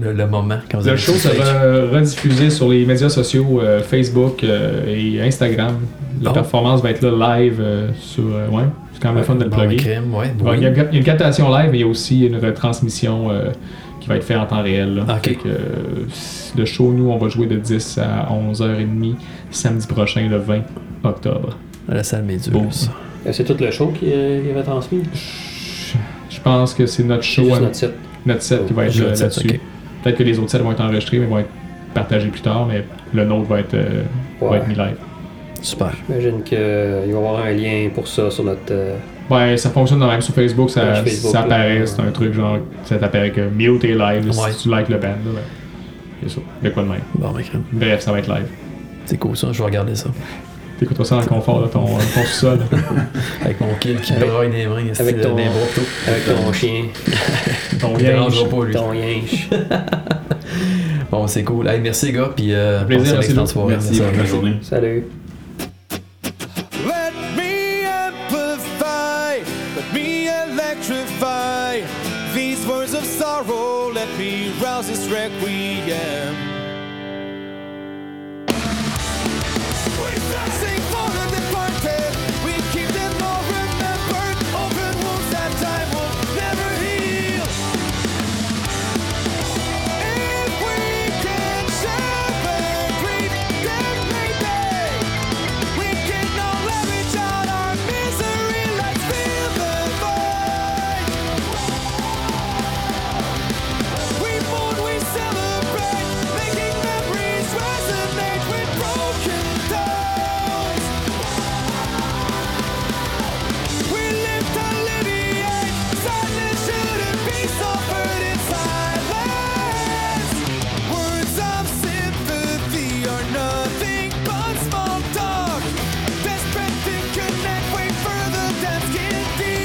le, le moment quand vous Le avez show sur stage. sera rediffusé sur les médias sociaux euh, Facebook euh, et Instagram. La Ah. performance va être là live euh, sur. euh, ouais, c'est quand même le fun de le Bon, plugger. crime, ouais, Ouais, oui. Il y a- il y a une captation live, mais il y a aussi une retransmission euh, qui va être faite en temps réel. là. Ok. Fait que, euh, si- le show, nous, on va jouer de 10 à 11h30 samedi prochain, le 20 octobre. À la salle Méduse. Bon. Euh, C'est tout le show qui, euh, qui avait transmis? Je je pense que c'est notre C'est show, juste à- notre site. notre set qui va être Notre euh, set, là-dessus. ok. Peut-être que les autres sets vont être enregistrés, mais vont être partagés plus tard, mais le nôtre va être, euh, va Ouais. être mis live. Super. J'imagine qu'il va y avoir un lien pour ça sur notre... euh, Ouais, Ben, ça fonctionne dans même sur Facebook, ça, Page Facebook, ça apparaît, là. c'est un truc genre, ça t'apparaît que mute et live, Ouais. si tu likes le band, là, ben, c'est ça, de quoi de même. Bon, ben, crime. Bref, ça va être live. C'est cool ça, je vais regarder ça. T'écouteras ça dans le confort de ton, euh, ton sol Avec mon kill qui Avec- braille des mains. avec ton- Des bras plutôt. avec ton chien, ton Il lien. dérangera pas lui. ton yinche. Bon, c'est cool. Hey, merci les gars, puis euh, plaisir, passez une merci excellente beaucoup. soirée. Merci, bonne journée. Salut. Let me amplify, let me electrify these words of sorrow. Let me rouse this requiem. Sing for the departed, we keep them all remembered. Open wounds that time will never heal. If we can celebrate them, maybe. We can all leverage out our misery. Let's feel the fight. We mourn, we celebrate, making memories resonate with broken tones. We live to alleviate sadness. Shouldn't be suffered in silence. Words of sympathy are nothing but small talk. Desperate to connect, way further than skin deep.